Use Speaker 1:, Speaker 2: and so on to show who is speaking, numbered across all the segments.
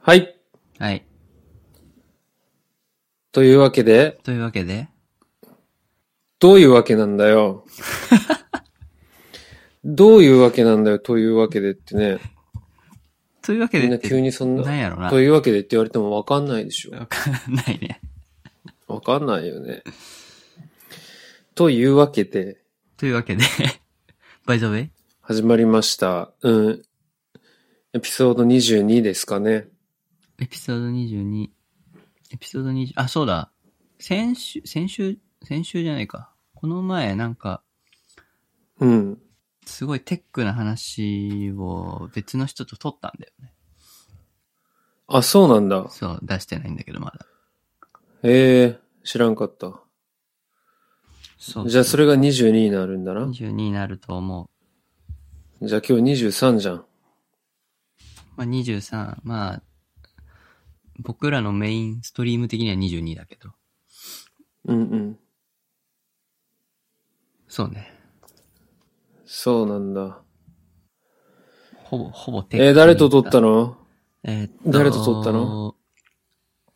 Speaker 1: はい。
Speaker 2: はい。
Speaker 1: というわけで、
Speaker 2: というわけで、
Speaker 1: どういうわけなんだよ。どういうわけなんだよ、というわけでってね。
Speaker 2: というわけ
Speaker 1: み
Speaker 2: で
Speaker 1: ん
Speaker 2: っ
Speaker 1: な
Speaker 2: て、
Speaker 1: 急にそんな、
Speaker 2: なんやろな。
Speaker 1: というわけでって言われてもわかんないでしょ。
Speaker 2: わかんないね。
Speaker 1: わかんないよね。というわけで、
Speaker 2: というわけで、 バイザウェイ
Speaker 1: 始まりました。うん。エピソード22ですかね。
Speaker 2: エピソード22。エピソード20、あ、そうだ。先週、先週、先週じゃないか。この前、なんか、
Speaker 1: うん。
Speaker 2: すごいテックな話を別の人と撮ったんだよね。
Speaker 1: あ、そうなんだ。
Speaker 2: そう、出してないんだけど、まだ。
Speaker 1: へえ、知らんかった。
Speaker 2: そ
Speaker 1: じゃあそれが22になるんだな。
Speaker 2: 22になると思
Speaker 1: じゃあ今日23じゃん。
Speaker 2: う。まあ、23、まあ、僕らのメインストリーム的には22だけど。
Speaker 1: うんうん。
Speaker 2: そうね。
Speaker 1: そうなんだ。
Speaker 2: ほぼ、ほぼテックに
Speaker 1: えー誰と撮ったの
Speaker 2: えーっ
Speaker 1: 誰と撮ったの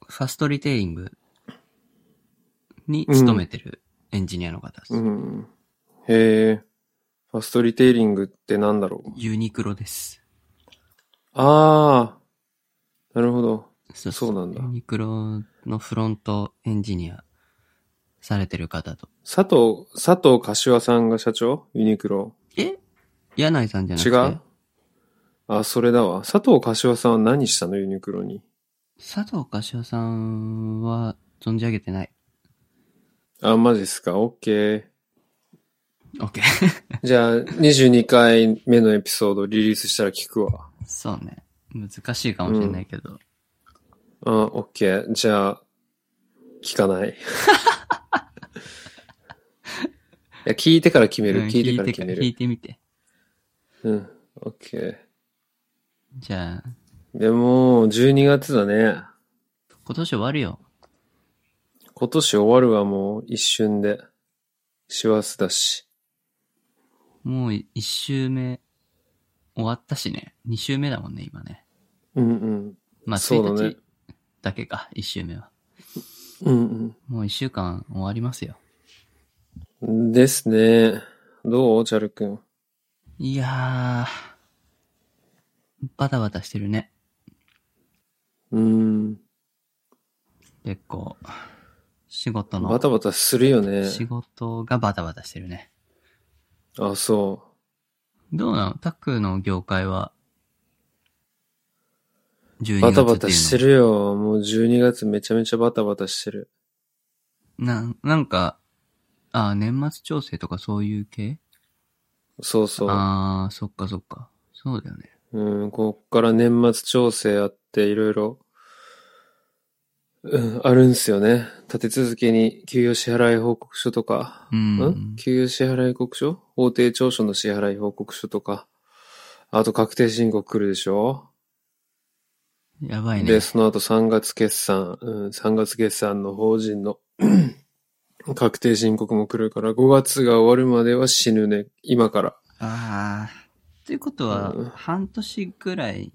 Speaker 2: ファストリテイリングに勤めてるエンジニアの方です。
Speaker 1: うん。へえ。ファストリテイリングってなんだろう。
Speaker 2: ユニクロです。
Speaker 1: ああ。なるほど。そうなんだ
Speaker 2: ユニクロのフロントエンジニアされてる方と。
Speaker 1: 佐藤、佐藤柏さんが社長ユニクロ。
Speaker 2: え柳井さんじゃなく
Speaker 1: 違
Speaker 2: て
Speaker 1: うあ、それだわ。佐藤柏さんは何したのユニクロに。
Speaker 2: 佐藤柏さんは存じ上げてない。
Speaker 1: あ、マジっすか。オッケー。
Speaker 2: OK。
Speaker 1: じゃあ、22回目のエピソードリリースしたら聞くわ。
Speaker 2: そうね。難しいかもしれないけど。
Speaker 1: あ、オッケー。じゃあ、聞か ない。いや、聞いてから決める。
Speaker 2: うん
Speaker 1: 聞いてから決め
Speaker 2: 聞
Speaker 1: る。
Speaker 2: いてみて。
Speaker 1: うん。オッケー。
Speaker 2: じゃあ、
Speaker 1: でも、12月だね。
Speaker 2: 今年終わるよ。
Speaker 1: 今年終わるはもう一瞬で。師走だし。
Speaker 2: もう一周目終わったしね。二周目だもんね、今ね。
Speaker 1: うんうん。
Speaker 2: まあ、
Speaker 1: そうだね
Speaker 2: 1日だけか、一周目は。
Speaker 1: うん
Speaker 2: もう一週間終わりますよ。
Speaker 1: うん。ですね。どうチャル君。
Speaker 2: いやー、バタバタしてるね。
Speaker 1: うん。
Speaker 2: 結構。仕事の、
Speaker 1: バタバタするよね。
Speaker 2: 仕事がバタバタしてるね。
Speaker 1: あ、そ
Speaker 2: どうなのタックの業界は、12
Speaker 1: う。
Speaker 2: 月
Speaker 1: バ
Speaker 2: っ
Speaker 1: タ
Speaker 2: ていうの
Speaker 1: バタしてるよ。もう12月めちゃめちゃバタバタしてる。
Speaker 2: な、なんか、あー年末調整とかそういう系
Speaker 1: そうそう。
Speaker 2: ああ、そっかそっか。そうだよね。
Speaker 1: うん、こっから年末調整あって、いろいろ、うん、あるんすよね。立て続けに給与支払い報告書とか、
Speaker 2: うん
Speaker 1: ん給与支払い報告書法定調書の支払い報告書とか、あと確定申告来るでしょ、
Speaker 2: やばいね
Speaker 1: で、。その後3月決算、うん、3月決算の法人の 確定申告も来るから、5月が終わるまでは死ぬね、今から。
Speaker 2: ああ。ということは
Speaker 1: うん、
Speaker 2: 半年ぐらい、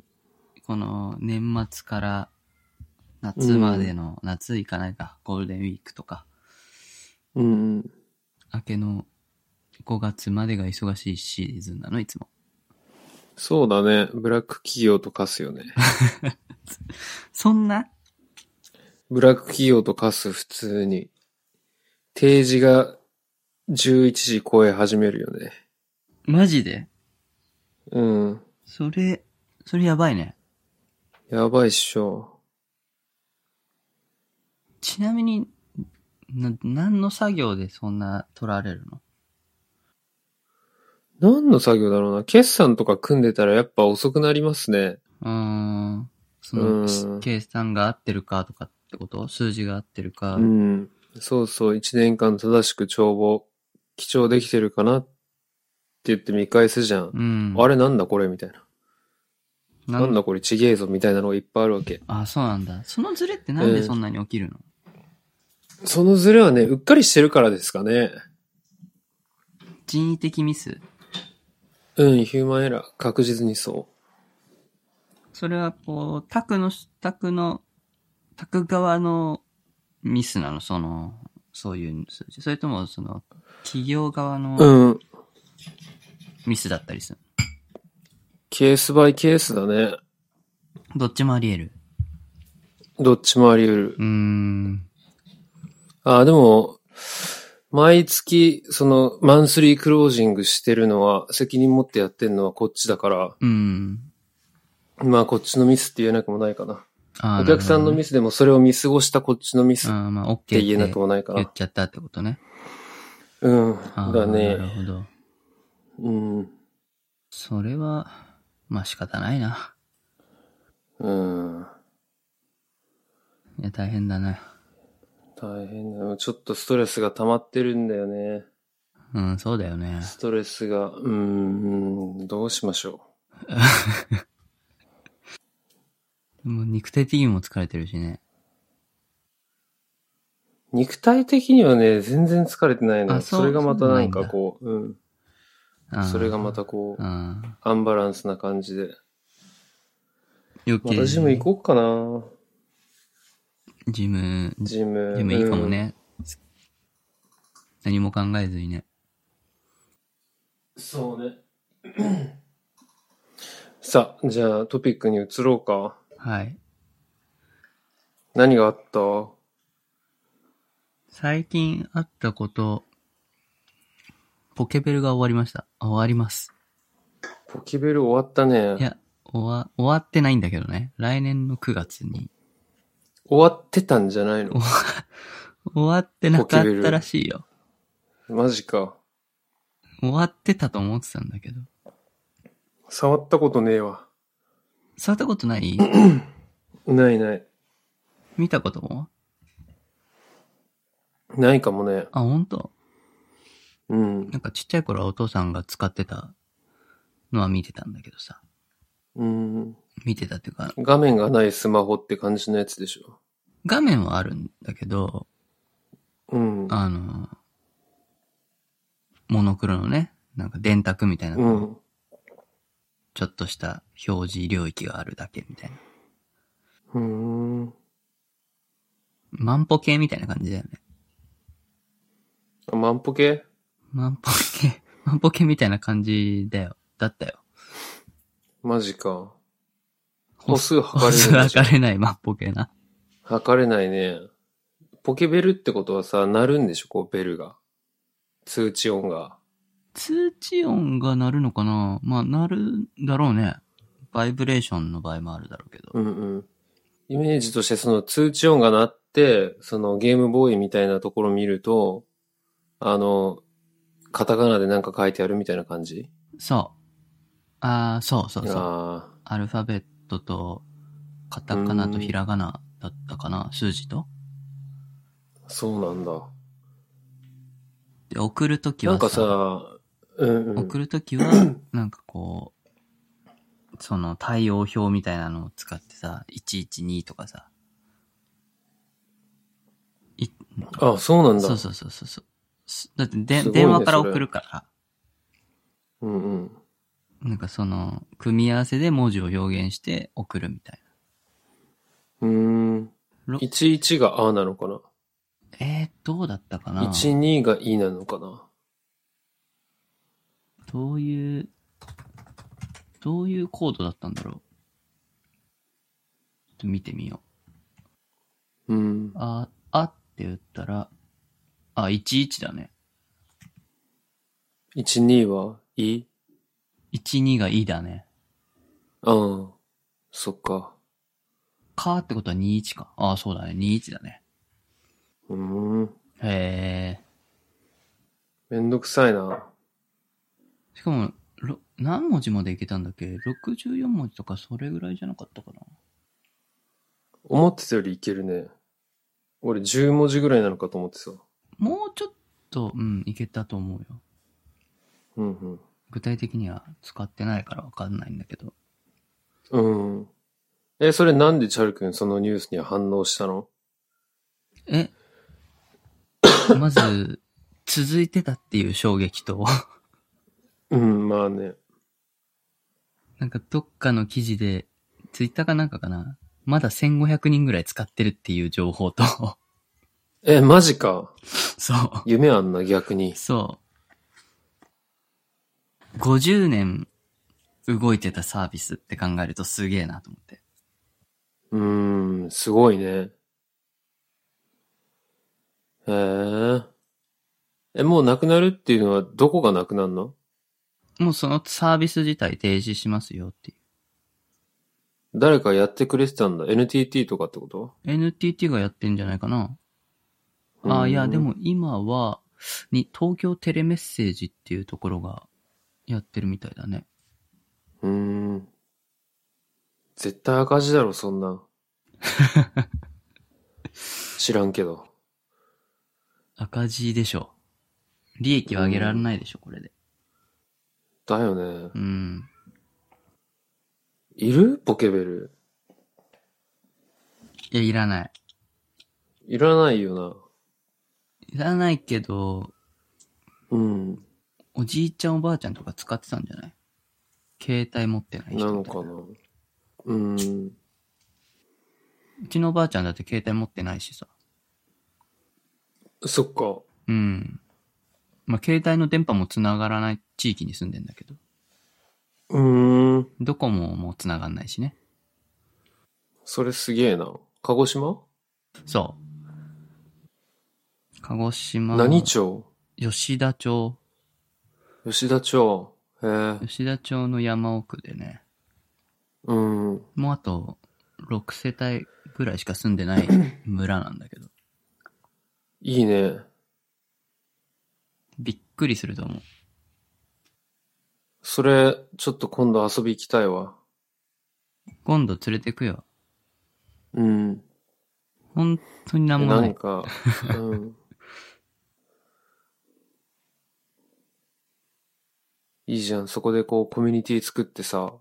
Speaker 2: この年末から夏までの、夏行かないか、ゴールデンウィークとか、
Speaker 1: うんうん。
Speaker 2: 明けの5月までが忙しいシーズンなの、いつも。
Speaker 1: そうだね。ブラック企業と化すよね。
Speaker 2: そんな
Speaker 1: ブラック企業と化す普通に。定時が11時超え始めるよね。
Speaker 2: マジで
Speaker 1: うん。
Speaker 2: それ、それやばいね。
Speaker 1: やばいっしょ。
Speaker 2: ちなみに、な、何の作業でそんな取られるの
Speaker 1: 何の作業だろうな。決算とか組んでたらやっぱ遅くなりますね。
Speaker 2: うーん。そうの、
Speaker 1: ーん
Speaker 2: 計算が合ってるかとかってこと数字が合ってるか。
Speaker 1: うん。そうそう。1年間正しく帳簿、記帳できてるかなって言って見返すじゃん。
Speaker 2: うん。
Speaker 1: あれなんだこれみたいな。
Speaker 2: な
Speaker 1: なん
Speaker 2: だ
Speaker 1: だこれちげえぞみたいなのがいっぱいあるわけ。
Speaker 2: あ、そうなんだ。そのズレってなんでそんなに起きるの、
Speaker 1: そのズレはね、うっかりしてるからですかね。
Speaker 2: 人為的ミス
Speaker 1: うん、ヒューマンエラー。確実にそう。
Speaker 2: それはこう、宅の、宅の、宅側のミスなの、その、そういう数字。それとも、その、企業側の
Speaker 1: うん。
Speaker 2: ミスだったりする。
Speaker 1: ケースバイケースだね。
Speaker 2: どっちもあり得る。
Speaker 1: どっちもあり得る。
Speaker 2: うーん。
Speaker 1: ああ、でも、毎月、その、マンスリークロージングしてるのは、責任持ってやってんのはこっちだから、
Speaker 2: うん。
Speaker 1: まあこっちのミスって言えなくもないかな。
Speaker 2: あー
Speaker 1: お客さんの
Speaker 2: なる
Speaker 1: ミスでもそれを見過ごしたこっちのミス
Speaker 2: ほ
Speaker 1: っ
Speaker 2: どねあー、まあ、OK って
Speaker 1: 言えなくもないか
Speaker 2: 言っ
Speaker 1: な。
Speaker 2: ちゃったってことね。
Speaker 1: うん。
Speaker 2: あー
Speaker 1: だ
Speaker 2: な
Speaker 1: ね。
Speaker 2: るほど。
Speaker 1: うん。
Speaker 2: それは、まあ仕方ないな。
Speaker 1: うん。
Speaker 2: いや、大変だな。
Speaker 1: 大変だよ。ちょっとストレスが溜まってるんだよね。
Speaker 2: うん、そうだよね。
Speaker 1: ストレスが、うーん、どうしましょ
Speaker 2: もう肉体的にも疲れてるしね。
Speaker 1: う。肉体的にはね、全然疲れてないの。
Speaker 2: あそう
Speaker 1: それがまたなん
Speaker 2: そう
Speaker 1: か
Speaker 2: なんだ
Speaker 1: こう、うん。
Speaker 2: あー
Speaker 1: それがまたこう、
Speaker 2: あ
Speaker 1: アンバランスな感じで。
Speaker 2: あ。余
Speaker 1: ま
Speaker 2: 計。
Speaker 1: たジム行こうかな。
Speaker 2: ジム、ジ
Speaker 1: ジム。
Speaker 2: ムいいかもね。何も考えずにね。
Speaker 1: うん。そうね。 さあ、じゃあトピックに移ろうか。
Speaker 2: はい。
Speaker 1: 何があったう
Speaker 2: 最近あったこと、ポケベルが終わりました。あ終わります。
Speaker 1: ポケベル終わった
Speaker 2: い
Speaker 1: ね。
Speaker 2: や、終わ、終わってないんだけどね。来年の9月に。
Speaker 1: 終わってたんじゃないの
Speaker 2: 終わってなかったらしいよ。
Speaker 1: マジか。
Speaker 2: 終わってたと思ってたんだけど。
Speaker 1: 触ったことねえわ。
Speaker 2: 触ったことない
Speaker 1: ないない。
Speaker 2: 見たことも
Speaker 1: ないかもね。
Speaker 2: あ、本当。
Speaker 1: うん。
Speaker 2: なんかちっちゃい頃はお父さんが使ってたのは見てたんだけどさ。
Speaker 1: うん。
Speaker 2: 見てたっていうか、
Speaker 1: 画面がないスマホって感じのやつでしょ。
Speaker 2: 画面はあるんだけど、
Speaker 1: うん。
Speaker 2: あの、モノクロのね、なんか電卓みたいな、
Speaker 1: うん。
Speaker 2: ちょっとした表示領域があるだけみたいな。
Speaker 1: うん。
Speaker 2: 万歩計みたいな感じだよね。
Speaker 1: あ万歩計
Speaker 2: 万歩計、 万歩計みたいな感じだよ。だったよ。
Speaker 1: マジか。歩数測れる
Speaker 2: 歩数
Speaker 1: んでしょ
Speaker 2: 測れない万歩計な。
Speaker 1: 測れないね。ポケベルってことはさ、鳴るんでしょこう、ベルが。通知音が。
Speaker 2: 通知音が鳴るのかなまあ、鳴るんだろうね。バイブレーションの場合もあるだろうけど。
Speaker 1: うんうん。イメージとしてその通知音が鳴って、そのゲームボーイみたいなところを見ると、あの、カタカナでなんか書いてあるみたいな感じ
Speaker 2: そう。ああ、そうそうそう。
Speaker 1: ああ。
Speaker 2: アルファベットと、カタカナとひらがなだったかな数字と。
Speaker 1: そうなんだ。
Speaker 2: で、送るとき
Speaker 1: な
Speaker 2: は
Speaker 1: んかさ、うん、うん
Speaker 2: 送。るときは、 なんかこう、その対応表みたいなのを使ってさ、112とかさ。い
Speaker 1: あ、そうなんだ。
Speaker 2: そうそうそうそうそう。すだってです
Speaker 1: ごいね
Speaker 2: 電話から
Speaker 1: それ
Speaker 2: 送るから。
Speaker 1: うんうん。
Speaker 2: なんかその、組み合わせで文字を表現して送るみたいう
Speaker 1: ーん。
Speaker 2: ろ
Speaker 1: 11があなのかな
Speaker 2: な。えー、どうだったかな
Speaker 1: ?12 がいなのかな
Speaker 2: どういう、どういうコードだったんだろう。ちょっと見てみよ
Speaker 1: うん
Speaker 2: う。。あ、あって打ったら、あ、11だね。
Speaker 1: 12はい
Speaker 2: 12がいいだね。
Speaker 1: うん。そっか。
Speaker 2: かってことは21か。あそうだね。21だね。
Speaker 1: うーん。
Speaker 2: へえ。
Speaker 1: めんどくさいな。
Speaker 2: しかも、ろ何文字までいけたんだっけ ?64 文字とかそれぐらいじゃなかったかな。
Speaker 1: 思ってたよりいけるね。俺10文字ぐらいなのかと思ってさ。
Speaker 2: もうちょっと、うん、いけたと思うよ。
Speaker 1: うん
Speaker 2: 具体的には使ってないからわかんないんだけど。
Speaker 1: うん。うん。え、それなんでチャル君そのニュースには反応したの
Speaker 2: え まず、続いてたっていう衝撃と、
Speaker 1: うん、まあね。
Speaker 2: なんかどっかの記事で、ツイッターかなんかかな。まだ1500人ぐらい使ってるっていう情報と、
Speaker 1: え、マジか。
Speaker 2: そ
Speaker 1: 夢あんな、逆に
Speaker 2: う、。そう。50年動いてたサービスって考えるとすげえなと思って。
Speaker 1: うーん、すごいね。へえ。え、もうなくなるっていうのは、どこがなくなるの
Speaker 2: もうそのサービス自体停止しますよっていう。
Speaker 1: 誰かやってくれてたんだ。NTT とかってこと
Speaker 2: NTT がやってんじゃないかな。ああ、いや、で。も今は、に、東京テレメッセージっていうところがやってるみたいだね。
Speaker 1: うーん。絶対赤字だろ、そん な。知らんけど。
Speaker 2: 赤字でしょ。利益は上げられないでしょ、これで。
Speaker 1: だよね。
Speaker 2: うん。
Speaker 1: いるポケベル。
Speaker 2: いや、いらない。
Speaker 1: いらないよ
Speaker 2: いらないけど、
Speaker 1: な。うん。
Speaker 2: おじいちゃんおばあちゃんとか使ってたんじゃない携帯持ってない人
Speaker 1: なの
Speaker 2: みたい
Speaker 1: かな。うーん。
Speaker 2: うちのおばあちゃんだって携帯持ってないしさ。
Speaker 1: そっか。
Speaker 2: うん。まあ、携帯の電波も繋がらない地域に住んでんだけど。
Speaker 1: うーん。
Speaker 2: ドコモも繋がんないしね。
Speaker 1: それすげえな。鹿児島
Speaker 2: そう。鹿児島。
Speaker 1: 何町
Speaker 2: 吉田町。
Speaker 1: 吉田町。へえ。
Speaker 2: 吉田町の山奥でね。
Speaker 1: うん。
Speaker 2: もうあと、6世帯ぐらいしか住んでない 村なんだけど。
Speaker 1: いいね。
Speaker 2: びっくりすると思う。
Speaker 1: それ、ちょっと今度遊び行きたいわ。
Speaker 2: 今度連れてくよ。
Speaker 1: うん。
Speaker 2: 本当になんも
Speaker 1: な
Speaker 2: なんい。
Speaker 1: か、うん。いいじゃん。そこでこう、コミュニティ作ってさ、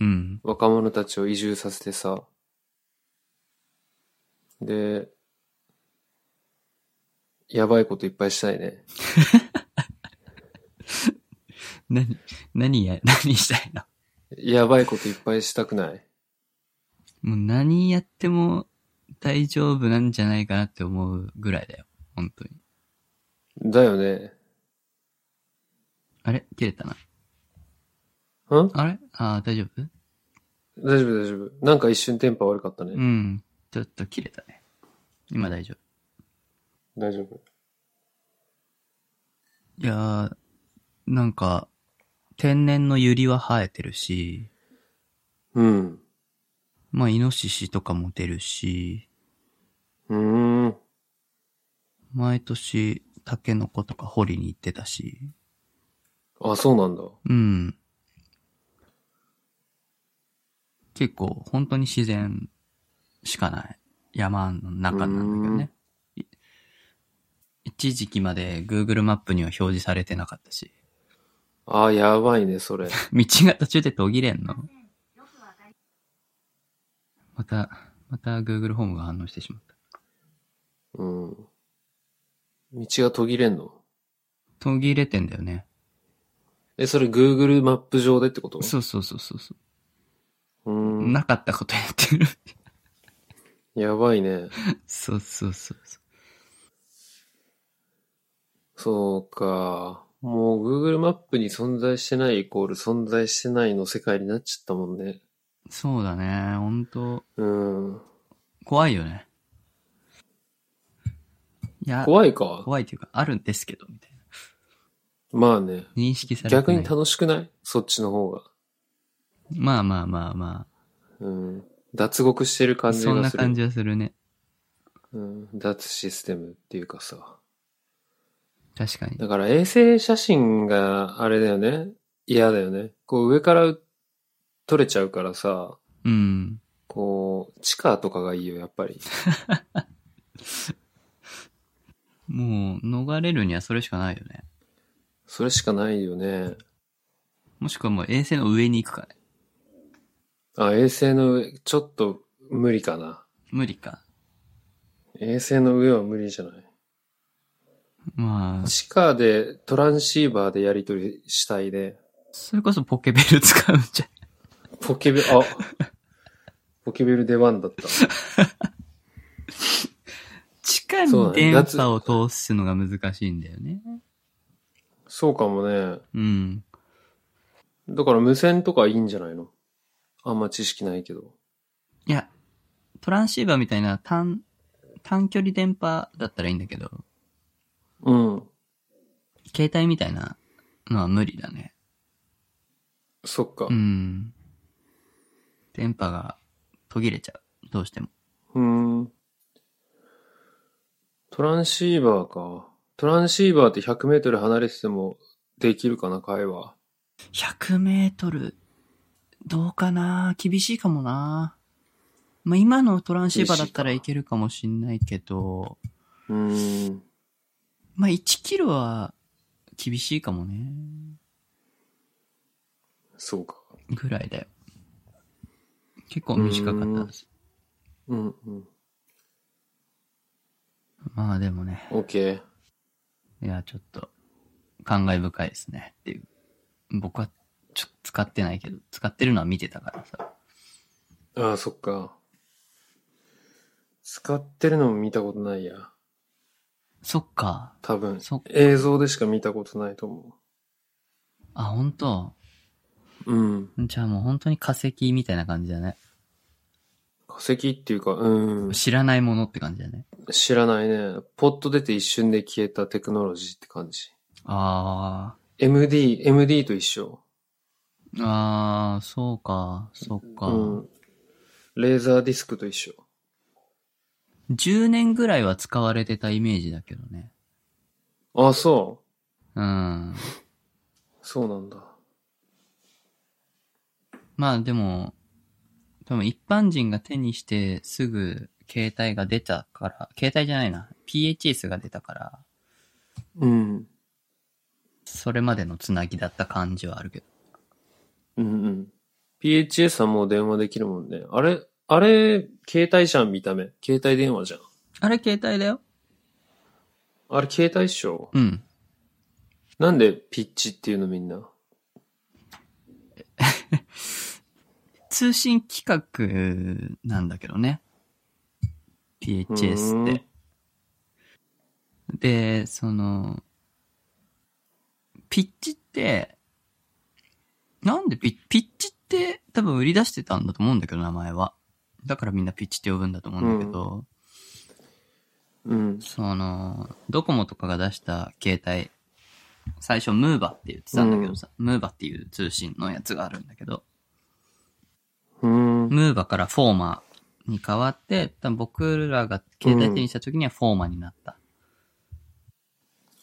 Speaker 2: うん。
Speaker 1: 若者たちを移住させてさ。で、やばいこといっぱいしたいね。
Speaker 2: 何、何や、 何したいの
Speaker 1: やばいこといっぱいしたくない。
Speaker 2: もう何やっても大丈夫なんじゃないかなって思うぐらいだよ。本当に。
Speaker 1: だよね。
Speaker 2: あれ切れたな。
Speaker 1: ん
Speaker 2: あれあー大丈夫
Speaker 1: 大丈夫大丈夫。なんか一瞬テンパ悪かったね。
Speaker 2: うん。ちょっと切れたね。今大丈夫。
Speaker 1: 大丈夫。
Speaker 2: いやー、なんか、天然のユリは生えてるし、
Speaker 1: うん。
Speaker 2: まあ、イノシシとかも出るし、
Speaker 1: うーん。
Speaker 2: 毎年、タケノコとか掘りに行ってたし、
Speaker 1: あ、そうなんだ。
Speaker 2: うん。結構、本当に自然しかない山の中なんだけどね。い一時期まで Google マップには表示されてなかったし、
Speaker 1: あ、やばいね、そ れ。
Speaker 2: 道が途中で途切れんの。また、また Google ホームが反応してしまった。
Speaker 1: うん。道が途切れんの
Speaker 2: 途切れてんだよね。
Speaker 1: え、それ Google マップ上でってこと
Speaker 2: そうそうそうそうそう。
Speaker 1: う。うん。
Speaker 2: なかったことやってる。
Speaker 1: やばいね。
Speaker 2: そうそうそうそ
Speaker 1: そうか。もう Google マップに存在してないイコール存在してないの世界になっちゃったもんね。
Speaker 2: う。そうだね。本当
Speaker 1: うん。
Speaker 2: 怖いよね。いや、
Speaker 1: 怖いか。
Speaker 2: 怖いっていうか、あるんですけど、みたいな。
Speaker 1: まあね。
Speaker 2: 認識されてない。
Speaker 1: 逆に楽しくないそっちの方が。
Speaker 2: まあまあまあま
Speaker 1: うん。脱獄してる
Speaker 2: あ。
Speaker 1: 感じがす
Speaker 2: そ
Speaker 1: る。
Speaker 2: んな感じはするね。
Speaker 1: うん。脱システムっていうかさ。
Speaker 2: 確かに。
Speaker 1: だから衛星写真があれだよね。嫌だよね。こう上から撮れちゃうからさ、
Speaker 2: うん。
Speaker 1: こう、地下とかがいいよ、やっぱり。
Speaker 2: もう、逃れるにはそれしかないよね。
Speaker 1: それしかないよね。
Speaker 2: もしくはもう衛星の上に行くかね。
Speaker 1: あ、衛星の上、ちょっと無理かな。
Speaker 2: 無理か。
Speaker 1: 衛星の上は無理じゃない。
Speaker 2: まあ、
Speaker 1: 地下でトランシーバーでやり取りしたいで、
Speaker 2: それこそポケベル使うんじゃん。
Speaker 1: ポケベ、あ、ポケベルでワンだった。
Speaker 2: 地下に電波を通すのが難しいんだよね。
Speaker 1: そうかもね。
Speaker 2: うん。
Speaker 1: だから無線とかいいんじゃないのあんま知識ないけど。
Speaker 2: いや、トランシーバーみたいな短、短距離電波だったらいいんだけど、
Speaker 1: うん。
Speaker 2: 携帯みたいなのは無理だね。
Speaker 1: そっか
Speaker 2: う。ん。電波が途切れちゃう。どうしても。
Speaker 1: うん。トランシーバーか。トランシーバーって100メートル離れててもできるかな、会話。
Speaker 2: 100メートル、どうかな厳しいかもなまあ、今のトランシーバーだったらいけるかもしんないけど、
Speaker 1: うん。
Speaker 2: まあ、1キロは厳しいかもね。
Speaker 1: そうか。
Speaker 2: ぐらいだよ。結構短かったです。
Speaker 1: うんうん。
Speaker 2: まあでもね、
Speaker 1: オッケー。
Speaker 2: いや、ちょっと、感慨深いですね。っていう。僕は、ちょっと使ってないけど、使ってるのは見てたからさ。
Speaker 1: ああ、そっか。使ってるのも見たことないや。
Speaker 2: そっか。
Speaker 1: 多分
Speaker 2: そっ。
Speaker 1: 映像でしか見たことないと思
Speaker 2: あ、本当
Speaker 1: う。うん。
Speaker 2: じゃあもう本当に化石みたいな感じだね。
Speaker 1: 化石っていうか、うん。
Speaker 2: 知らないものって感じだね。
Speaker 1: 知らないね。ポッと出て一瞬で消えたテクノロジーって感じ。
Speaker 2: あ
Speaker 1: MD、MD と一緒。
Speaker 2: ー。あー、そうか、そっか。
Speaker 1: うん。レーザーディスクと一緒。
Speaker 2: 10年ぐらいは使われてたイメージだけどね。
Speaker 1: ああ、そ
Speaker 2: うん。
Speaker 1: う。そうなんだ。
Speaker 2: まあでも、多分一般人が手にしてすぐ携帯が出たから、携帯じゃないな、PHS が出たから、
Speaker 1: うん。
Speaker 2: それまでのつなぎだった感じはあるけど。
Speaker 1: うんうん。PHS はもう電話できるもんね。あれ、あれ、携帯じゃん、見た目。携帯電話じゃん。
Speaker 2: あれ携帯だよ
Speaker 1: あれ、携帯っしょ
Speaker 2: うん。
Speaker 1: なんでピッチっていうのみんな。
Speaker 2: 通信規格なんだけどね。PHS って。で、その、ピッチって、なんでピッピッチって多分売り出してたんだと思うんだけど、名前は。だからみんなピッチって呼ぶんだと思うんだけど、
Speaker 1: うん。
Speaker 2: その、ドコモとかが出した携帯、最初ムーバって言ってたんだけどさ、ムーバっていう通信のやつがあるんだけど、
Speaker 1: うん。
Speaker 2: ムーバからフォーマーに変わって、多分僕らが携帯手にした時にはフォーマーになった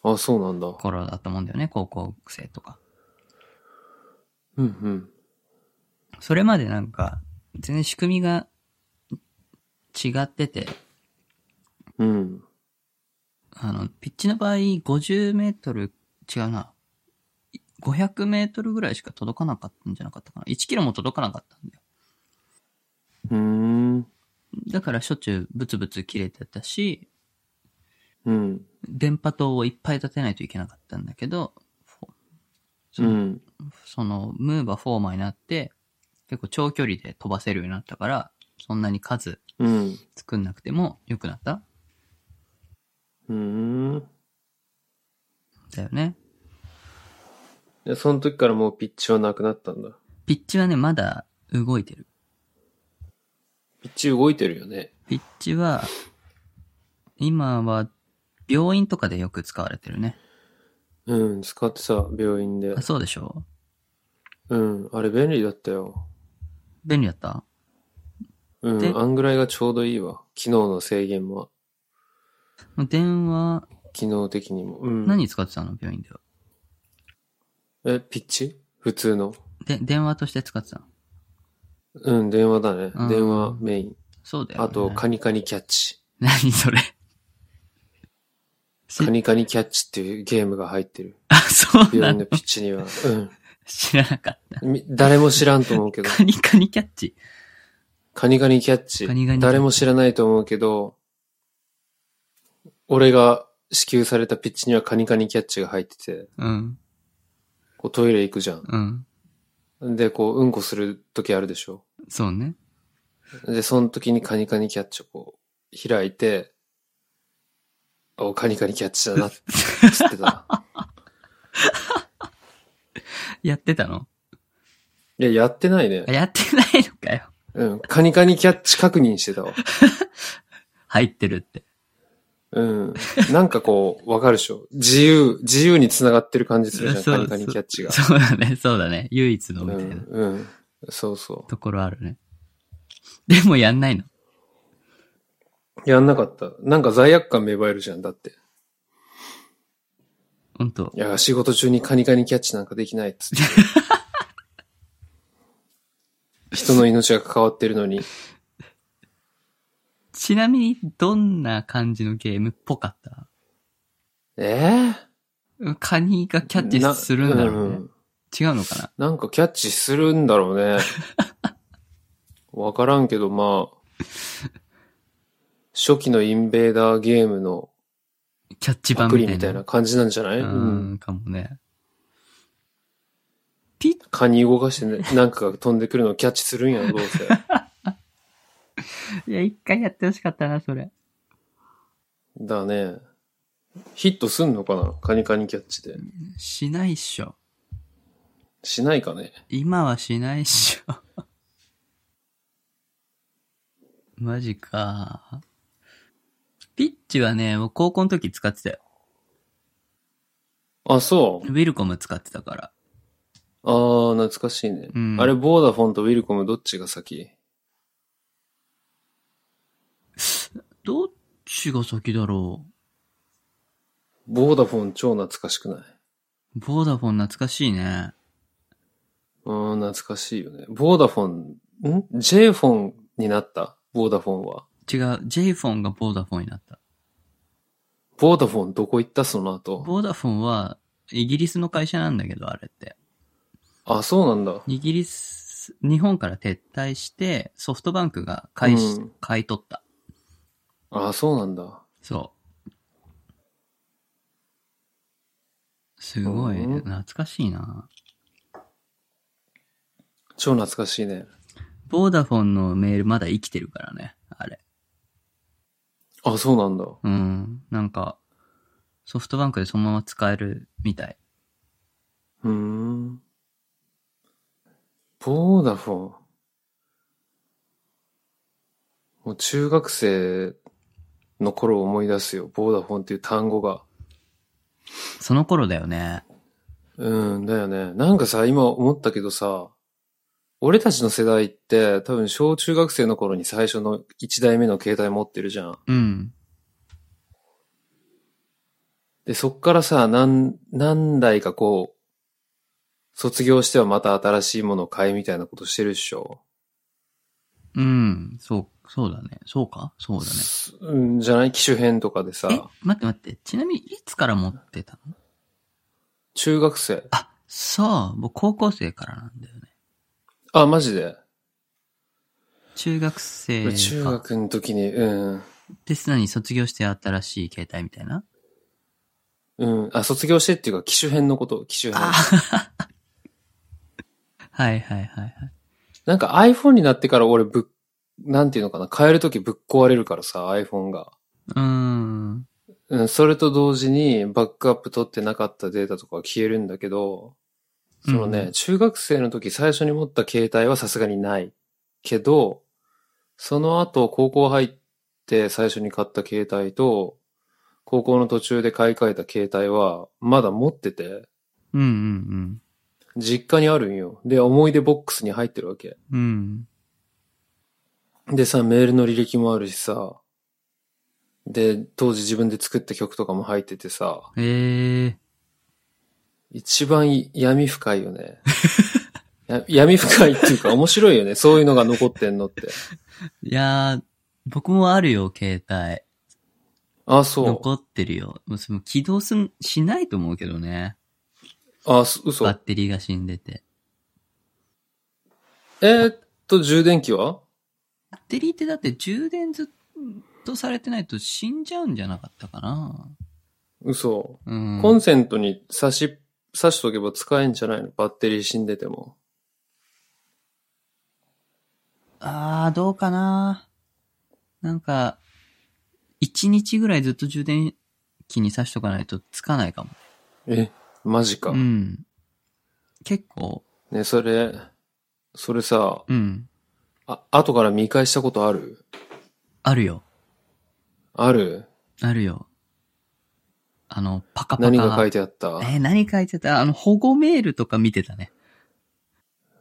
Speaker 1: あ、そうなんだ。
Speaker 2: 頃だと思うんだよね、高校生とか。
Speaker 1: うんうん。
Speaker 2: それまでなんか、全然仕組みが違ってて、
Speaker 1: うん。
Speaker 2: あの、ピッチの場合50メートル、違うな。500メートルぐらいしか届かなかったんじゃなかったかな。1キロも届かなかったんだよ。
Speaker 1: うん。
Speaker 2: だからしょっちゅうブツブツ切れてたし、
Speaker 1: うん。
Speaker 2: 電波塔をいっぱい立てないといけなかったんだけど、
Speaker 1: うん。
Speaker 2: その、ムーバーフォーマーになって、結構長距離で飛ばせるようになったから、そんなに数
Speaker 1: うん。
Speaker 2: 作んなくても良くなったん
Speaker 1: うん。
Speaker 2: だよね。
Speaker 1: で、その時からもうピッチはなくなったんだ。
Speaker 2: ピッチはね、まだ動いてる。
Speaker 1: ピッチ動いてるよね。
Speaker 2: ピッチは、今は、病院とかでよく使われてるね。
Speaker 1: うん、使ってさ、病院で
Speaker 2: あ。そうでしょ
Speaker 1: うん、あれ便利だったよ。
Speaker 2: 便利だった
Speaker 1: う
Speaker 2: で
Speaker 1: ん、あんぐらいがちょうどいいわ。機能の制限も、
Speaker 2: 電話、
Speaker 1: 機能的にも。うん。
Speaker 2: 何使ってたの病院では。
Speaker 1: え、ピッチ普通の。
Speaker 2: で、電話として使ってたの
Speaker 1: うん、電話だね
Speaker 2: うん。
Speaker 1: 電話メイン。
Speaker 2: そうだよ、ね。
Speaker 1: あと、カニカニキャッチ。
Speaker 2: 何それ。
Speaker 1: カニカニキャッチっていうゲームが入ってる。
Speaker 2: あ、そう
Speaker 1: 病院
Speaker 2: なの
Speaker 1: のピッチには。
Speaker 2: 知らなかった。
Speaker 1: うんみ。誰も知らんと思うけ ど。
Speaker 2: カニカニキャッチ。
Speaker 1: カニカニキャッチ。
Speaker 2: カニカニキャッチ
Speaker 1: 誰も知らないと思うけど、俺が支給されたピッチにはカニカニキャッチが入ってて、
Speaker 2: うん、
Speaker 1: こうトイレ行くじゃん。
Speaker 2: うん。
Speaker 1: で、こう、うんこするときあるでしょ。
Speaker 2: そうね。
Speaker 1: で、その時にカニカニキャッチをこう、開いて、お、カニカニキャッチだなって知ってた。
Speaker 2: やってたの
Speaker 1: いや、やってないね
Speaker 2: あ。やってないのかよ。
Speaker 1: うん。カニカニキャッチ確認してたわ。
Speaker 2: 入ってるって。
Speaker 1: うん。なんかこう、わかるでしょ。自由、自由に繋がってる感じするじゃん。
Speaker 2: そう
Speaker 1: カニカニキャッチが。
Speaker 2: そうだね、そうだね。唯一の
Speaker 1: う
Speaker 2: みたい
Speaker 1: ん
Speaker 2: な。
Speaker 1: うん。そうそ
Speaker 2: ところあるね。でもやんないの
Speaker 1: う。やんなかった。なんか罪悪感芽生えるじゃん。だって。
Speaker 2: ほんと
Speaker 1: い。や、仕事中にカニカニキャッチなんかできないっつ って。人の命が関わってるのに。
Speaker 2: ちなみに、どんな感じのゲームっぽかった
Speaker 1: え
Speaker 2: カニがキ
Speaker 1: え
Speaker 2: ャッチするんだろうね。
Speaker 1: ん
Speaker 2: 違うのかな
Speaker 1: なんかキャッチするんだろう ね。わからんけど、まあ、初期のインベーダーゲームの
Speaker 2: キャッチ
Speaker 1: パ
Speaker 2: 版
Speaker 1: ク
Speaker 2: み
Speaker 1: リ
Speaker 2: たい
Speaker 1: みたい
Speaker 2: な
Speaker 1: な。感じなんじゃない、
Speaker 2: う
Speaker 1: うん、
Speaker 2: ん、かもね。ピッ、
Speaker 1: カニ動かして、ね、なんかが飛んでくるのをキャッチするんやろ、どうせ。
Speaker 2: いや、一回やってほしかったな、それ。
Speaker 1: だ ね。ヒットすんのかなカニカニキャッチで。
Speaker 2: しないっしょ。
Speaker 1: しないかね。
Speaker 2: 今はしないっしょ。 マジか。ピッチはね、もう高校の時使ってたよ。
Speaker 1: あ、そう
Speaker 2: ウ。ィルコム使ってたから。
Speaker 1: ああ、懐かしいね。
Speaker 2: うん
Speaker 1: あれ、ボーダフォンとウィルコムどっちが先
Speaker 2: どっちが先だろ。
Speaker 1: ボーダフォン超懐かしくないう
Speaker 2: ボーダフォン懐かしいね。
Speaker 1: うん、懐かしいよね。ボーダフォン、ん ?J フォンになったボーダフォンは。
Speaker 2: 違う、J フォンがボーダフォンになった。
Speaker 1: ボーダフォンどこ行ったその後。
Speaker 2: ボーダフォンは、イギリスの会社なんだけど、あれって。
Speaker 1: あ、そうなんだ。
Speaker 2: イギリス、日本から撤退して、ソフトバンクが買いし、
Speaker 1: うん
Speaker 2: 買い取った。
Speaker 1: あ、そうなんだ。
Speaker 2: そう。すごい、
Speaker 1: うん
Speaker 2: 懐かしいな。
Speaker 1: 超懐かしいね。
Speaker 2: ボーダフォンのメールまだ生きてるからね、あれ。
Speaker 1: あ、そうなんだ。
Speaker 2: うん。なんか、ソフトバンクでそのまま使えるみたい。
Speaker 1: うーん。ボーダフォン。もう中学生の頃を思い出すよ。ボーダフォンっていう単語が。
Speaker 2: その頃だよね。
Speaker 1: うん、だよね。なんかさ、今思ったけどさ、俺たちの世代って多分小中学生の頃に最初の1台目の携帯持ってるじゃん。
Speaker 2: うん。
Speaker 1: で、そっからさ、何、何台かこう、卒業してはまた新しいものを買いみたいなことしてるっしょ。
Speaker 2: うん。そう、そうだね。そうかそうだね。
Speaker 1: すうん、じゃない機種編とかでさ
Speaker 2: え、、待って待って。ちなみに、いつから持ってたの
Speaker 1: 中学生。
Speaker 2: あ、そう。僕、高校生からなんだよね。
Speaker 1: あ、マジで、
Speaker 2: 中学生か。
Speaker 1: 中学の時に、うん。
Speaker 2: で、すでに卒業して新しい携帯みたいな。
Speaker 1: うん。あ、卒業してっていうか、機種編のこと、機種編。
Speaker 2: はいはいはいはい。
Speaker 1: なんか iPhone になってから俺ぶっ、なんていうのかな、変えるときぶっ壊れるからさ、iPhone が。
Speaker 2: うーん。
Speaker 1: うん、それと同時にバックアップ取ってなかったデータとかは消えるんだけど、そのね、
Speaker 2: うん
Speaker 1: 中学生の時最初に持った携帯はさすがにないけど、その後高校入って最初に買った携帯と、高校の途中で買い替えた携帯はまだ持ってて、
Speaker 2: うんうん
Speaker 1: 実家にあるんよ。で、思い出ボックスに入ってるわけ。
Speaker 2: うん。うん。
Speaker 1: でさ、メールの履歴もあるしさ、で、当時自分で作った曲とかも入っててさ、
Speaker 2: ええ
Speaker 1: 一番闇深いよ ね。や闇深いっていうか面白いよね。そういうのが残ってんのって。
Speaker 2: ー。いやー、僕もあるよ、携帯。
Speaker 1: あ、そ
Speaker 2: 残ってるよ。もうその起動すん、しないと思うけどね。
Speaker 1: う。あ、す嘘
Speaker 2: バッ。テリーが死んでて。
Speaker 1: えーっと、充電器は
Speaker 2: バッテリーってだって充電ずっとされてないと死んじゃうんじゃなかったかな。
Speaker 1: 嘘。
Speaker 2: うん。
Speaker 1: コンセントに差し、差しとけば使えんじゃないのバッテリー死んでても。
Speaker 2: ああ、どうかな。なんか、一日ぐらいずっと充電器に挿しとかないとつかないかも。
Speaker 1: え、マジか。
Speaker 2: うん。結構、
Speaker 1: ね、それ、それさ、
Speaker 2: うん。
Speaker 1: あ、後から見返したことある
Speaker 2: あるよ。
Speaker 1: ある
Speaker 2: あるよ。あの、パカパカ。
Speaker 1: 何が書いてあった
Speaker 2: えー何書いてたあの、保護メールとか見てたね。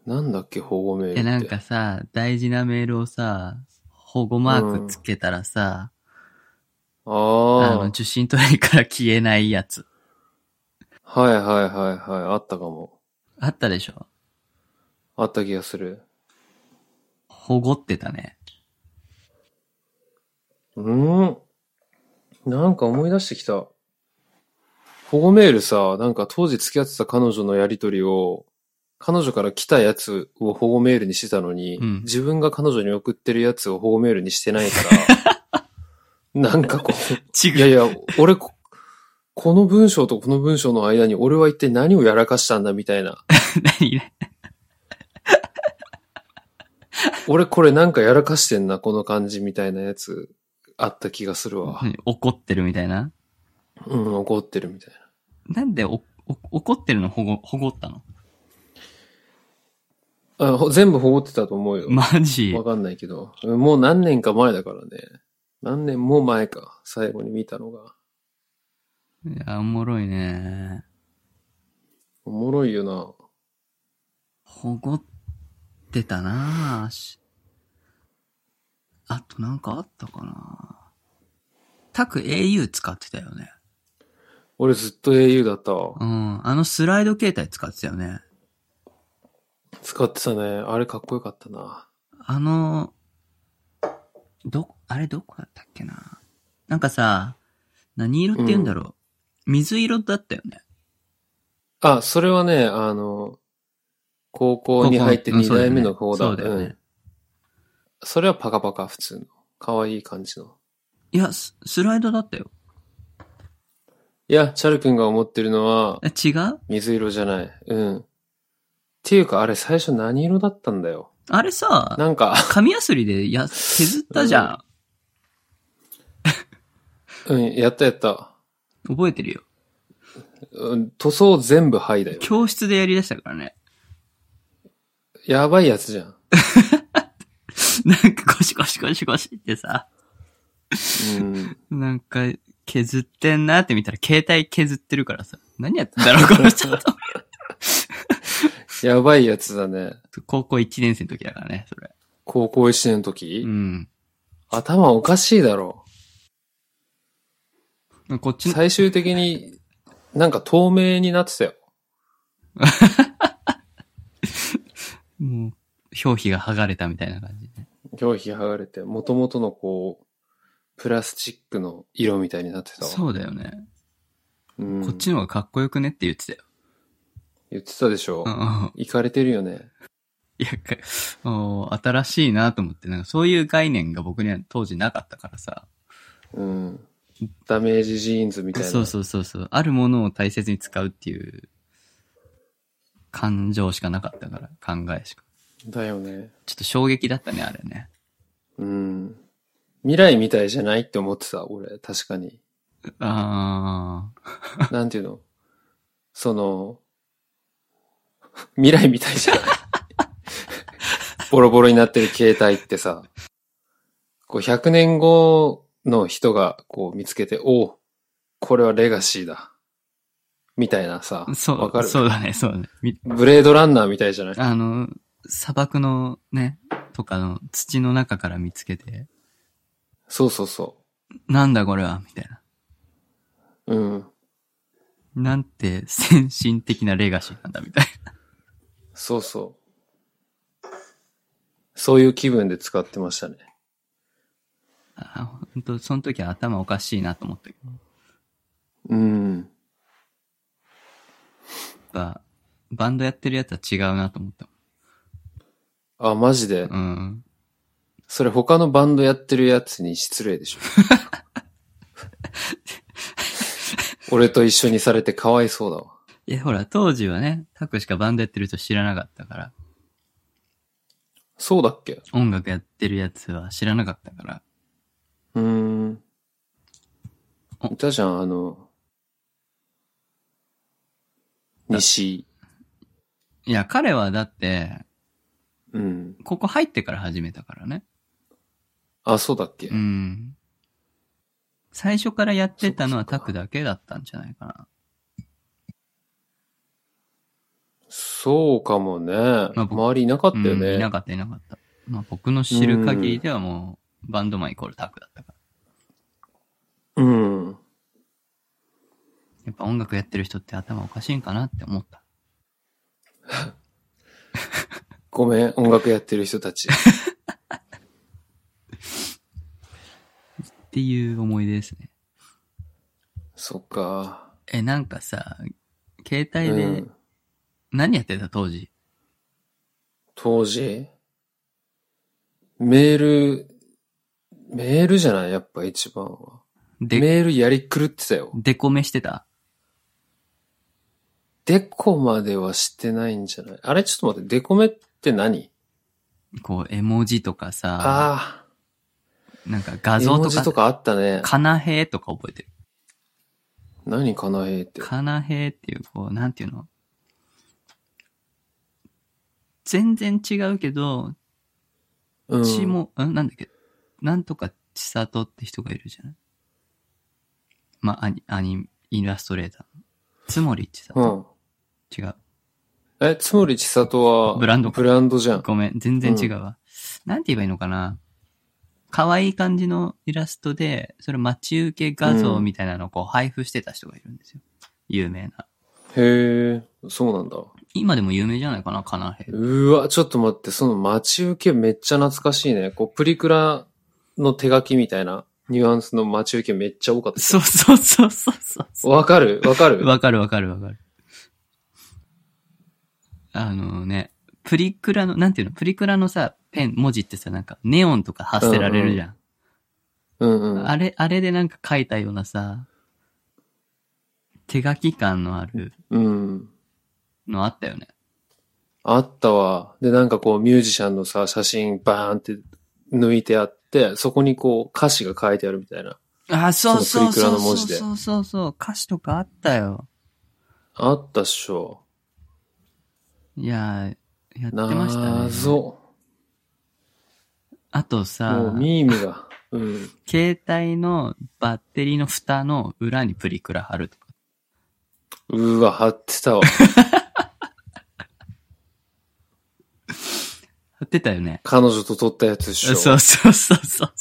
Speaker 1: なんだっけ、保護メールって。
Speaker 2: え、なんかさ、大事なメールをさ、保護マークつけたらさ、あの、
Speaker 1: あ
Speaker 2: 受信トレイから消えないやつ。
Speaker 1: あ、はいはいはいはい、あったかも。
Speaker 2: あったでしょ
Speaker 1: あった気がする。
Speaker 2: 保護ってたね。
Speaker 1: うん。なんか思い出してきた。保護メールさ、なんか当時付き合ってた彼女のやりとりを、彼女から来たやつを保護メールにしてたのに、
Speaker 2: うん
Speaker 1: 自分が彼女に送ってるやつを保護メールにしてない から、なんかこう、
Speaker 2: 違
Speaker 1: いやいや、俺こ、この文章とこの文章の間に俺は一体何をやらかしたんだみたいな。
Speaker 2: 何
Speaker 1: 俺これなんかやらかしてんな、この感じみたいなやつあった気がするわ。
Speaker 2: 何怒ってるみたいな。
Speaker 1: うん、怒ってるみたいな。
Speaker 2: なんでおお怒ってるの保護、保護ったの
Speaker 1: あほ全部保護ってたと思うよ。
Speaker 2: マジ
Speaker 1: わかんないけど。うんもう何年か前だからね。何年も前か。最後に見たのが。
Speaker 2: いや、おもろいね。
Speaker 1: おもろいよな。
Speaker 2: 保護ってたなぁし。あとなんかあったかなたく au 使ってたよね。
Speaker 1: 俺ずっと au だったわ。
Speaker 2: うん。あのスライド形態使ってたよね。
Speaker 1: 使ってたね。あれかっこよかったな。
Speaker 2: あの、ど、あれどこだったっけななんかさ、何色って言うんだろう。水色だったよね。
Speaker 1: あ、それはね、あの、高校に入って
Speaker 2: ここうん
Speaker 1: 2代目の
Speaker 2: そ
Speaker 1: 方
Speaker 2: うだ
Speaker 1: だ。
Speaker 2: よね。そうだよね。
Speaker 1: うんそれはパカパカ、普通の。可愛い感じの。
Speaker 2: いや、ススライドだったよ。
Speaker 1: いや、チャル君が思ってるのは、
Speaker 2: え違う
Speaker 1: 水色じゃない。うん。っていうか、あれ最初何色だったんだよ。
Speaker 2: あれさ、
Speaker 1: なんか、
Speaker 2: 紙やすりでや削ったじゃ
Speaker 1: うん、やったやった。
Speaker 2: ん。覚えてるよ。
Speaker 1: うん塗装全部灰だよ。
Speaker 2: 教室でやりだしたからね。
Speaker 1: やばいやつじゃん。
Speaker 2: なんかゴシゴシゴシゴシってさ、
Speaker 1: うん。
Speaker 2: なんか削ってんなって見たら携帯削ってるからさ、何やってんだろう、この人と。
Speaker 1: やばいやつだね。
Speaker 2: 高校1年生の時だからね、それ。
Speaker 1: 高校1年の時、
Speaker 2: うん。
Speaker 1: 頭おかしいだろ。
Speaker 2: こっちの、
Speaker 1: 最終的になんか透明になってたよ。
Speaker 2: もう、表皮が剥がれたみたいな感じね。
Speaker 1: 表皮剥がれて、元々のこう、プラスチックの色みたいになってたわ。
Speaker 2: そうだよね。
Speaker 1: うん、
Speaker 2: こっちの方がかっこよくねって言ってたよ。
Speaker 1: 言ってたでしょ
Speaker 2: う。んうん。
Speaker 1: 行かれてるよね。
Speaker 2: いや、かおー新しいなと思って、なんかそういう概念が僕には当時なかったからさ。
Speaker 1: うん。ダメージジーンズみたいな。
Speaker 2: そうそうそうそう。あるものを大切に使うっていう感情しかなかったから、考えしか。
Speaker 1: だよね。
Speaker 2: ちょっと衝撃だったね、あれね。
Speaker 1: うん。未来みたいじゃないって思ってた、俺。確か に。
Speaker 2: あ
Speaker 1: なんていうのその、 未来みたいじゃない ボロボロになってる携帯ってさ、こう100年後の人がこう見つけて、おうこれはレガシーだ。みたいなさ
Speaker 2: あ、、そ
Speaker 1: わか
Speaker 2: う、
Speaker 1: る
Speaker 2: そうだね、そうだね。み
Speaker 1: ブレードランナーみたいじゃない
Speaker 2: あの、砂漠のね、とかの土の中から見つけて、
Speaker 1: そうそうそ
Speaker 2: なんだこれは、みたいな。
Speaker 1: う。うん。
Speaker 2: なんて先進的なレガシーなんだ、みたい
Speaker 1: そうそう。そういう気分で使ってましたね。
Speaker 2: な。 あ本当その時は頭おかしいなと思ったけど。
Speaker 1: うん。
Speaker 2: やっぱ、バンドやってるやつは違うなと思った
Speaker 1: あ、マジで。
Speaker 2: もん。うん。
Speaker 1: それ他のバンドやってるやつに失礼で しょ。俺と一緒にされてかわいそうだわ。
Speaker 2: いや、ほら、当時はね、タクしかバンドやってる人知らなかったから。
Speaker 1: そうだっけ
Speaker 2: 音楽やってるやつは知らなかったから。
Speaker 1: うーん。
Speaker 2: お
Speaker 1: いたじゃん、あの、西井。
Speaker 2: いや、彼はだって、
Speaker 1: うん。
Speaker 2: ここ入ってから始めたからね。
Speaker 1: あ、そうだっけ、
Speaker 2: うん。最初からやってたの
Speaker 1: そ
Speaker 2: は
Speaker 1: っかそ
Speaker 2: タ
Speaker 1: っか
Speaker 2: クだけだったんじゃないかな。
Speaker 1: そうかもね。
Speaker 2: あ僕
Speaker 1: 周りいなかったよね。
Speaker 2: うんいなかったいなかった。まあ僕の知る限りではもう、バンドマンイコールタクだったから。
Speaker 1: うん。
Speaker 2: やっぱ音楽やってる人って頭おかしいんかなって思った。
Speaker 1: ごめん、音楽やってる人 たち。
Speaker 2: っていう思い出ですね。
Speaker 1: そっか。
Speaker 2: え、なんかさ、携
Speaker 1: う
Speaker 2: 帯で
Speaker 1: ん。
Speaker 2: 何やってた当時。
Speaker 1: 当時メール、メールじゃないやっぱ一番は。
Speaker 2: で、
Speaker 1: メールやり狂ってたよ。
Speaker 2: でこめしてた
Speaker 1: デコまではしてないんじゃないあれちょっと待って、デコメって何
Speaker 2: こう、絵文字とかさ、
Speaker 1: あ
Speaker 2: なんか
Speaker 1: あ、
Speaker 2: 画
Speaker 1: 絵
Speaker 2: 像
Speaker 1: 文
Speaker 2: と
Speaker 1: 字
Speaker 2: か、
Speaker 1: とかあったね。
Speaker 2: かなへーとか覚えてる。
Speaker 1: 何かなえって。
Speaker 2: かなへーっていう、こう、なんていうの全然違うけど、
Speaker 1: うん。
Speaker 2: ちも、うん、なんだっけ、なんとかちさとって人がいるじゃないまあ、アニ、アニ、イラストレーターの。つもりちさ
Speaker 1: う
Speaker 2: と。
Speaker 1: ん。
Speaker 2: 違う。
Speaker 1: え、つもりちさとは、
Speaker 2: ブランド
Speaker 1: ブランドじゃん。
Speaker 2: ごめん、全然違うわ。なんて言えばいいのかな可愛い感じのイラストで、それ待ち受け画像みたいなのをこう配布してた人がいるんですよ。有名な。
Speaker 1: へえ、そうなんだ。
Speaker 2: 今でも有名じゃないかな、カナヘ。
Speaker 1: うわ、ちょっと待って、その待ち受けめっちゃ懐かしいね。こう、プリクラの手書きみたいなニュアンスの待ち受けめっちゃ多かった
Speaker 2: そうそうそうそうそうそ
Speaker 1: わかるわか
Speaker 2: う。
Speaker 1: る
Speaker 2: わかるわかるわかる。あのね、プリクラの、なんていうの、プリクラのさ、ペン、文字ってさ、なんか、ネオンとか発せられるじゃん。
Speaker 1: うんうん。
Speaker 2: あれ、あれでなんか書いたようなさ、手書き感のある
Speaker 1: うん。
Speaker 2: のあったよね。
Speaker 1: あったわ。で、なんかこう、ミュージシャンのさ、写真バーンって抜いてあって、そこにこう、歌詞が書いてあるみたいな。
Speaker 2: あ、そう
Speaker 1: その
Speaker 2: そう
Speaker 1: プリクラ
Speaker 2: そう
Speaker 1: の
Speaker 2: そ
Speaker 1: 文
Speaker 2: う
Speaker 1: 字で
Speaker 2: そうそうそう。歌詞とかあったよ。
Speaker 1: あったっしょ。
Speaker 2: いやー、やってましたね。
Speaker 1: 謎。
Speaker 2: あと
Speaker 1: も
Speaker 2: さ
Speaker 1: う、、ミームが。うん。
Speaker 2: 携帯のバッテリーの蓋の裏にプリクラ貼るとか。
Speaker 1: うわ、貼ってたわ。
Speaker 2: 貼ってたよね。
Speaker 1: 彼女と撮ったやつっし
Speaker 2: そ
Speaker 1: ょ。
Speaker 2: うそうそうそう。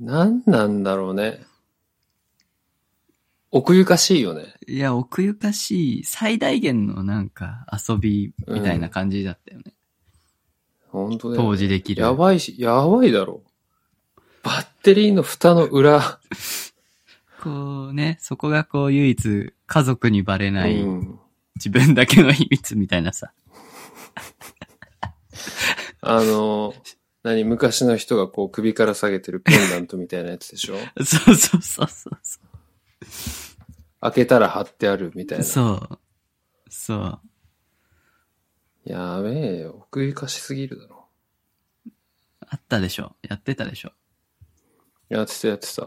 Speaker 1: なんなんだろうね。奥ゆかしいよね。
Speaker 2: いや、奥ゆかしい、最大限のなんか遊びみたいな感じだったよね。
Speaker 1: 本当だよ、
Speaker 2: 当
Speaker 1: ね。
Speaker 2: 時できる。
Speaker 1: やばいし、やばいだろ。バッテリーの蓋の裏。
Speaker 2: こうね、そこがこう唯一家族にバレない、
Speaker 1: うん
Speaker 2: 自分だけの秘密みたいなさ。
Speaker 1: あの、何、昔の人がこう首から下げてるペンダントみたいなやつで しょ
Speaker 2: そうそうそうそうそう。
Speaker 1: 開けたら貼ってあるみたいな。
Speaker 2: そう。そう。
Speaker 1: やべえよ。奥ゆかしすぎるだろ。
Speaker 2: あったでしょ。やってたでしょ。
Speaker 1: やってたやってた。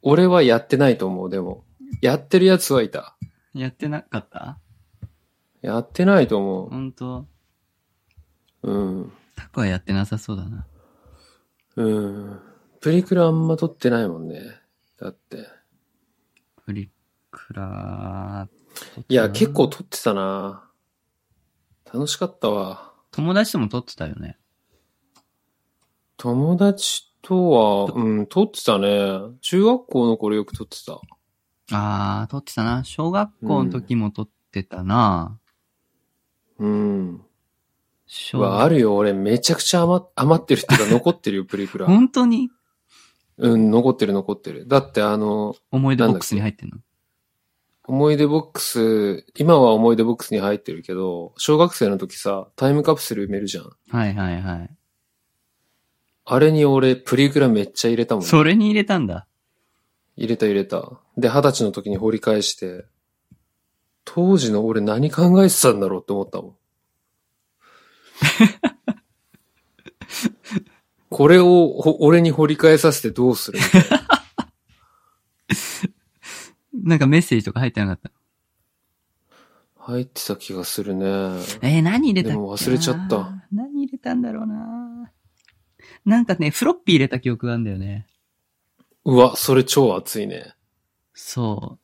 Speaker 1: 俺はやってないと思う、でも。やってるやつはいた。
Speaker 2: やってなかった
Speaker 1: やってないと思
Speaker 2: 本当
Speaker 1: う。うん。
Speaker 2: タコはやってなさそうだな。
Speaker 1: うん。プリクラあんま撮ってないもんね。だって。
Speaker 2: プリクラ
Speaker 1: いや、結構撮ってたな楽しかったわ。
Speaker 2: 友達とも撮ってたよね。
Speaker 1: 友達とは、うん、撮ってたね。中学校の頃よく撮ってた。
Speaker 2: あー、撮ってたな。小学校の時も撮ってたな。
Speaker 1: うん。う
Speaker 2: 小
Speaker 1: わ、あるよ。俺、めちゃくちゃ余余ってるっていうか、残ってる よ、プリクラ。
Speaker 2: 本当に
Speaker 1: うん、残ってる、残ってる。だって、あの、
Speaker 2: 思い出ボックスに入ってんの
Speaker 1: 思い出ボックス、今は思い出ボックスに入ってるけど、小学生の時さ、タイムカプセル埋めるじゃん。
Speaker 2: はいはいはい。
Speaker 1: あれに俺、プリクラめっちゃ入れたもん。
Speaker 2: それに入れたんだ。
Speaker 1: 入れた入れた。で、二十歳の時 に掘り返して、当時の俺何考えてたんだろうって思ったもん。これをほ俺に掘り返させてどうするみたいな
Speaker 2: なんかメッセージとか入ってなかった。
Speaker 1: 入ってた気がするね。
Speaker 2: えー何入れたっけな
Speaker 1: でも忘れちゃった。
Speaker 2: 何入れたんだろうななんかね、フロッピー入れた記憶があるんだよね。
Speaker 1: うわ、それ超熱いね。
Speaker 2: そ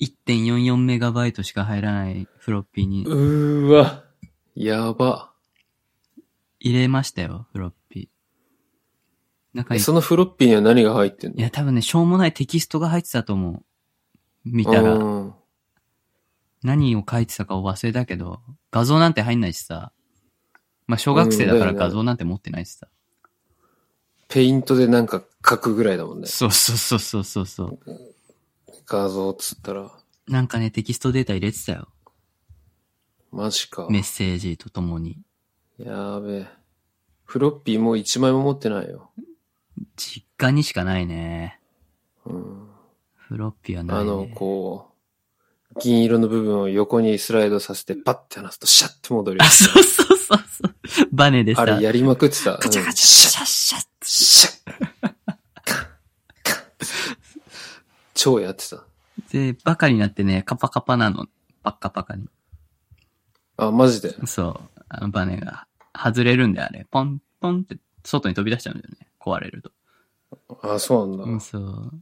Speaker 2: う。1.44メガバイトしか入らないフロッピーに
Speaker 1: うーわ、やば。
Speaker 2: 入れましたよ、フロッピー。なんか
Speaker 1: え
Speaker 2: い、
Speaker 1: そのフロッピーには何が入ってんの
Speaker 2: いや、多分ね、しょうもないテキストが入ってたと思う。見たら。
Speaker 1: うん
Speaker 2: 何を書いてたかを忘れたけど、画像なんて入んないしさ。まあ、小学生だ
Speaker 1: う
Speaker 2: から
Speaker 1: んだよね
Speaker 2: 画像なんて持ってないしさ。
Speaker 1: ペイントでなんか書くぐらいだもんね。
Speaker 2: そうそうそうそうそうそう。
Speaker 1: 画像っつったら。
Speaker 2: なんかね、テキストデータ入れてたよ。
Speaker 1: マジか。
Speaker 2: メッセージとともに。
Speaker 1: やべえ。フロッピーもう一枚も持ってないよ。
Speaker 2: 実家にしかないね。
Speaker 1: うん、
Speaker 2: フロッピーはない、ね。
Speaker 1: あの、こう、銀色の部分を横にスライドさせて、パッて離すと、シャッて戻るよ
Speaker 2: あ、。そうそうそうそう。バネでさ。
Speaker 1: あれやりまくってた。
Speaker 2: ガチャガチャ、
Speaker 1: シャッ
Speaker 2: シャッシャッ。
Speaker 1: シャッカンカン超やってた。
Speaker 2: で、バカになってね、カパカパなの。パッカパカに。
Speaker 1: あ、マジで。
Speaker 2: そう。あのバネが外れるんだよ、あれ。ポン、ポンって外に飛び出しちゃうんだよね。壊れると。
Speaker 1: あ、そうなんだ。
Speaker 2: うん、そう。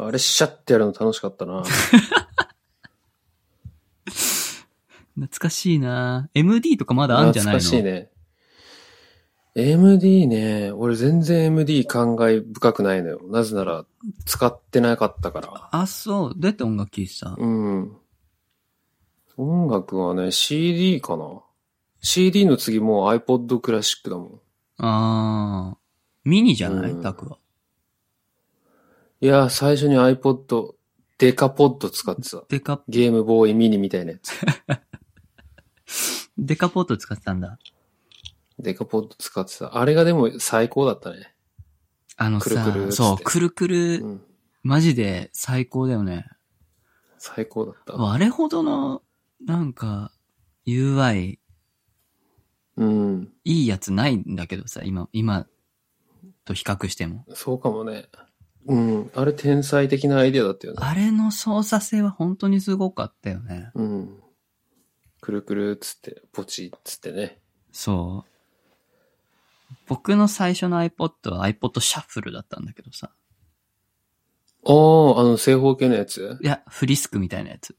Speaker 1: あれ、シャッてやるの楽しかったな。
Speaker 2: 懐かしいな MD とかまだあるんじゃないの
Speaker 1: 懐かしいね。MD ね、俺全然 MD 感慨深くないのよ。なぜなら、使ってなかったから。
Speaker 2: あ、そう。どうやって音楽聴いてた、
Speaker 1: うん。音楽はね、CD かな。CD の次もう iPod クラシックだもん。
Speaker 2: あー。ミニじゃない
Speaker 1: うん
Speaker 2: タクは。
Speaker 1: いや、最初に iPod、デカポッド使ってた。
Speaker 2: デカ、
Speaker 1: ゲームボーイミニみたいなやつ。
Speaker 2: デカポート使ってたんだ。
Speaker 1: デカポッド使ってた。あれがでも最高だったね。
Speaker 2: あのさ、
Speaker 1: くるくるっつって
Speaker 2: そう、くるくる、
Speaker 1: うん。
Speaker 2: マジで最高だよね。
Speaker 1: 最高だった。
Speaker 2: あれほどの、なんか、UI、
Speaker 1: うん。
Speaker 2: いいやつないんだけどさ、今、今と比較しても。
Speaker 1: そうかもね。うん。あれ天才的なアイデアだったよね。
Speaker 2: あれの操作性は本当にすごかったよね。
Speaker 1: うん。くるくるっつって、ポチっつってね。
Speaker 2: そう。僕の最初の iPod は iPod シャッフルだったんだけどさ。
Speaker 1: ああ、あの正方形のやつ
Speaker 2: いや、フリスクみたいなやつ。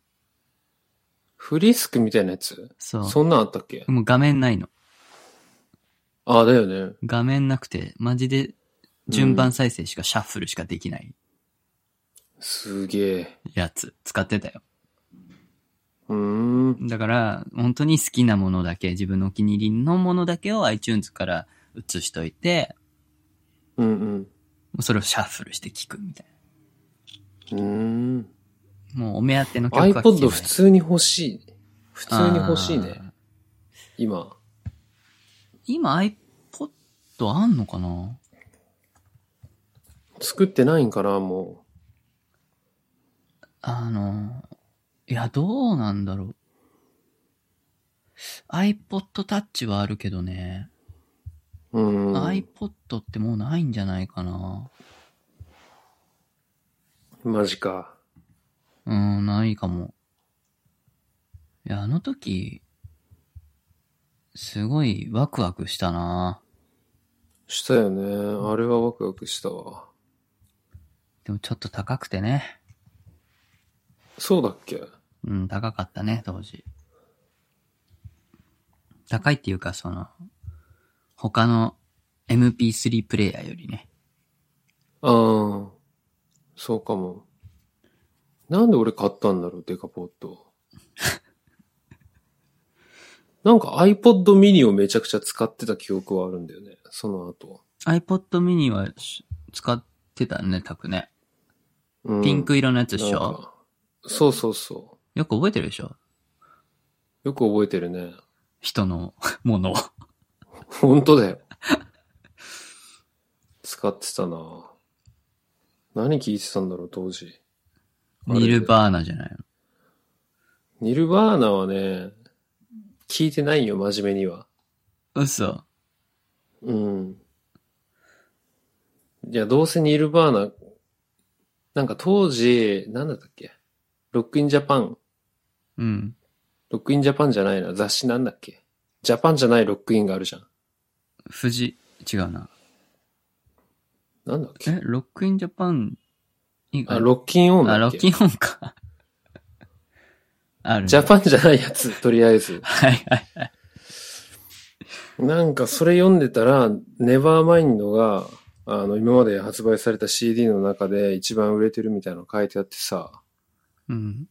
Speaker 1: フリスクみたいなやつ
Speaker 2: そう。
Speaker 1: そんなんあったっけ
Speaker 2: もう画面ないの。
Speaker 1: ああ、だよね。
Speaker 2: 画面なくて、マジで順番再生しかシャッフルしかできない
Speaker 1: すげえ。
Speaker 2: やつ使ってたよ。
Speaker 1: うーん。
Speaker 2: だから、本当に好きなものだけ、自分のお気に入りのものだけを iTunes から移しといて、
Speaker 1: うんうん。
Speaker 2: それをシャッフルして聞くみたいう
Speaker 1: ーん。
Speaker 2: な。もうお目当ての曲は聞けない
Speaker 1: iPod 普通に欲しい。普通に欲しいね
Speaker 2: あ。ー
Speaker 1: 今。
Speaker 2: 今 iPod あんのかな
Speaker 1: 作ってないんかな、も
Speaker 2: あの、いや、どうなんだろう。iPod Touch はあるけどね。
Speaker 1: う。うん。
Speaker 2: iPod ってもうないんじゃないかな。
Speaker 1: マジか。
Speaker 2: うん、ないかも。いや、あの時、すごいワクワクしたな
Speaker 1: したよね。あれはワクワクしたわ。
Speaker 2: でもちょっと高くてね。
Speaker 1: そうだっけ
Speaker 2: うん、高かったね、当時。高いっていうか、その、他の MP3 プレイヤーよりね。
Speaker 1: ああ。そうかも。なんで俺買ったんだろう、デカポット。 なんか iPod mini をめちゃくちゃ使ってた記憶はあるんだよね。その後。
Speaker 2: iPod mini はし使ってたね、タクね。
Speaker 1: うん
Speaker 2: ピンク色のやつでし
Speaker 1: なん
Speaker 2: ょ、
Speaker 1: かそうそうそ
Speaker 2: よく覚えてるでしょ
Speaker 1: う。よく覚えてるね。
Speaker 2: 人の ものを。
Speaker 1: 本当だよ。 使ってたな何聞いてたんだろう、当時。あれ
Speaker 2: ニルバーナじゃないの。
Speaker 1: ニルバーナはね、聞いてないよ、真面目には。
Speaker 2: 嘘。
Speaker 1: うん。いや、どうせニルバーナ、なんか当時、なんだったっけロックインジャパン、
Speaker 2: うん。
Speaker 1: ロックインジャパンじゃないな、雑誌なんだっけジャパンじゃないロックインがあるじゃん。
Speaker 2: 富士、違うな。
Speaker 1: なんだっけ
Speaker 2: え、ロックインジャパン以外
Speaker 1: あ、ロッキンオン
Speaker 2: あ、
Speaker 1: だ
Speaker 2: ロ
Speaker 1: っ
Speaker 2: ッ
Speaker 1: け
Speaker 2: キンオンか。 あるね。
Speaker 1: ジャパンじゃないやつ、 とりあえず。
Speaker 2: はいはい。
Speaker 1: なんかそれ読んでたら、ネバーマインドが、あの、今まで発売された CD の中で一番売れてるみたいなの書いてあってさ、
Speaker 2: うん。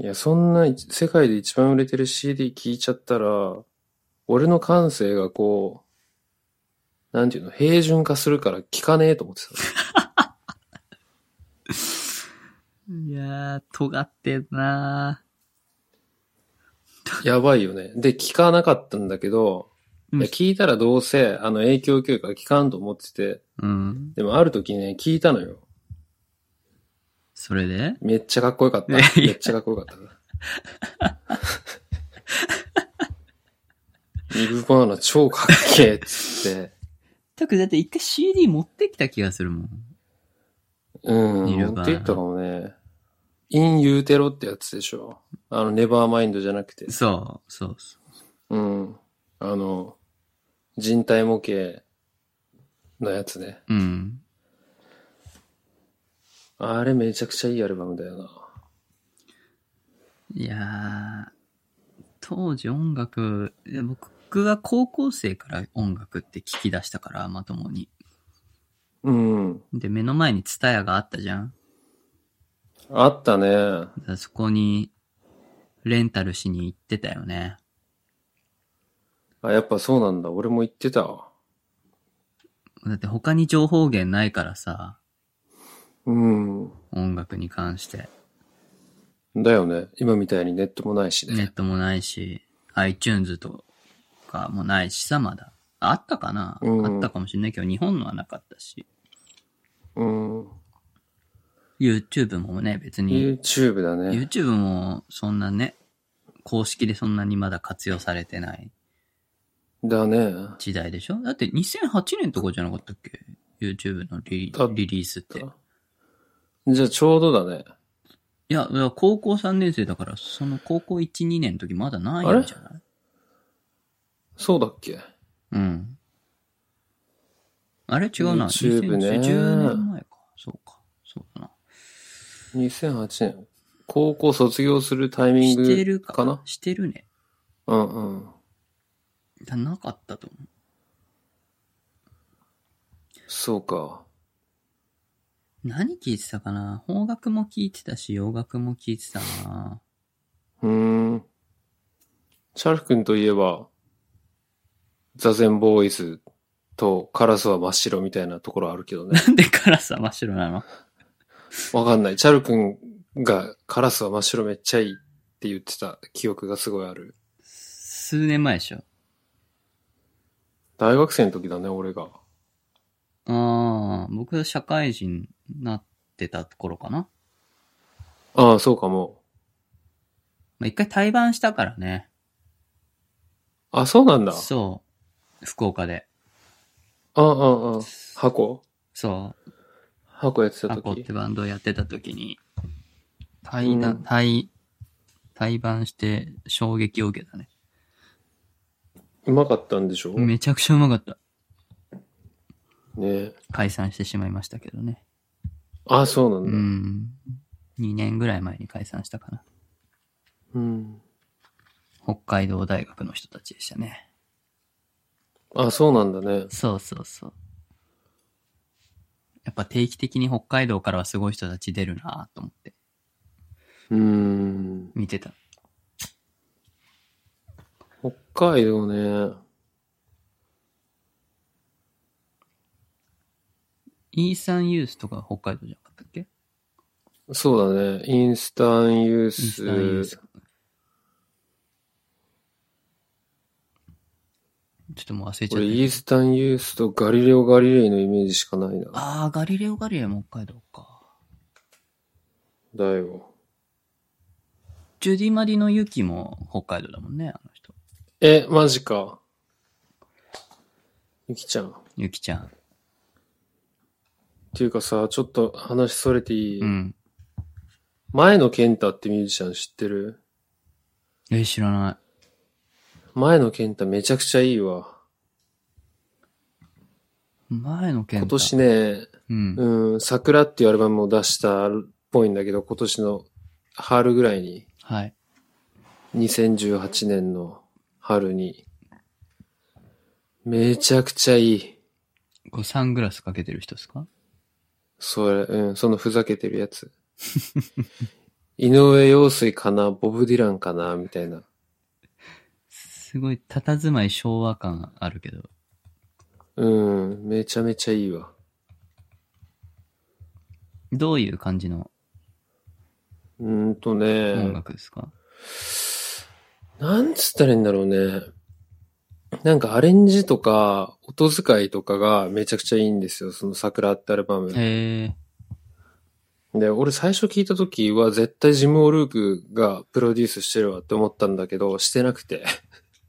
Speaker 1: いや、そんな、い世界で一番売れてる CD 聞いちゃったら、俺の感性がこう、なんていうの、平準化するから聞かねえと思って
Speaker 2: いやー、尖ってんな
Speaker 1: た。やばいよね。で、聞かなかったんだけど、
Speaker 2: うん
Speaker 1: いや聞いたらどうせ、あの、影響を受けるから聞かんと思ってて、
Speaker 2: ー。うん。
Speaker 1: でもある時ね、聞いたのよ。
Speaker 2: それで
Speaker 1: めっちゃかっこよかった。
Speaker 2: いやいや
Speaker 1: めっちゃかっこよかった。ニルバーナ超かっけえっつって。
Speaker 2: たくだって一回 CD 持ってきた気がするもん。
Speaker 1: うん、
Speaker 2: ニル
Speaker 1: 持
Speaker 2: バーナ
Speaker 1: っていったかもね。インユーテロってやつでしょ。あの、ネバーマインドじゃなくて。
Speaker 2: そう、そうそ
Speaker 1: うん。あの、人体模型のやつね。
Speaker 2: う。うん。
Speaker 1: あれめちゃくちゃいいアルバムだよな。
Speaker 2: いやー、当時音楽、いや僕は高校生から音楽って聞き出したから、まともに。
Speaker 1: うん。
Speaker 2: で、目の前にツタヤがあったじゃん。
Speaker 1: あったね。
Speaker 2: だからそこに、レンタルしに行ってたよね。
Speaker 1: あ、やっぱそうなんだ。俺も言ってたわ。
Speaker 2: だって他に情報源ないからさ、
Speaker 1: うん。
Speaker 2: 音楽に関して。
Speaker 1: だよね。今みたいにネットもないしね。
Speaker 2: ネットもないし、iTunes とかもないしさ、まだ。あったかな、
Speaker 1: うん
Speaker 2: あったかもしれないけど、日本のはなかったし。
Speaker 1: うん。
Speaker 2: YouTube もね、別に、
Speaker 1: YouTube だね。
Speaker 2: YouTube もそんなね、公式でそんなにまだ活用されてない
Speaker 1: だね。
Speaker 2: 時代でしょだって2008年とかじゃなかったっけ ?YouTube のリ
Speaker 1: だ
Speaker 2: リリースって。い
Speaker 1: じゃあちょうどだね。
Speaker 2: や、いや高校3年生だから、その高校1、2年の時まだないんじゃない
Speaker 1: そうだっけ
Speaker 2: うん。あれ違うな。
Speaker 1: YouTube ね
Speaker 2: 2010年前か。そうか。そうだな。
Speaker 1: 2008年。高校卒業するタイミン
Speaker 2: してる
Speaker 1: グ
Speaker 2: か
Speaker 1: かな
Speaker 2: してるね。
Speaker 1: うんうん。
Speaker 2: だなかったと思う。
Speaker 1: そうか。
Speaker 2: 何聞いてたかな邦楽も聞いてたし、洋楽も聞いてたな。
Speaker 1: うーん。チャルフ君といえば、ザゼンボーイズとカラスは真っ白みたいなところあるけ どね。
Speaker 2: なんで辛さ真っ白なの
Speaker 1: わかんない。チャル君がカラスは真っ白めっちゃいいって言ってた記憶がすごいある。
Speaker 2: 数年前でしょ。
Speaker 1: 大学生の時だね、俺が。
Speaker 2: ああ、僕社会人になってたところかな。
Speaker 1: ああ、そうかも。
Speaker 2: まあ、一回対バンしたからね。
Speaker 1: あ、そうなんだ。
Speaker 2: そう。福岡で。
Speaker 1: ああ、ああ。箱
Speaker 2: そう。
Speaker 1: 箱やってた
Speaker 2: タコっ
Speaker 1: 時
Speaker 2: て。バンドをやってた時に、対談、
Speaker 1: うん
Speaker 2: 対、対バンして衝撃を受けたね。
Speaker 1: うまかったんでしょね
Speaker 2: めちゃくちゃうまかった。
Speaker 1: え。
Speaker 2: 解散してしまいましたけどね。
Speaker 1: ああ、そうなん
Speaker 2: う
Speaker 1: だ。
Speaker 2: ん。2年ぐらい前に解散したかな。
Speaker 1: うん。
Speaker 2: 北海道大学の人たちでしたね。
Speaker 1: あ、そうなんだね。
Speaker 2: そうそうそう。やっぱ定期的に北海道からはすごい人たち出るなぁと思って
Speaker 1: うーん。
Speaker 2: 見てた。
Speaker 1: 北海道ね。
Speaker 2: イーサンユースとか北海道じゃなかったっけ
Speaker 1: そうだね。インスタンユー
Speaker 2: イーサンユース
Speaker 1: ス。。
Speaker 2: ちょっともう忘れちゃっ
Speaker 1: 俺、
Speaker 2: た。
Speaker 1: イースタンユースとガリレオ・ガリレイのイメージしかないな。
Speaker 2: ああ、ガリレオ・ガリレイも北海道か。
Speaker 1: だよ。
Speaker 2: ジュディ・マリのユキも北海道だもんね、あの人。
Speaker 1: え、マジか。ゆきちゃん。っ
Speaker 2: ゆきちゃん。
Speaker 1: ていうかさ、ちょっと話それていい、
Speaker 2: うん。
Speaker 1: 前野健太ってミュージシャン知ってる
Speaker 2: え、知らな
Speaker 1: 前野健太めちゃくちゃいいわ。
Speaker 2: い。前の件
Speaker 1: 今年ね、
Speaker 2: うん。
Speaker 1: うん、桜っていうアルバムを出したっぽいんだけど、今年の春ぐらいに、
Speaker 2: はい。
Speaker 1: 2018年の春に。めちゃくちゃいい。
Speaker 2: こう、サングラスかけてる人ですか
Speaker 1: それ、うん、そのふざけてるや つ。井上陽水かなボブ・ディランかなみたいな。
Speaker 2: すごい、佇まい昭和感あるけど。
Speaker 1: うん、めちゃめちゃいいわ。
Speaker 2: どういう感じの
Speaker 1: うーんと
Speaker 2: 音
Speaker 1: ね、
Speaker 2: 楽ですか、
Speaker 1: なんつったらいいんだろうね。なんかアレンジとか、音遣いとかがめちゃくちゃいいんですよ。その桜ってアルバム。
Speaker 2: へえ
Speaker 1: で、俺最初聞いた時は絶対ジム・オルークがプロデュースしてるわって思ったんだけど、してなくて。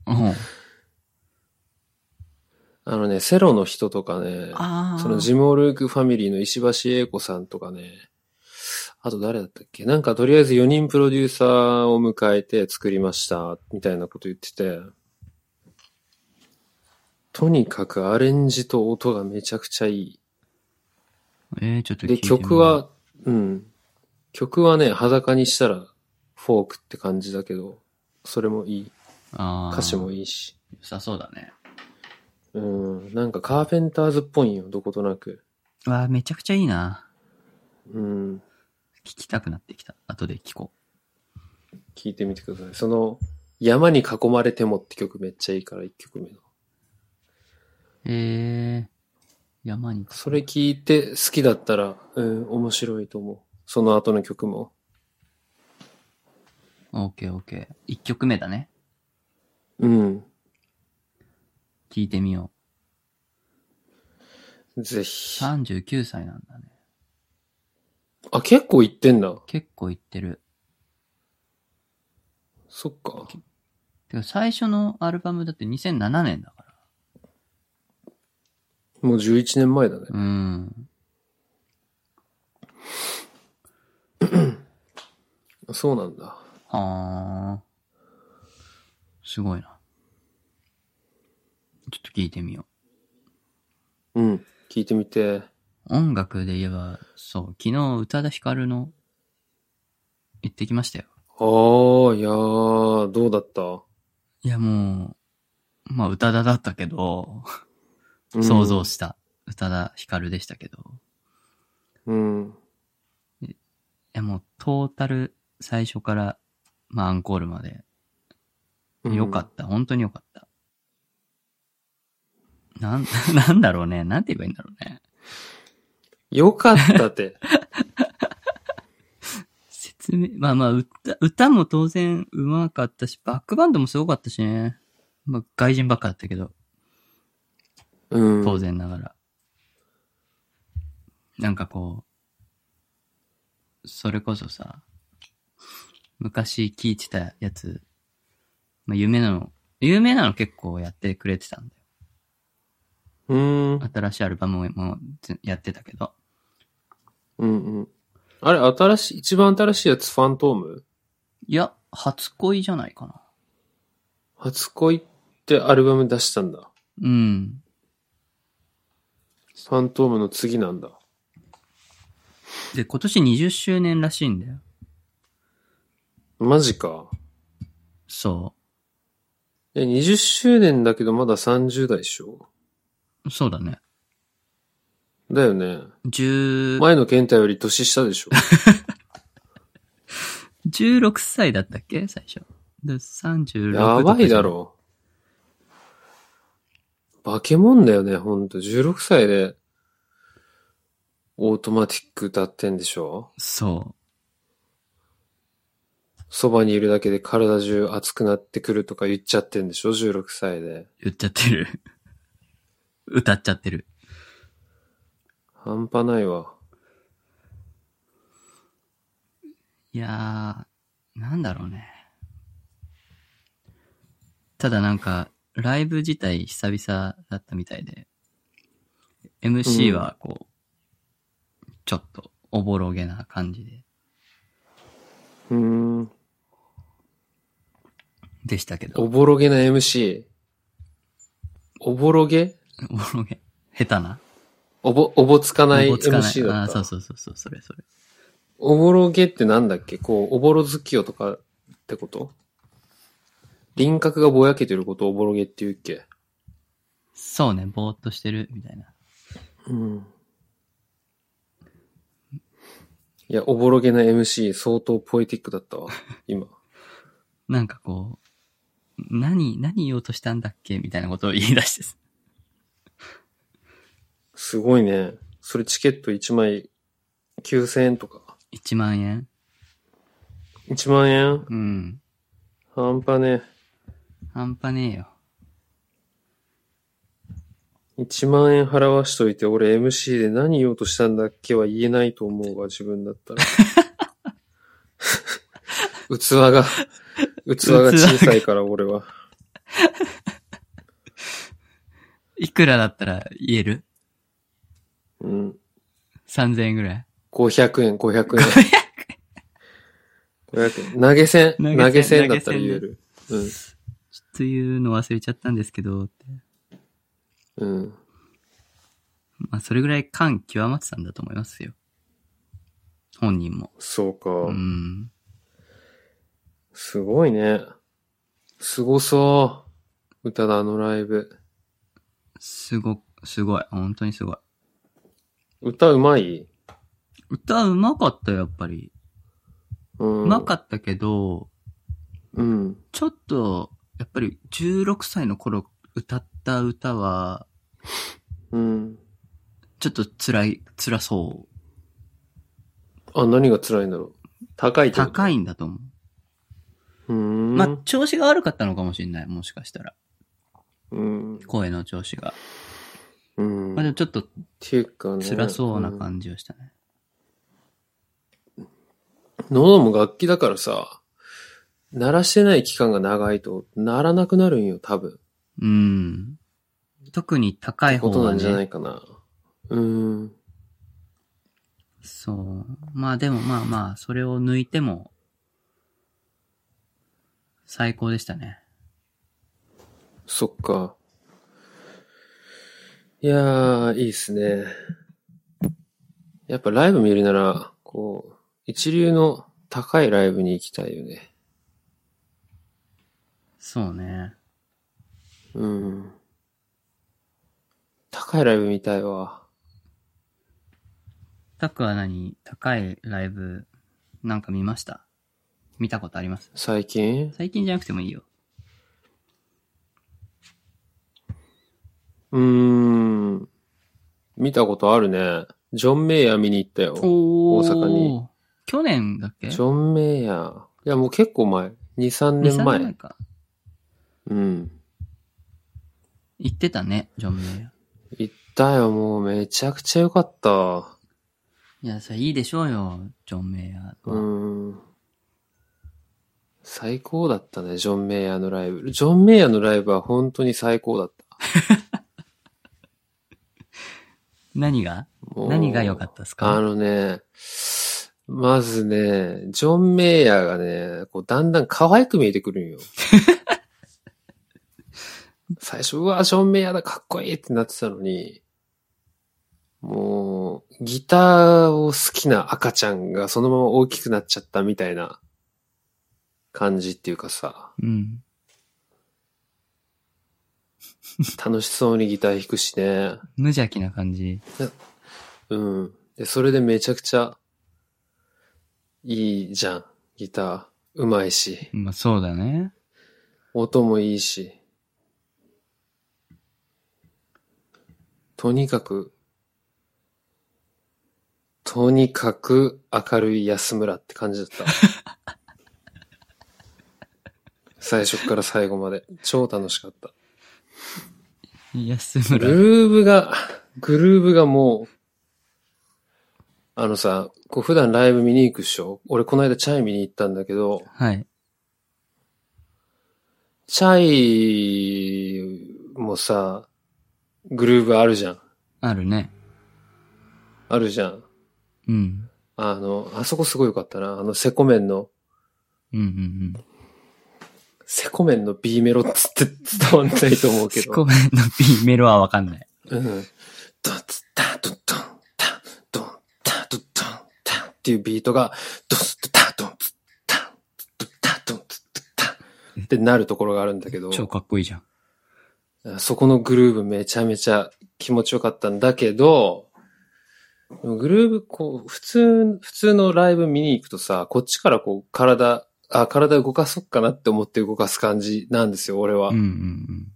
Speaker 2: うん。
Speaker 1: あのね、セロの人とかね、
Speaker 2: ああ。
Speaker 1: そのジム・オルークファミリーの石橋英子さんとかね、あと誰だったっけなんかとりあえず4人プロデューサーを迎えて作りました、みたいなこと言ってて、とにかくアレンジと音がめちゃくちゃいい。
Speaker 2: えー、ちょっと聞
Speaker 1: で、
Speaker 2: いてみよう
Speaker 1: 曲、は、うん。曲はね、裸にしたらフォークって感じだけど、それもいい。
Speaker 2: あ
Speaker 1: 歌詞も
Speaker 2: い。
Speaker 1: いいし。
Speaker 2: 良さそうだね。
Speaker 1: うん。なんかカーペンターズっぽいんよ、どことなく。
Speaker 2: わあ、めちゃくちゃいいな。
Speaker 1: うん。
Speaker 2: 聞きたくなってきた。後で聞こ
Speaker 1: 聞いてみてください。その、山に囲まれてもって曲めっちゃいいから、1曲目の。
Speaker 2: う。ええ山に。
Speaker 1: それ聞いて好きだったら、うん、面白いと思う。その後の曲も。
Speaker 2: オッケーオッケー。一曲目だね。
Speaker 1: うん。
Speaker 2: 聞いてみよ
Speaker 1: ぜ
Speaker 2: う。
Speaker 1: ひ。あ、
Speaker 2: 39歳なんだね。
Speaker 1: 結構言ってんだ。
Speaker 2: 結構いってる。
Speaker 1: そっか。
Speaker 2: てか最初のアルバムだって2007年だから。
Speaker 1: もう11年前だね。
Speaker 2: うん。
Speaker 1: そうなんだ。
Speaker 2: はあ。すごいな。ちょっと聞いてみよう。
Speaker 1: うん。聞いてみて。
Speaker 2: 音楽で言えば、そう、昨日、宇多田ヒカルの、行ってきましたよ。
Speaker 1: ああ、いやー、どうだった、
Speaker 2: いや、もう、まあ、宇多田だったけど、
Speaker 1: うん
Speaker 2: 想像した、宇多田ヒカルでしたけど、
Speaker 1: うん。
Speaker 2: いや、もう、トータル、最初から、まあ、アンコールまで、
Speaker 1: うん
Speaker 2: よかった、本当によかった。なん、 なんだろうね、なんて言えばいいんだろうね。
Speaker 1: よかった って。
Speaker 2: 説明、まあまあ、歌、歌も当然、うまかったし、バックバンドもすごかったしね。まあ、外人ばっかだったけど、
Speaker 1: うん。
Speaker 2: 当然ながら。なんかこう、それこそさ、昔聞いてたやつ、まあ、夢なの、有名なの結構やってくれてたんだよ。
Speaker 1: うん。
Speaker 2: 新しいアルバムもつやってたけど。
Speaker 1: うんうん。あれ、新しい、一番新しいやつ、ファントーム
Speaker 2: いや、初恋じゃないかな。
Speaker 1: 初恋ってアルバム出したんだ。
Speaker 2: うん。
Speaker 1: ファントームの次なんだ。
Speaker 2: で、今年20周年らしいんだよ。
Speaker 1: マジか。
Speaker 2: そ
Speaker 1: え、20周年だけどまだ30代でしょ
Speaker 2: う。そうだね。
Speaker 1: だよね。
Speaker 2: 10
Speaker 1: 前の健太より年下でしょ
Speaker 2: 16歳だったっけ最初。で、36
Speaker 1: やばいだ。ろ。化け物だよね、ほんと。16歳で、オートマティック歌ってんでしょ
Speaker 2: そう。
Speaker 1: そばにいるだけで体中熱くなってくるとか言っちゃってんでしょ ?16 歳で。
Speaker 2: 言っちゃってる。 歌っちゃってる。
Speaker 1: 半端ないわ。
Speaker 2: いやー、なんだろうね。ただなんか、ライブ自体久々だったみたいで、MC はこう、ちょっとおぼろげな感じで、
Speaker 1: うん。
Speaker 2: でしたけど、
Speaker 1: お
Speaker 2: お
Speaker 1: ぼろげな MC。おぼろげ
Speaker 2: ぼろげ、下手な
Speaker 1: おぼ、おぼつかない
Speaker 2: おぼつかない
Speaker 1: MC だ
Speaker 2: あー
Speaker 1: っ
Speaker 2: そ
Speaker 1: た
Speaker 2: う。そうそうそう、それそれ。
Speaker 1: おぼろげってなんだっけこう、おぼろ月夜とかってこと輪郭がぼやけてることをおぼろげって言うっけ
Speaker 2: そうね、ぼーっとしてるみたいな。
Speaker 1: うん。いや、おぼろげな MC、相当ポエティックだった わ、今。
Speaker 2: なんかこう、何、何言おうとしたんだっけみたいなことを言い出してす。
Speaker 1: すごいね。それチケット1枚9000円とか。
Speaker 2: 1万円
Speaker 1: 1万円
Speaker 2: うん。
Speaker 1: 半端ね。
Speaker 2: 半端ねえよ。
Speaker 1: 1万円払わしといて、俺 MC で何言おうとしたんだっけは言えないと思うわ、自分だったら。 器が、器が小さいから、俺は。
Speaker 2: いくらだったら言える
Speaker 1: うん。
Speaker 2: ?3000 円ぐらい。
Speaker 1: 500円、500円。500円。投げ銭、
Speaker 2: 投げ銭
Speaker 1: 投げ銭だったら言える。うん。
Speaker 2: ちょっというの忘れちゃったんですけど、って。
Speaker 1: うん。
Speaker 2: まあ、それぐらい感極まってたんだと思いますよ。本人も。
Speaker 1: そうか。
Speaker 2: うん。
Speaker 1: すごいね。すごそう。歌だ、あのライブ。
Speaker 2: すご、すごい。本当にすごい。
Speaker 1: 歌うまい
Speaker 2: 歌うまかったよ、やっぱり。
Speaker 1: うん。
Speaker 2: うまかったけど、
Speaker 1: うん。
Speaker 2: ちょっと、やっぱり16歳の頃歌った歌は、
Speaker 1: うん。
Speaker 2: ちょっと辛い、辛そ。
Speaker 1: あ、何が辛いんだろう。高いう
Speaker 2: 高
Speaker 1: い。
Speaker 2: いんだと思
Speaker 1: う
Speaker 2: う。
Speaker 1: ーん。
Speaker 2: まあ、調子が悪かったのかもしれない。もしかしたら。
Speaker 1: うん。
Speaker 2: 声の調子が。
Speaker 1: うん。
Speaker 2: まあ、でもちょっと
Speaker 1: っていうかね。
Speaker 2: 辛そうなん感じをしたね。
Speaker 1: 喉も楽器だからさ、鳴らしてない期間が長いと、鳴らなくなるんよ、多分。
Speaker 2: うん。特に高い方
Speaker 1: こと
Speaker 2: は
Speaker 1: なんじゃな
Speaker 2: ね。
Speaker 1: いかな。うーん。
Speaker 2: そう。まあでもまあまあ、それを抜いても、最高でしたね。
Speaker 1: そっか。いやー、いいっすね。やっぱライブ見るなら、こう、一流の高いライブに行きたいよね。
Speaker 2: そうね。
Speaker 1: うん。高いライブ見たいわ。
Speaker 2: タクは何高いライブ、なんか見ました見たことあります
Speaker 1: 最近
Speaker 2: 最近じゃなくてもいいよ。
Speaker 1: うーん。見たことあるね。ジョン・メイヤー見に行ったよ。
Speaker 2: お
Speaker 1: ー大阪に。
Speaker 2: 去年だっけ
Speaker 1: ジョン・メイヤー。いや、もう結構前。2、3年
Speaker 2: 2 3
Speaker 1: 前。
Speaker 2: 年か。
Speaker 1: うん。
Speaker 2: 行ってたね、ジョン・メイヤ
Speaker 1: 行ったよ、もうめちゃくちゃ良かった。
Speaker 2: ー。いや、それいいでしょうよ、ジョン・メイヤー
Speaker 1: う
Speaker 2: は。
Speaker 1: ん。最高だったね、ジョン・メイヤーのライブ。ジョン・メイヤーのライブは本当に最高だった。
Speaker 2: 何が
Speaker 1: もう
Speaker 2: 何が良かったです
Speaker 1: あ
Speaker 2: か
Speaker 1: のね、まずね、ジョン・メイヤーがね、こうだんだん可愛く見えてくるんよ。最初、うわ、ジョン・メイヤーだ、かっこいいってなってたのに、もう、ギターを好きな赤ちゃんがそのまま大きくなっちゃったみたいな感じっていうかさ、
Speaker 2: うん。
Speaker 1: 楽しそうにギター弾くしね。
Speaker 2: 無邪気な感じ。
Speaker 1: うん。で、それでめちゃくちゃ、いいじゃん。ギター。うまいし。
Speaker 2: まあそうだね。
Speaker 1: 音もいいし。とにかく、とにかく明るい安村って感じだった。 最初から最後まで。超楽しかった。
Speaker 2: 安
Speaker 1: グ
Speaker 2: 村。
Speaker 1: ルーブが、グルーブがもう、あのさ、こう普段ライブ見に行くっしょ俺この間チャイ見に行ったんだけど、
Speaker 2: はい。
Speaker 1: チャイもさ、グルーブあるじゃん。
Speaker 2: あるね。
Speaker 1: あるじゃん。
Speaker 2: うん。
Speaker 1: あの、あそこすごいよかったな。あの、セコメンの、
Speaker 2: うんうん
Speaker 1: セコメンの B メロっつって伝わんないと思
Speaker 2: う。
Speaker 1: うんけ
Speaker 2: セ
Speaker 1: ど。
Speaker 2: コメンの B メロはわかんない。
Speaker 1: うん。ドンツタドンドンタドンタドンドンタっていうビートが、ドスタドンツタドンタドンツタってなるところがあるんだけど、
Speaker 2: 超かっこいいじゃん。
Speaker 1: そこのグルーブめちゃめちゃ気持ちよかったんだけど、でもグルーブ、こう、普通、普通のライブ見に行くとさ、こっちからこう、体、あ、体動かそっかなって思って動かす感じなんですよ、俺は。
Speaker 2: うんうんうん。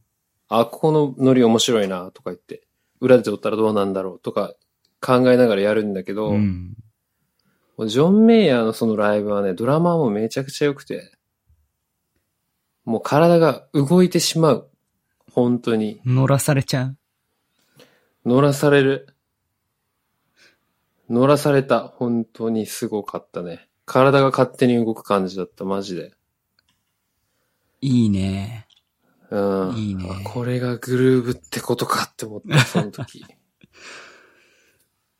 Speaker 1: あ、ここのノリ面白いな、とか言って、裏で撮ったらどうなんだろう、とか考えながらやるんだけど、
Speaker 2: うん。
Speaker 1: ジョン・メイヤーのそのライブはね、ドラマーもめちゃくちゃ良くて、もう体が動いてしまう。本当に。
Speaker 2: 乗らされちゃう。
Speaker 1: 乗らされる。乗らされた。本当にすごかったね。体が勝手に動く感じだった、マジで。
Speaker 2: いいね。
Speaker 1: うん。
Speaker 2: いいね
Speaker 1: これがグルーブってことかって思った、その 時。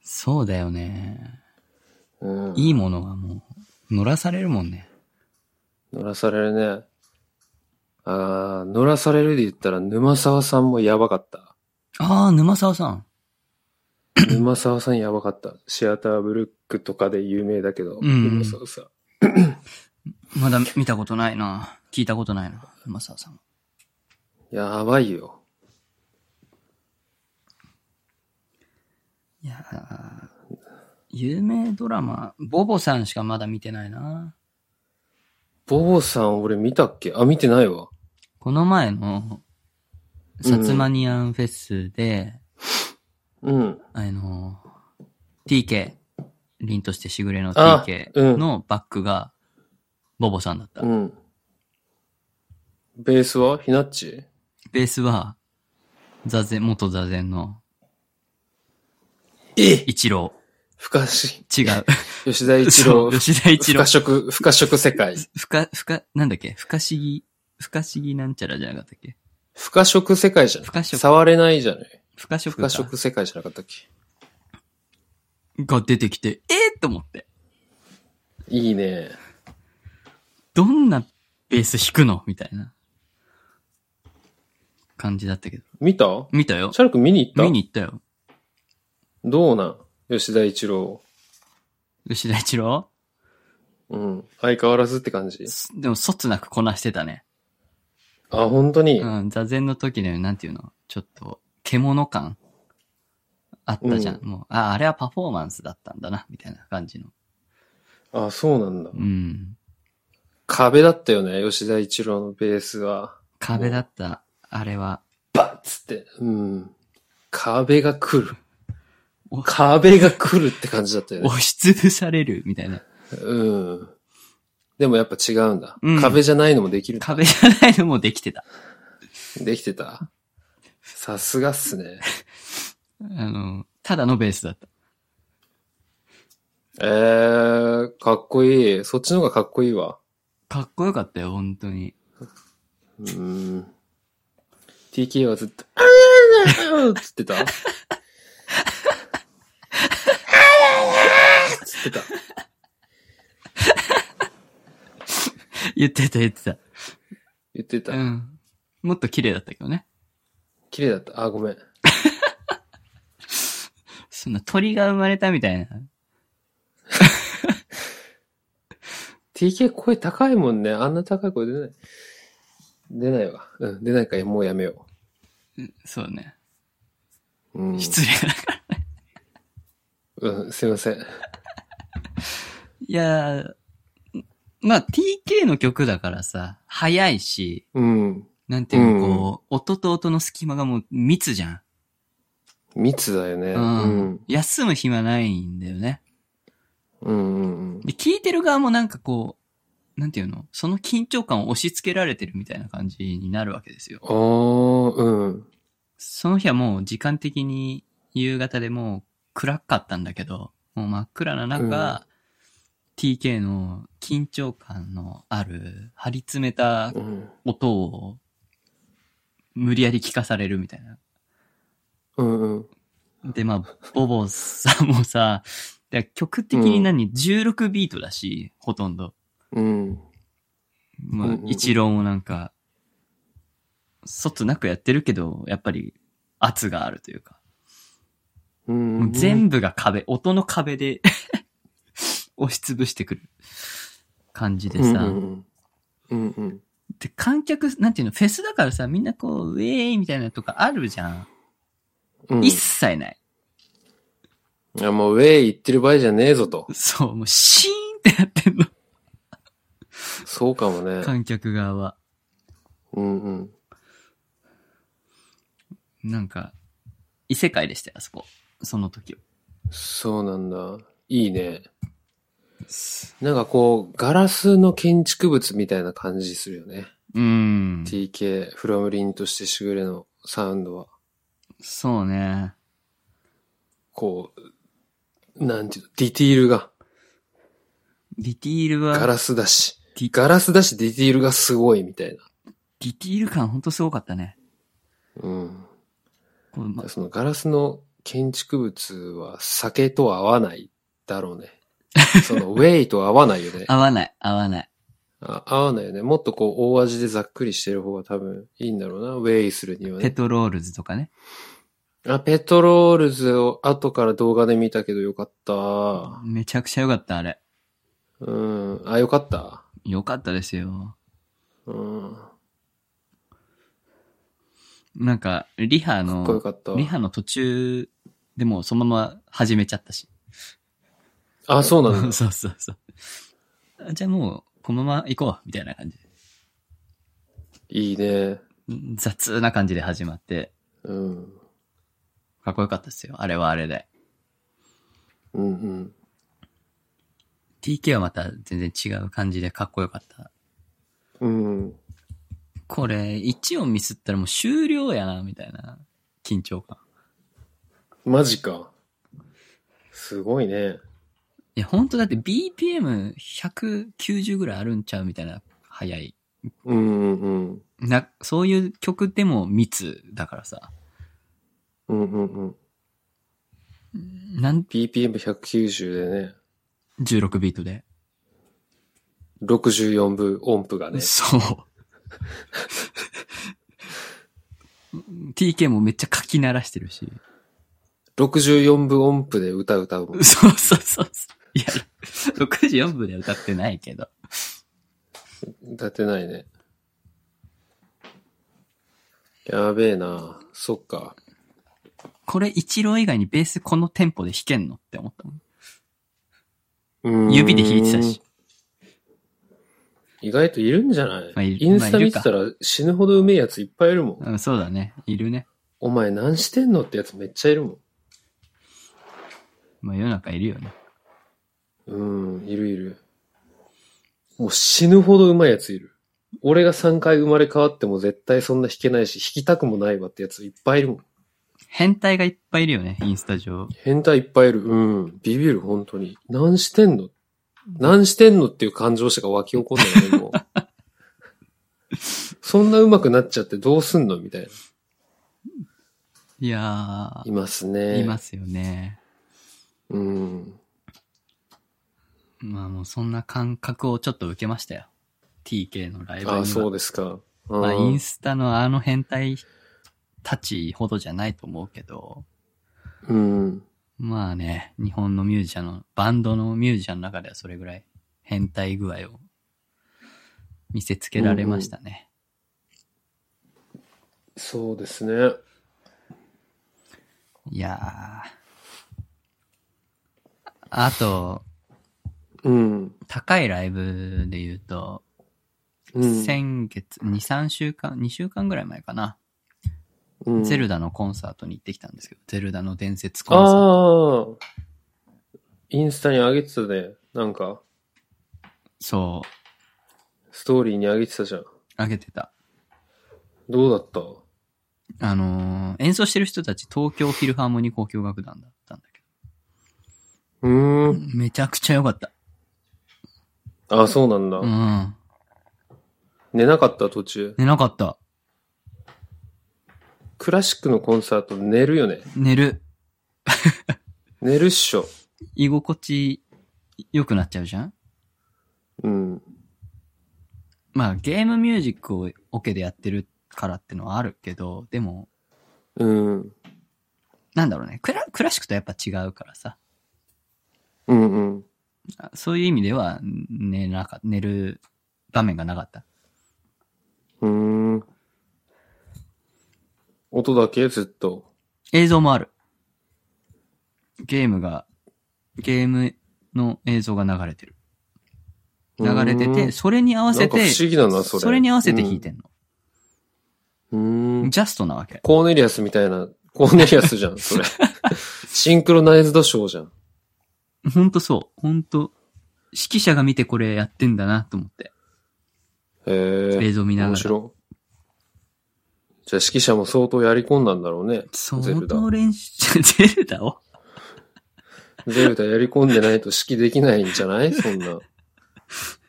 Speaker 2: そうだよね。
Speaker 1: うん、
Speaker 2: いいものはもう、乗らされるもんね。
Speaker 1: 乗らされるね。ああ、乗らされるで言ったら、沼沢さんもやばか った。
Speaker 2: ああ、沼沢さん。
Speaker 1: 沼沢さんやばかった。シアターブルックとかで有名だけど、
Speaker 2: うん
Speaker 1: 沼沢さん。
Speaker 2: まだ見たことないな。聞いたことないな。沼沢さん。
Speaker 1: やばいよ。
Speaker 2: いやー有名ドラマ、ボボさんしかまだ見てないな。
Speaker 1: ボボさん俺見たっけあ、見てないわ。
Speaker 2: この前の、
Speaker 1: うん
Speaker 2: サツマニアンフェスで、
Speaker 1: うん。
Speaker 2: あの、TK、凛としてしぐれの
Speaker 1: あ
Speaker 2: TK のバックが、ボボさんだった。
Speaker 1: うん。ベースはひなっち
Speaker 2: ベースは、座禅、元座禅の
Speaker 1: え
Speaker 2: 一郎。
Speaker 1: 不可思
Speaker 2: 違う。
Speaker 1: 議。吉田一
Speaker 2: そう
Speaker 1: 郎。
Speaker 2: 吉田一
Speaker 1: 不
Speaker 2: 郎
Speaker 1: 可。食、不可食世界。
Speaker 2: ふか、ふか、なんだっけ不可思議、不可思議なんちゃらじゃなかったっけ
Speaker 1: 不可食世界じゃない
Speaker 2: 不可食
Speaker 1: 触れないじゃない
Speaker 2: 不可食
Speaker 1: 不
Speaker 2: か
Speaker 1: 可食世界じゃなかったっけ
Speaker 2: が出てきて、えー、と思って。
Speaker 1: いいね。
Speaker 2: どんなベース弾くのみたいな感じだったけど。
Speaker 1: 見た
Speaker 2: 見たよ。
Speaker 1: シャルク見に行った
Speaker 2: 見に行ったよ。
Speaker 1: どうなん吉田一郎。
Speaker 2: 吉田一郎
Speaker 1: うん。相変わらずって感じ。
Speaker 2: すでも、そつなくこなしてたね。
Speaker 1: あ、本当に。
Speaker 2: うん、座禅の時のように、なんていうのちょっと、獣感あったじゃん。
Speaker 1: う
Speaker 2: もう、あ、あれはパフォーマンスだったんだな、みたいな感じの。
Speaker 1: あ、そうなんだ
Speaker 2: う。ん。
Speaker 1: 壁だったよね、吉田一郎のベースは。
Speaker 2: 壁だった、あれは。
Speaker 1: バッつって。うん。壁が来る
Speaker 2: お。
Speaker 1: 壁が来るって感じだったよね。
Speaker 2: 押しつぶされる、みたいな。
Speaker 1: うん。でもやっぱ違うんだ。
Speaker 2: うん
Speaker 1: 壁じゃないのもできる。
Speaker 2: 壁じゃないのもできてた。
Speaker 1: できてた。さすがっすね。
Speaker 2: あの、ただのベースだった。
Speaker 1: えー、かっこいい。そっちの方がかっこいいわ。
Speaker 2: かっこよかったよ、本当に。
Speaker 1: うん。TK はずっと、あーつ ってたあーつってた。
Speaker 2: 言ってた、言って
Speaker 1: 言って
Speaker 2: た。
Speaker 1: た
Speaker 2: う。ん。もっと綺麗だったけどね。
Speaker 1: 綺麗だった。あ、ごめん。
Speaker 2: そんな鳥が生まれたみたいな。
Speaker 1: TK 声高いもんね。あんな高い声出ない。出ないわ。うん、出ないからもうやめよ
Speaker 2: そうね。
Speaker 1: う。うん、
Speaker 2: 失礼な。
Speaker 1: うん、すいません。
Speaker 2: いやー、まあ、TK の曲だからさ、早いし、
Speaker 1: うん。
Speaker 2: なんていうの、
Speaker 1: うん
Speaker 2: こう、音と音の隙間がもう密じゃん。
Speaker 1: 密だよね。
Speaker 2: う。
Speaker 1: うんん。
Speaker 2: 休む暇ないんだよね。
Speaker 1: うんうん
Speaker 2: で、聴いてる側もなんかこう、なんていうの、その緊張感を押し付けられてるみたいな感じになるわけですよ。
Speaker 1: うん。おー、うん。
Speaker 2: その日はもう時間的に夕方でもう暗かったんだけど、もう真っ暗な中、 TK の緊張感のある、張り詰めた
Speaker 1: うん。
Speaker 2: 音を、無理やり聞かされるみたいな。
Speaker 1: うんうん。
Speaker 2: で、まあ、ボボさんもさ、で曲的に何、?16 ビートだし、ほとんど。
Speaker 1: うん。うん
Speaker 2: ま
Speaker 1: う
Speaker 2: あ
Speaker 1: んう、ん
Speaker 2: 一郎もなんか、卒なくやってるけど、やっぱり圧があるというか。
Speaker 1: うん
Speaker 2: も
Speaker 1: う。
Speaker 2: うん全部が壁、音の壁で 押しつぶしてくる感じでさ。
Speaker 1: うんうんうん。うん
Speaker 2: で、観客、なんていうの、フェスだからさ、みんなこう、ウェーイみたいなとかあるじゃん。
Speaker 1: うん。
Speaker 2: 一切ない。
Speaker 1: いや、もうウェイ行ってる場合じゃねえぞと。
Speaker 2: そう、もうシーンってなってんの。
Speaker 1: そうかもね。
Speaker 2: 観客側は。
Speaker 1: うんうん。
Speaker 2: なんか、異世界でしたよ、あそこ。その時は。
Speaker 1: そうなんだ。いいね。なんかこう、ガラスの建築物みたいな感じするよね。
Speaker 2: うん。
Speaker 1: TK、フラムリンとしてしぐれのサウンドは。
Speaker 2: そうね。
Speaker 1: こう、なんていうの、ディティールが、
Speaker 2: ディティール
Speaker 1: ガ
Speaker 2: は、
Speaker 1: ラスだし
Speaker 2: ディ、
Speaker 1: ガラスだしディティールがすごいみたいな。
Speaker 2: ディティール感ほんとすごかったね。
Speaker 1: うん。
Speaker 2: こうま
Speaker 1: そのガラスの建築物は酒と合わないだろうね。そのウェイと合わないよね。
Speaker 2: 合わない、合わない。
Speaker 1: あ合わないよね。もっとこう大味でざっくりしてる方が多分いいんだろうな。ウェイするには
Speaker 2: ペ
Speaker 1: ね。
Speaker 2: トロールズとかね。
Speaker 1: あ、ペトロールズを後から動画で見たけどよかった。
Speaker 2: めちゃくちゃ良かった、あれ。
Speaker 1: うん。あ、よかった。
Speaker 2: 良かったですよ。
Speaker 1: うん。か
Speaker 2: なんか、リハ
Speaker 1: っこよ
Speaker 2: の、
Speaker 1: かった。
Speaker 2: リハの途中でもうそのまま始めちゃったし。
Speaker 1: あ、そうなんだ。
Speaker 2: そうそうそう。あじゃあもう、このまま行こう、みたいな感じ。
Speaker 1: いいね。
Speaker 2: 雑な感じで始まって、
Speaker 1: うん。
Speaker 2: かっこよかったですよ。あれはあれで。
Speaker 1: うんうん。
Speaker 2: TK はまた全然違う感じでかっこよかった。
Speaker 1: うん。
Speaker 2: これ、1音ミスったらもう終了やな、みたいな緊張感。
Speaker 1: マジか。すごいね。
Speaker 2: いや、ほんとだって BPM190 ぐらいあるんちゃうみたいな、早い。
Speaker 1: うんうんうん。
Speaker 2: な、そういう曲でも密だからさ。
Speaker 1: うんうんうん。
Speaker 2: なん、
Speaker 1: BPM190 でね、
Speaker 2: 16ビートで。
Speaker 1: 64分音符がね。
Speaker 2: そう。TK もめっちゃかき鳴らしてるし。
Speaker 1: 64分音符で歌歌うもん。
Speaker 2: そうそうそうそう。いや、64分で歌ってないけど。
Speaker 1: 歌ってないね。やべえな。そっか。
Speaker 2: これ一郎以外にベースこのテンポで弾けんのって思ったもん。
Speaker 1: うーん
Speaker 2: 指で弾いてたし。。
Speaker 1: 意外といるんじゃない、
Speaker 2: まあいる
Speaker 1: インス
Speaker 2: ま
Speaker 1: タ
Speaker 2: あい
Speaker 1: 見
Speaker 2: る
Speaker 1: て
Speaker 2: か
Speaker 1: たら死ぬほどうめえやついっぱいいるもん。
Speaker 2: うん、そうだね。いるね。
Speaker 1: お前何してんのってやつめっちゃいるもん。
Speaker 2: まあ世の中いるよね。
Speaker 1: うん、いるいる。もう死ぬほどうまいやついる。俺が3回生まれ変わっても絶対そんな弾けないし、弾きたくもないわってやついっぱいいるもん。
Speaker 2: 変態がいっぱいいるよね、インスタ上。
Speaker 1: 変態いっぱいいる。うん。ビビる、本当に。何してんの何してんのっていう感情しか湧き起こんないね、もう。 そんな上手くなっちゃってどうすんのみたいな。
Speaker 2: いや
Speaker 1: います
Speaker 2: ー、
Speaker 1: ね。
Speaker 2: いますよね。
Speaker 1: うん。
Speaker 2: まあもうそんな感覚をちょっと受けましたよ。TK のライブには。
Speaker 1: ああ、そうですか。
Speaker 2: まあ、イン
Speaker 1: ス
Speaker 2: スタのあの変態たちほどじゃないと思うけど、
Speaker 1: うん。
Speaker 2: まあね、日本のミュージシャンの、バンドのミュージシャンの中ではそれぐらい変態具合を見せつけられましたね。
Speaker 1: そうですね。
Speaker 2: いやー。あと、
Speaker 1: うん。
Speaker 2: 高いライブで言うと、
Speaker 1: うん。
Speaker 2: 先月、2、3週間、2週間ぐらい前かな、
Speaker 1: うん
Speaker 2: ゼルダのコンサートに行ってきたんですけど、ゼルダの伝説コンサート。
Speaker 1: ああ。インスタに上げてたね。なんか、
Speaker 2: そう、
Speaker 1: ストーリーに上げてたじゃん。
Speaker 2: あげてた。
Speaker 1: どうだった
Speaker 2: あのー演奏してる人たち東京フィルハーモニー交響楽団だったんだけ
Speaker 1: うーん。
Speaker 2: ど、めちゃくちゃ良かった。
Speaker 1: あ、そうなんだ。
Speaker 2: うん。
Speaker 1: 寝なかった途中。
Speaker 2: 寝なかった。
Speaker 1: クラシックのコンサート寝るよね。
Speaker 2: 寝る。
Speaker 1: 寝るっしょ。
Speaker 2: 居心地良くなっちゃうじゃん
Speaker 1: うん。
Speaker 2: まあゲームミュージックをオケでやってるからってのはあるけど、でも、
Speaker 1: うん。
Speaker 2: なんだろうね。クラクラシックとやっぱ違うからさ。
Speaker 1: うんうん。
Speaker 2: あそういう意味では寝なか、寝る場面がなかった。
Speaker 1: うーん。音だけずっと。
Speaker 2: 映像もある。ゲームが、ゲームの映像が流れてる。流れて
Speaker 1: うーん
Speaker 2: て、それに合わせ
Speaker 1: なん
Speaker 2: て、
Speaker 1: か不思議だなそれ
Speaker 2: に合わせて弾いてんの。
Speaker 1: うーん。
Speaker 2: ジャストなわけ。
Speaker 1: コーネリアスみたいな、コーネリアスじゃん、 それ。シンクロナイズドショーじゃん。
Speaker 2: ほんとそう。ほんと、指揮者が見てこれやってんだなと思って。
Speaker 1: へえ。
Speaker 2: 映像見なが
Speaker 1: 面
Speaker 2: ら。
Speaker 1: 白い。じゃあ指揮者も相当やり込んだんだろうね。ゼ
Speaker 2: 相
Speaker 1: ルダ
Speaker 2: 当練習、 ゼルダを
Speaker 1: ゼルダやり込んでないと指揮できないんじゃないそんな。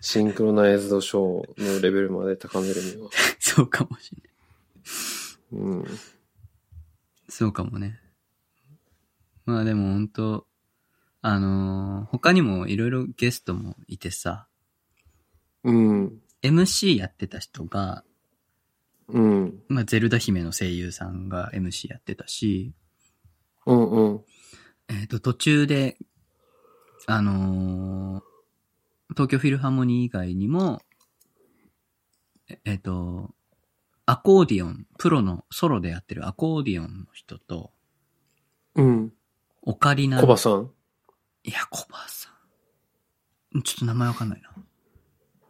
Speaker 1: シンクロナイズドショーのレベルまで高めるには。
Speaker 2: そうかもしれない。
Speaker 1: うん。
Speaker 2: そうかもね。まあでもほんと、あのー他にもいろいろゲストもいてさ、
Speaker 1: うん。
Speaker 2: MC やってた人が、
Speaker 1: うん。
Speaker 2: まあ、ゼルダ姫の声優さんが MC やってたし、
Speaker 1: うんうん。
Speaker 2: えっ、と、途中で、あのー東京フィルハーモニー以外にも、えっ、えーと、アコーディオン、プロのソロでやってるアコーディオンの人と、
Speaker 1: うん。
Speaker 2: オカリナ
Speaker 1: コ
Speaker 2: の
Speaker 1: バ、さん。
Speaker 2: いや、コバさん。ちょっと名前わかんないな。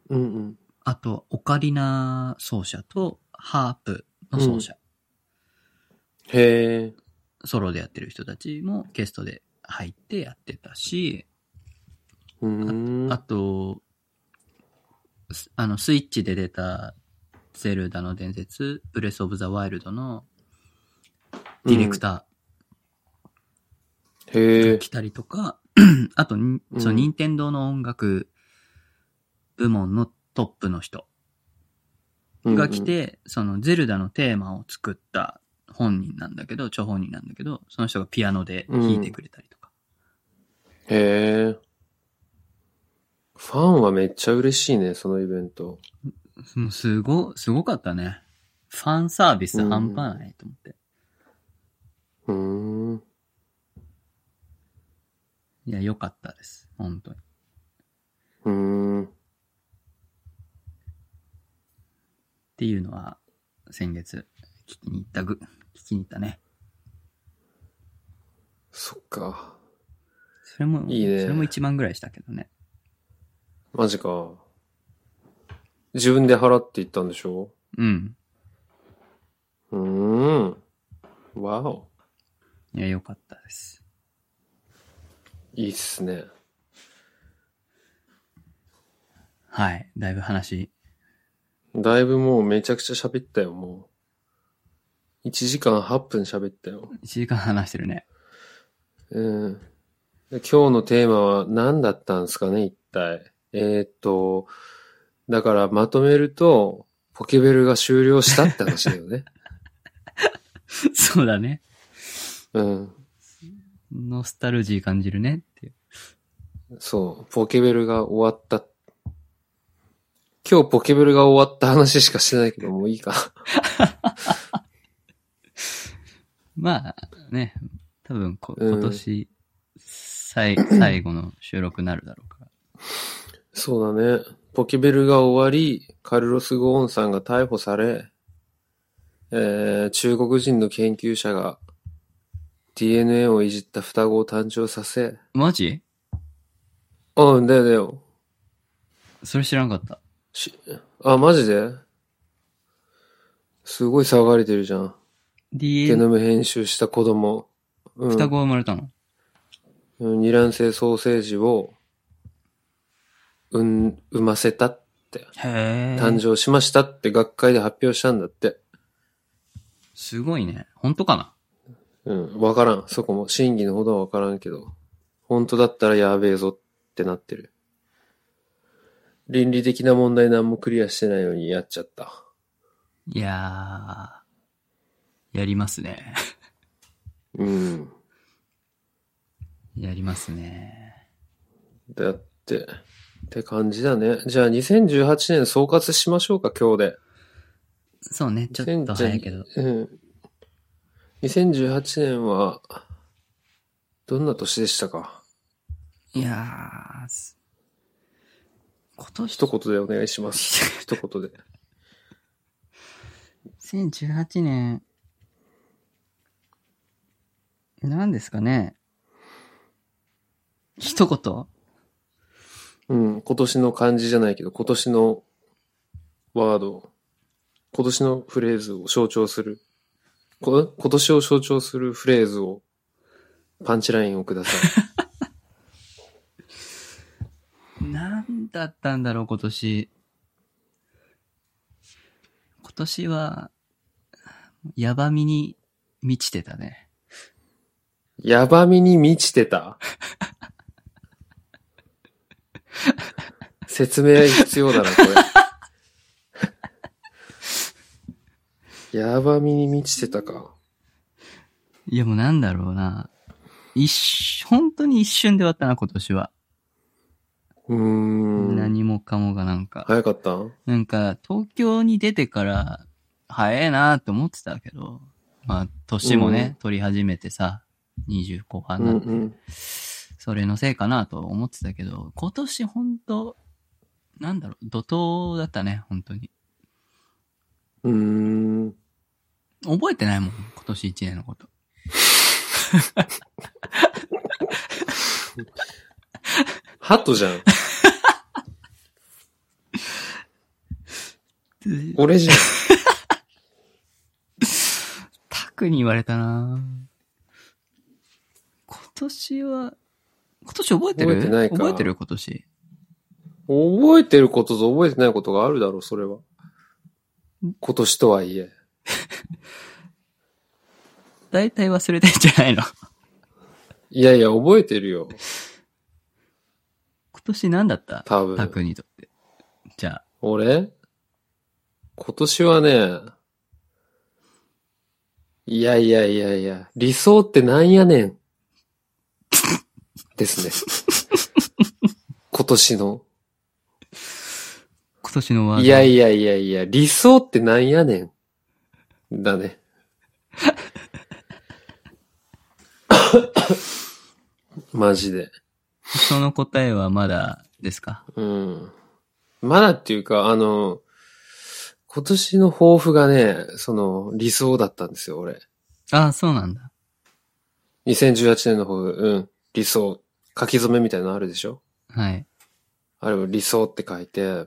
Speaker 1: うんうん。
Speaker 2: あと、オカリナ奏者と、ハープの奏者、
Speaker 1: へえ。
Speaker 2: ソロでやってる人たちもゲストで入ってやってたし、
Speaker 1: うーん。
Speaker 2: あと、すあの、スイッチで出た、ゼルダの伝説、ブレスオブザワイルドのディレクタ
Speaker 1: へ
Speaker 2: ー
Speaker 1: え
Speaker 2: が。来たりとか、あとに、
Speaker 1: うん
Speaker 2: その、任天堂の音楽部門のトップの人が来て、その、ゼルダのテーマを作った本人なんだけど、著本人なんだけど、その人がピアノで弾いてくれたりとか。
Speaker 1: うんうん。へえ。ファンはめっちゃ嬉しいね、そのイベント。
Speaker 2: もうすご、すごかったね。ファンサービス半端ないと思って。
Speaker 1: うーん。
Speaker 2: いや、良かったです。本当に。
Speaker 1: うーん。
Speaker 2: っていうのは、先月、聞きに行ったぐ、聞きに行ったね。
Speaker 1: そっか。
Speaker 2: それも、
Speaker 1: いいね
Speaker 2: それも1万ぐらいしたけどね。
Speaker 1: マジか。自分で払っていったんでしょ
Speaker 2: うん。
Speaker 1: うーん。わお。
Speaker 2: いや、良かったです。
Speaker 1: いいっすね。
Speaker 2: はい。だいぶ話。
Speaker 1: だいぶもうめちゃくちゃ喋ったよ、もう。1時間8分喋ったよ。
Speaker 2: 1時間話してるね。
Speaker 1: うん。で今日のテーマは何だったんですかね、一体。えーっと、だからまとめると、ポケベルが終了したって話だよね。
Speaker 2: そうだね。
Speaker 1: うん。
Speaker 2: ノスタルジー感じるねっていう。
Speaker 1: そう。ポケベルが終わった。今日ポケベルが終わった話しかしてないけど、もういいかな。
Speaker 2: まあ、ね。多分こ、
Speaker 1: うん
Speaker 2: 今年、 最、最後の収録になるだろうから。
Speaker 1: そうだね。ポケベルが終わり、カルロス・ゴーンさんが逮捕され、えー中国人の研究者が DNA をいじった双子を誕生させ、
Speaker 2: マジ
Speaker 1: うん、だよだよ。
Speaker 2: それ知らんかった。
Speaker 1: しあ、マジですごい騒がれてるじゃん。ゲ
Speaker 2: DNA、
Speaker 1: ノム編集した子供。うん、
Speaker 2: 双子が生まれたの
Speaker 1: うん二卵性ソーセージを、うん、産ませた、
Speaker 2: へ
Speaker 1: 誕
Speaker 2: え。
Speaker 1: 生しましたって学会で発表したんだって。
Speaker 2: すごいね。本当かな
Speaker 1: うん、わからん。そこも、真偽のほどはわからんけど、本当だったらやべえぞってなってる。倫理的な問題何もクリアしてないのにやっちゃった。
Speaker 2: いやー、やりますね。
Speaker 1: うん。
Speaker 2: やりますね。
Speaker 1: だって、って感じだね。じゃあ2018年総括しましょうか、今日で。
Speaker 2: そうね、ちょっと早いけど。
Speaker 1: うん。2018年は、どんな年でしたか
Speaker 2: いやー、す今年
Speaker 1: 一言でお願いします。一言で。
Speaker 2: 2018年、何ですかね一言
Speaker 1: うん、今年の漢字じゃないけど、今年のワード、今年のフレーズを象徴する、こ今年を象徴するフレーズを、パンチラインをくださ い。
Speaker 2: 何だったんだろう、今年。今年は、やばみに満ちてたね。
Speaker 1: やばみに満ちてた説明必要だな、これ。 やばみに満ちてたか。
Speaker 2: いや、もうなんだろうな。一瞬、本当に一瞬で終わったな、今年は。
Speaker 1: うーん。
Speaker 2: 何もかもがなんか。
Speaker 1: 早かったん
Speaker 2: なんか、東京に出てから、早えなと思ってたけど、まあ、年もね、
Speaker 1: うん
Speaker 2: 取り始めてさ、20後半
Speaker 1: うん
Speaker 2: な
Speaker 1: うんん。
Speaker 2: て、それのせいかなと思ってたけど、今年ほんと、なんだろう、怒涛だったね、本当に。
Speaker 1: うーん。
Speaker 2: 覚えてないもん、今年1年のこと。
Speaker 1: ハトじゃん。俺じゃん。
Speaker 2: タクに言われたな今年は、今年覚えてる
Speaker 1: 覚えてないか
Speaker 2: 覚えてる今年。
Speaker 1: 覚えてることと覚えてないことがあるだろう、それは。今年とはいえ。
Speaker 2: 大体忘れてんじゃないの
Speaker 1: いやいや、覚えてるよ。
Speaker 2: 今年何だった
Speaker 1: 多
Speaker 2: タ
Speaker 1: 分。
Speaker 2: クにとって。じゃあ、
Speaker 1: 俺今年はね、いやいやいやいや、理想ってなんやねん。ですね。今年の。
Speaker 2: 今年のワード。
Speaker 1: いやいやいやいや、理想ってなんやねん。だね。 マジで。
Speaker 2: その答えはまだですか
Speaker 1: うん。まだっていうか、あの、今年の抱負がね、その、理想だったんですよ、俺。
Speaker 2: ああ、そうなんだ。
Speaker 1: 2018年の抱負、うん、理想。書き初めみたいなのあるでしょ
Speaker 2: はい。
Speaker 1: あれを理想って書いて、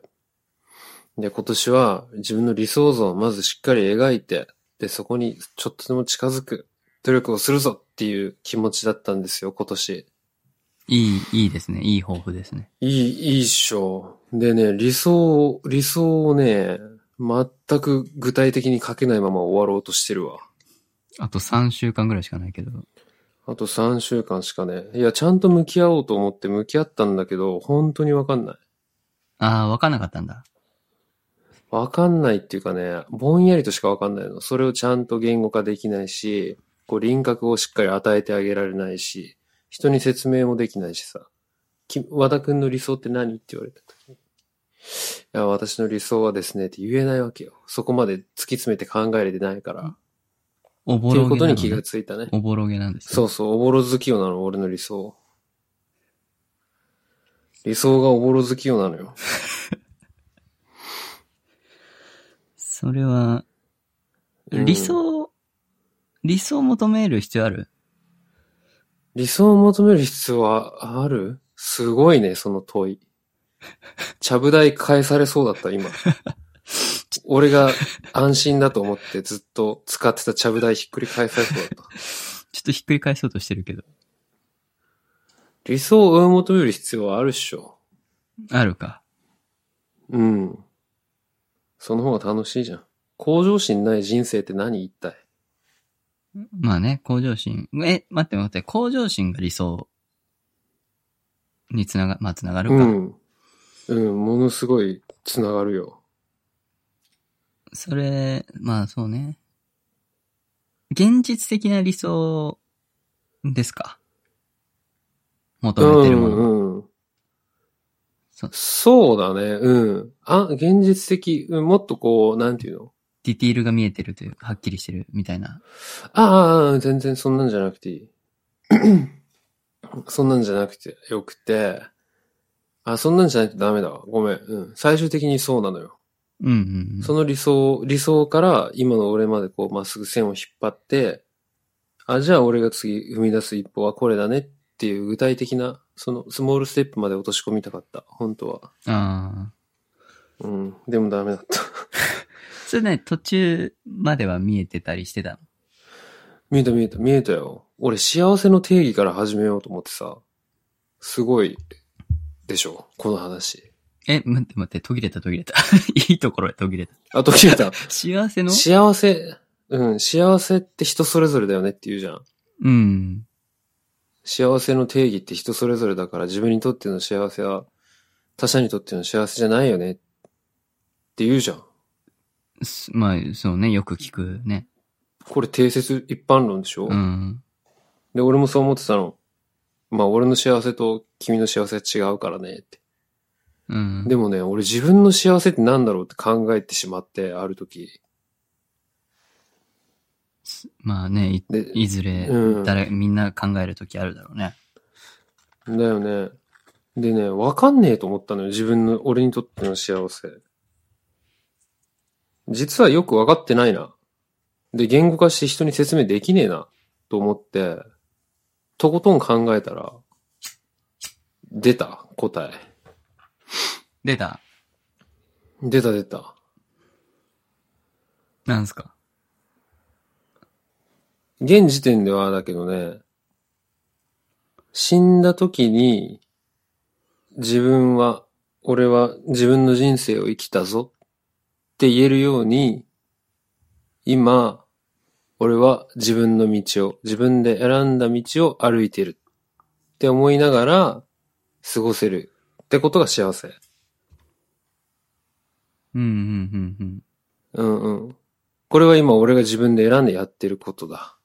Speaker 1: で、今年は自分の理想像をまずしっかり描いて、で、そこにちょっとでも近づく努力をするぞっていう気持ちだったんですよ、今年。
Speaker 2: いい、いいですね。いい抱負ですね。
Speaker 1: いい、いいっしょ。でね、理想を、理想をね、全く具体的に書けないまま終わろうとしてるわ。
Speaker 2: あと3週間ぐらいしかないけど。
Speaker 1: あと3週間しかね。いや、ちゃんと向き合おうと思って向き合ったんだけど、本当にわかんない。
Speaker 2: ああ、わかんなかったんだ。
Speaker 1: わかんないっていうかね、ぼんやりとしかわかんないの。それをちゃんと言語化できないし、こう輪郭をしっかり与えてあげられないし、人に説明もできないしさ。き和田くんの理想って何って言われた時に。いや、私の理想はですねって言えないわけよ。そこまで突き詰めて考えれてないから。
Speaker 2: お
Speaker 1: っ
Speaker 2: ぼ
Speaker 1: てい
Speaker 2: ろ
Speaker 1: う
Speaker 2: げ
Speaker 1: こと
Speaker 2: な
Speaker 1: に
Speaker 2: の
Speaker 1: 気
Speaker 2: ね
Speaker 1: がついたね。
Speaker 2: おぼろげなんですね
Speaker 1: そうそう、おぼろ月夜なの、俺の理想。理想がおぼろ月夜なのよ。
Speaker 2: それは、
Speaker 1: うん
Speaker 2: 理想、理想を求める必要ある
Speaker 1: 理想を求める必要はあるすごいね、その問い。ちゃぶ台返されそうだった、 今。俺が安心だと思ってずっと使ってたちゃぶ台ひっくり返されそうだった。
Speaker 2: ちょっとひっくり返そうとしてるけど。
Speaker 1: 理想を追い求める必要はあるっしょ。
Speaker 2: あるか。
Speaker 1: うん。その方が楽しいじゃん。向上心ない人生って何一体
Speaker 2: まあね、向上心。え、待って待って、向上心が理想につなが、まあつながる
Speaker 1: う
Speaker 2: か。
Speaker 1: ん。うん、ものすごい繋がるよ。
Speaker 2: それ、まあそうね。現実的な理想ですか求めてるもの。
Speaker 1: うんうん、
Speaker 2: そ
Speaker 1: そうだね。うん。あ、現実的、うん、もっとこう、なんていうの
Speaker 2: ディティールが見えてるというか、はっきりしてるみたいな。
Speaker 1: ああ、全然そんなんじゃなくていい。 そんなんじゃなくてよくて、あ、そんなんじゃないとダメだわ。ごめん。うん。最終的にそうなのよ。
Speaker 2: うんうんうん。
Speaker 1: その理想、理想から今の俺までこうまっすぐ線を引っ張って、あ、じゃあ俺が次踏み出す一歩はこれだねっていう具体的な、そのスモールステップまで落とし込みたかった。本当は。
Speaker 2: あ
Speaker 1: うん。でもダメだった。
Speaker 2: あ。それね、途中までは見えてたりしてたの。
Speaker 1: 見えた見えた見えたよ。俺幸せの定義から始めようと思ってさ、すごいでしょ。この話。
Speaker 2: え、待って待って、途切れた途切れた。 いいところで途切れた。
Speaker 1: あ、途切 れた。
Speaker 2: 幸せの
Speaker 1: 幸せ、うん、幸せって人それぞれだよねって言うじゃん。
Speaker 2: うん。
Speaker 1: 幸せの定義って人それぞれだから自分にとっての幸せは他者にとっての幸せじゃないよねって言うじゃん。
Speaker 2: すまあ、そうね、よく聞くね。
Speaker 1: これ定説一般論でしょ、
Speaker 2: うん。
Speaker 1: で、俺もそう思ってたの。まあ俺の幸せと君の幸せは違うからねって。
Speaker 2: うん。
Speaker 1: でもね、俺自分の幸せってなんだろうって考えてしまって、ある時。
Speaker 2: まあね、い
Speaker 1: で
Speaker 2: いずれ、
Speaker 1: うん
Speaker 2: 誰、みんな考えるときあるだろうね。
Speaker 1: だよね。でね、わかんねえと思ったのよ。自分の、俺にとっての幸せ。実はよくわかってないな。で、言語化して人に説明できねえな。と思って、とことん考えたら、出た、答え。
Speaker 2: 出た
Speaker 1: 出た出た。
Speaker 2: なんすか
Speaker 1: 現時点ではだけどね、死んだ時に、自分は、俺は自分の人生を生きたぞって言えるように、今、俺は自分の道を、自分で選んだ道を歩いてるって思いながら過ごせるってことが幸せ。
Speaker 2: うんうんうんうん。
Speaker 1: うんうん。これは今俺が自分で選んでやってることだ。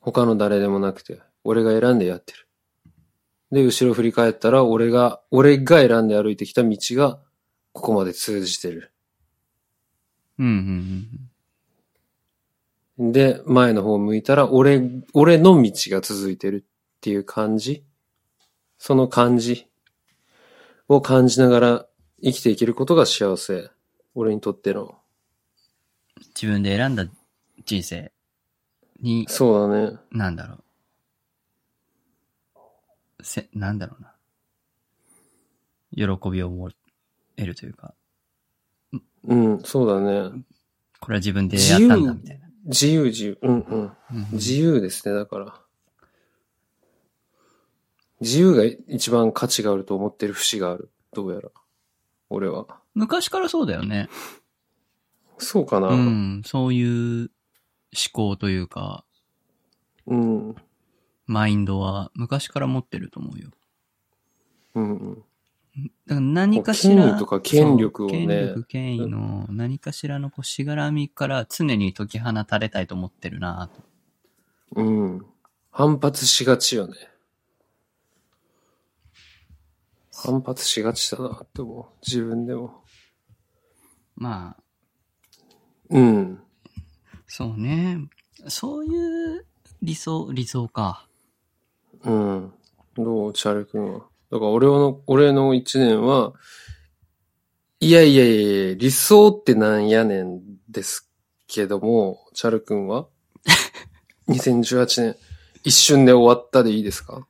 Speaker 1: 他の誰でもなくて、俺が選んでやってる。で、後ろ振り返ったら、俺が、俺が選んで歩いてきた道が、ここまで通じてる。
Speaker 2: うんうんうん
Speaker 1: で、前の方向いたら、俺、俺の道が続いてるっていう感じその感じを感じながら生きていけることが幸せ。俺にとっての。
Speaker 2: うん。自分で選んだ人生に、
Speaker 1: そうだね。
Speaker 2: なんだろう。せ、なんだろうな。喜びを持えるというか、
Speaker 1: うん、そうだね。
Speaker 2: これは自分でやったん
Speaker 1: 自
Speaker 2: だ
Speaker 1: 由
Speaker 2: みたいな。
Speaker 1: 自由自由。うんうん。
Speaker 2: うん
Speaker 1: 自由ですね、だから。自由が一番価値があると思ってる節がある。どうやら。俺は。
Speaker 2: 昔からそうだよね。
Speaker 1: そうかな。
Speaker 2: うん、そういう思考というか、
Speaker 1: うん。
Speaker 2: マインドは昔から持ってると思うよ。
Speaker 1: うんうん。
Speaker 2: だから何かしら。
Speaker 1: こう権威とか権力をね
Speaker 2: そう権力、権威の何かしらのこうしがらみから常に解き放たれたいと思ってるなと。
Speaker 1: うん。反発しがちよね。反発しがちだなって思う。自分でも。
Speaker 2: まあ、
Speaker 1: うん。
Speaker 2: そうね。そういう理想、理想か。
Speaker 1: うん。どうチャル君は。だから俺の、俺の一年は、いやいやいやいや、理想ってなんやねんですけども、チャル君は ?2018 年、一瞬で終わったでいいですか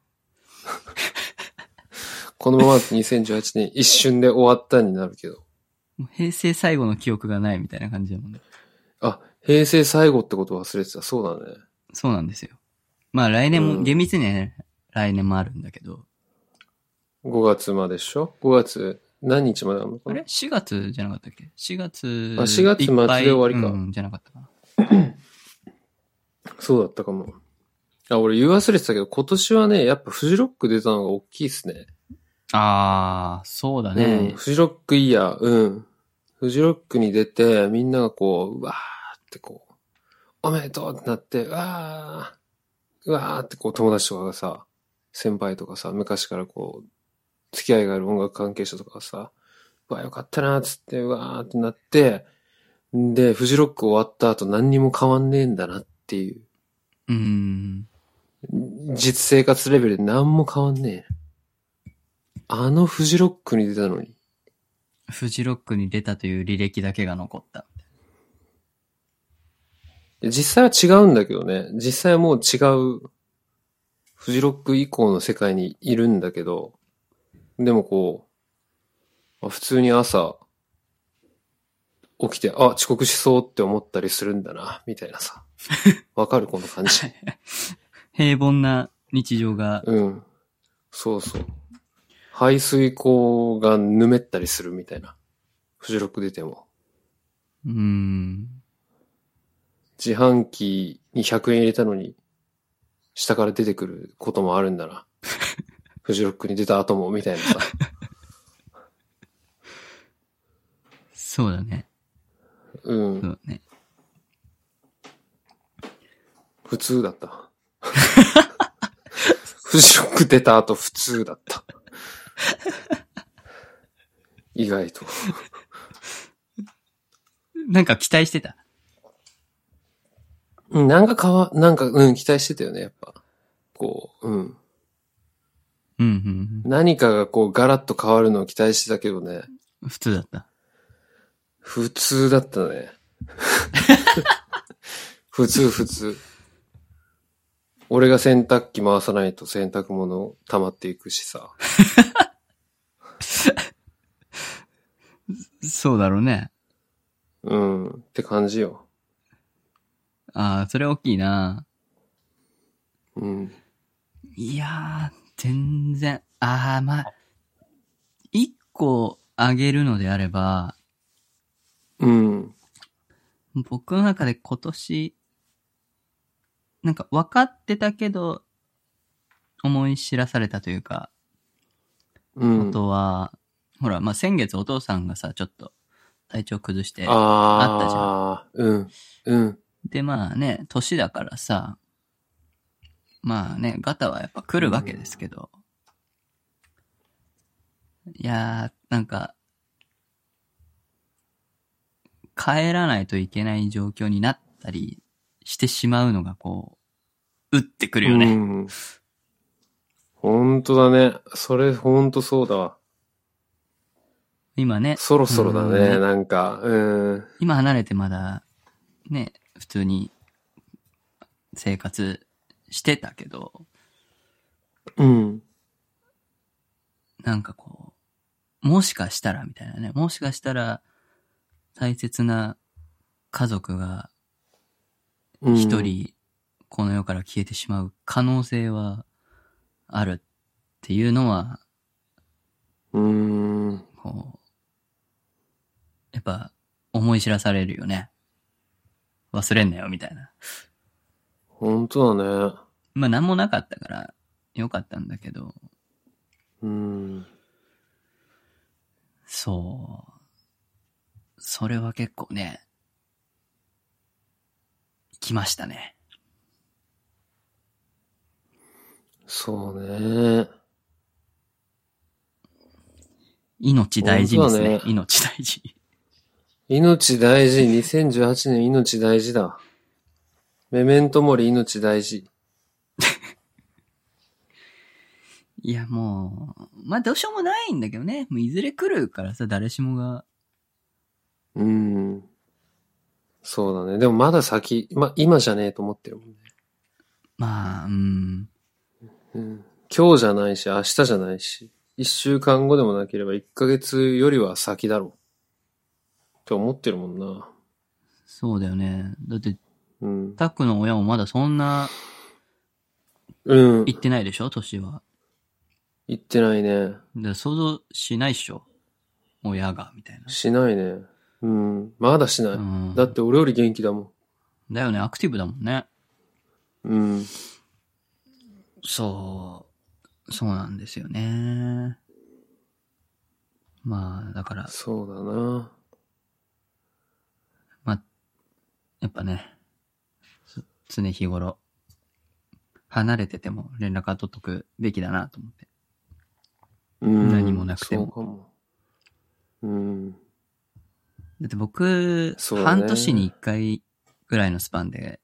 Speaker 1: このままだと2018年、一瞬で終わったになるけど。
Speaker 2: もう平成最後の記憶がないみたいな感じだもんね。
Speaker 1: あ、平成最後ってこと忘れてた。そうだね。
Speaker 2: そうなんですよ。まあ来年も、
Speaker 1: うん
Speaker 2: 厳密にはね、来年もあるんだけど。
Speaker 1: 5月まででしょ ?5 月、何日まであるのか
Speaker 2: あ
Speaker 1: な
Speaker 2: れ ?4 月じゃなかったっけ ?4 月。
Speaker 1: あ4月末で終わりか
Speaker 2: うん、じゃなかったかな。
Speaker 1: そうだったかも。あ、俺言い忘れてたけど、今年はね、やっぱフジロック出たのが大きいっすね。
Speaker 2: ああ、そうだ
Speaker 1: うん
Speaker 2: ね。
Speaker 1: フジロックイヤー、うん。フジロックに出て、みんながこう、うわーってこう、おめでとうってなって、うわー、うわーってこう友達とかがさ、先輩とかさ、昔からこう、付き合いがある音楽関係者とかがさ、うわ、よかったなーっつって、うわーってなって、で、フジロック終わった後何にも変わんねえんだなっていう、
Speaker 2: うん。
Speaker 1: 実生活レベルで何も変わんねえ。あのフジロックに出たのに。
Speaker 2: フジロックに出たという履歴だけが残った。
Speaker 1: 実際は違うんだけどね。実際はもう違う、フジロック以降の世界にいるんだけど、でもこう、あ普通に朝、起きて、あ、遅刻しそうって思ったりするんだな、みたいなさ。わかるこの感じ。
Speaker 2: 平凡な日常が、
Speaker 1: うん。そうそう。排水口がぬめったりするみたいな。フジロック出ても。
Speaker 2: うん。
Speaker 1: 自販機に100円入れたのに、下から出てくることもあるんだ な。フジロックに出た後も、みたいなさ。
Speaker 2: そうだね。
Speaker 1: う
Speaker 2: そ
Speaker 1: ん。
Speaker 2: うだね。
Speaker 1: 普通だ った。フジロック出た後、普通だった。意外と。
Speaker 2: なんか期待してた。
Speaker 1: うん、なんかかわ、なんか、うん、期待してたよね、やっぱ。こう、うん。
Speaker 2: うん、
Speaker 1: 何かがこう、ガラッと変わるのを期待してたけどね。
Speaker 2: うん。普通だった。
Speaker 1: 普通だった ね。普通普通。俺が洗濯機回さないと洗濯物溜まっていくしさ。
Speaker 2: そうだろうね。
Speaker 1: うん。って感じよ。
Speaker 2: ああ、それ大きいな。
Speaker 1: うん。
Speaker 2: いやー、全然、ああ、まあ、一個あげるのであれば、
Speaker 1: うん。
Speaker 2: 僕の中で今年、なんか分かってたけど、思い知らされたというか、
Speaker 1: うん。
Speaker 2: あとは、ほら、まあ、先月お父さんがさ、ちょっと体調崩して、
Speaker 1: ああーうん。うん。
Speaker 2: で、まあね、年だからさ、まあね、ガタはやっぱ来るわけですけど、いやー、なんか、帰らないといけない状況になったりしてしまうのがこう、打ってくるよ
Speaker 1: う
Speaker 2: ね。
Speaker 1: ん。本当だね。それ本当そうだわ。
Speaker 2: 今ね、
Speaker 1: そろそろだね、
Speaker 2: うん
Speaker 1: なんか。うん。
Speaker 2: 今離れてまだ、ね、普通に生活してたけど、
Speaker 1: うん。
Speaker 2: なんかこう、もしかしたらみたいなね、もしかしたら大切な家族が
Speaker 1: うん
Speaker 2: 一。人この世から消えてしまう可能性はあるっていうのは、
Speaker 1: うん。
Speaker 2: こう、やっぱ思い知らされるよね。忘れんなよみたいな。
Speaker 1: 本当だね。
Speaker 2: まあ何もなかったからよかったんだけど、
Speaker 1: うん。
Speaker 2: そう。それは結構ね、来ましたね。
Speaker 1: そうね。
Speaker 2: 命大事です
Speaker 1: 本
Speaker 2: ね。
Speaker 1: 当だね
Speaker 2: 命大事。
Speaker 1: 命大事。2018年命大事だ。メメントモリ命大事。
Speaker 2: いや、もう、まあ、どうしようもないんだけどね。もういずれ来るからさ、誰しもが。
Speaker 1: うん。そうだね。でもまだ先、ま、今じゃねえと思ってるもんね。
Speaker 2: まあ、うん。
Speaker 1: うん。今日じゃないし、明日じゃないし、一週間後でもなければ一ヶ月よりは先だろう。って思ってるもんな。
Speaker 2: そうだよね。だって、
Speaker 1: うん。
Speaker 2: タックの親もまだそんな、
Speaker 1: うん。
Speaker 2: 行ってないでしょ年は。
Speaker 1: 行ってないね。
Speaker 2: だから想像しないっしょ親が、みたいな。
Speaker 1: しないね。うん。まだしない。
Speaker 2: うん。
Speaker 1: だって俺より元気だも
Speaker 2: だよね、アクティブだもんね。
Speaker 1: ん。うん。
Speaker 2: そう。そうなんですよね。まあ、だから、
Speaker 1: そうだな。
Speaker 2: まあ、やっぱね、つ常日頃、離れてても連絡は取っとくべきだなと思って。
Speaker 1: うん
Speaker 2: 何もなくても
Speaker 1: そうかも。うん。
Speaker 2: だって僕、
Speaker 1: そうだね
Speaker 2: 半年に一回ぐらいのスパンで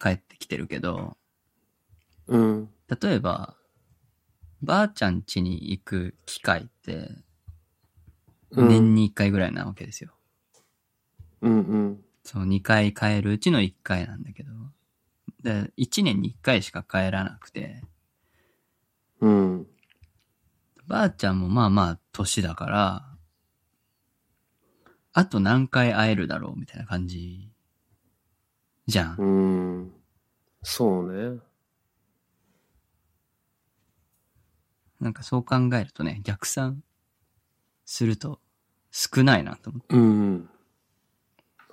Speaker 2: 帰ってきてるけど、
Speaker 1: うん。
Speaker 2: 例えば、ばあちゃん家に行く機会って、
Speaker 1: うん
Speaker 2: 年に一回ぐらいなわけですよ。
Speaker 1: うんうん。
Speaker 2: その二回帰るうちの一回なんだけど、で一年に一回しか帰らなくて、
Speaker 1: うん。
Speaker 2: ばあちゃんもまあまあ年だから、あと何回会えるだろうみたいな感じ、じゃん
Speaker 1: う。ん。そうね。
Speaker 2: なんかそう考えるとね、逆算すると少ないなと思って。
Speaker 1: うん。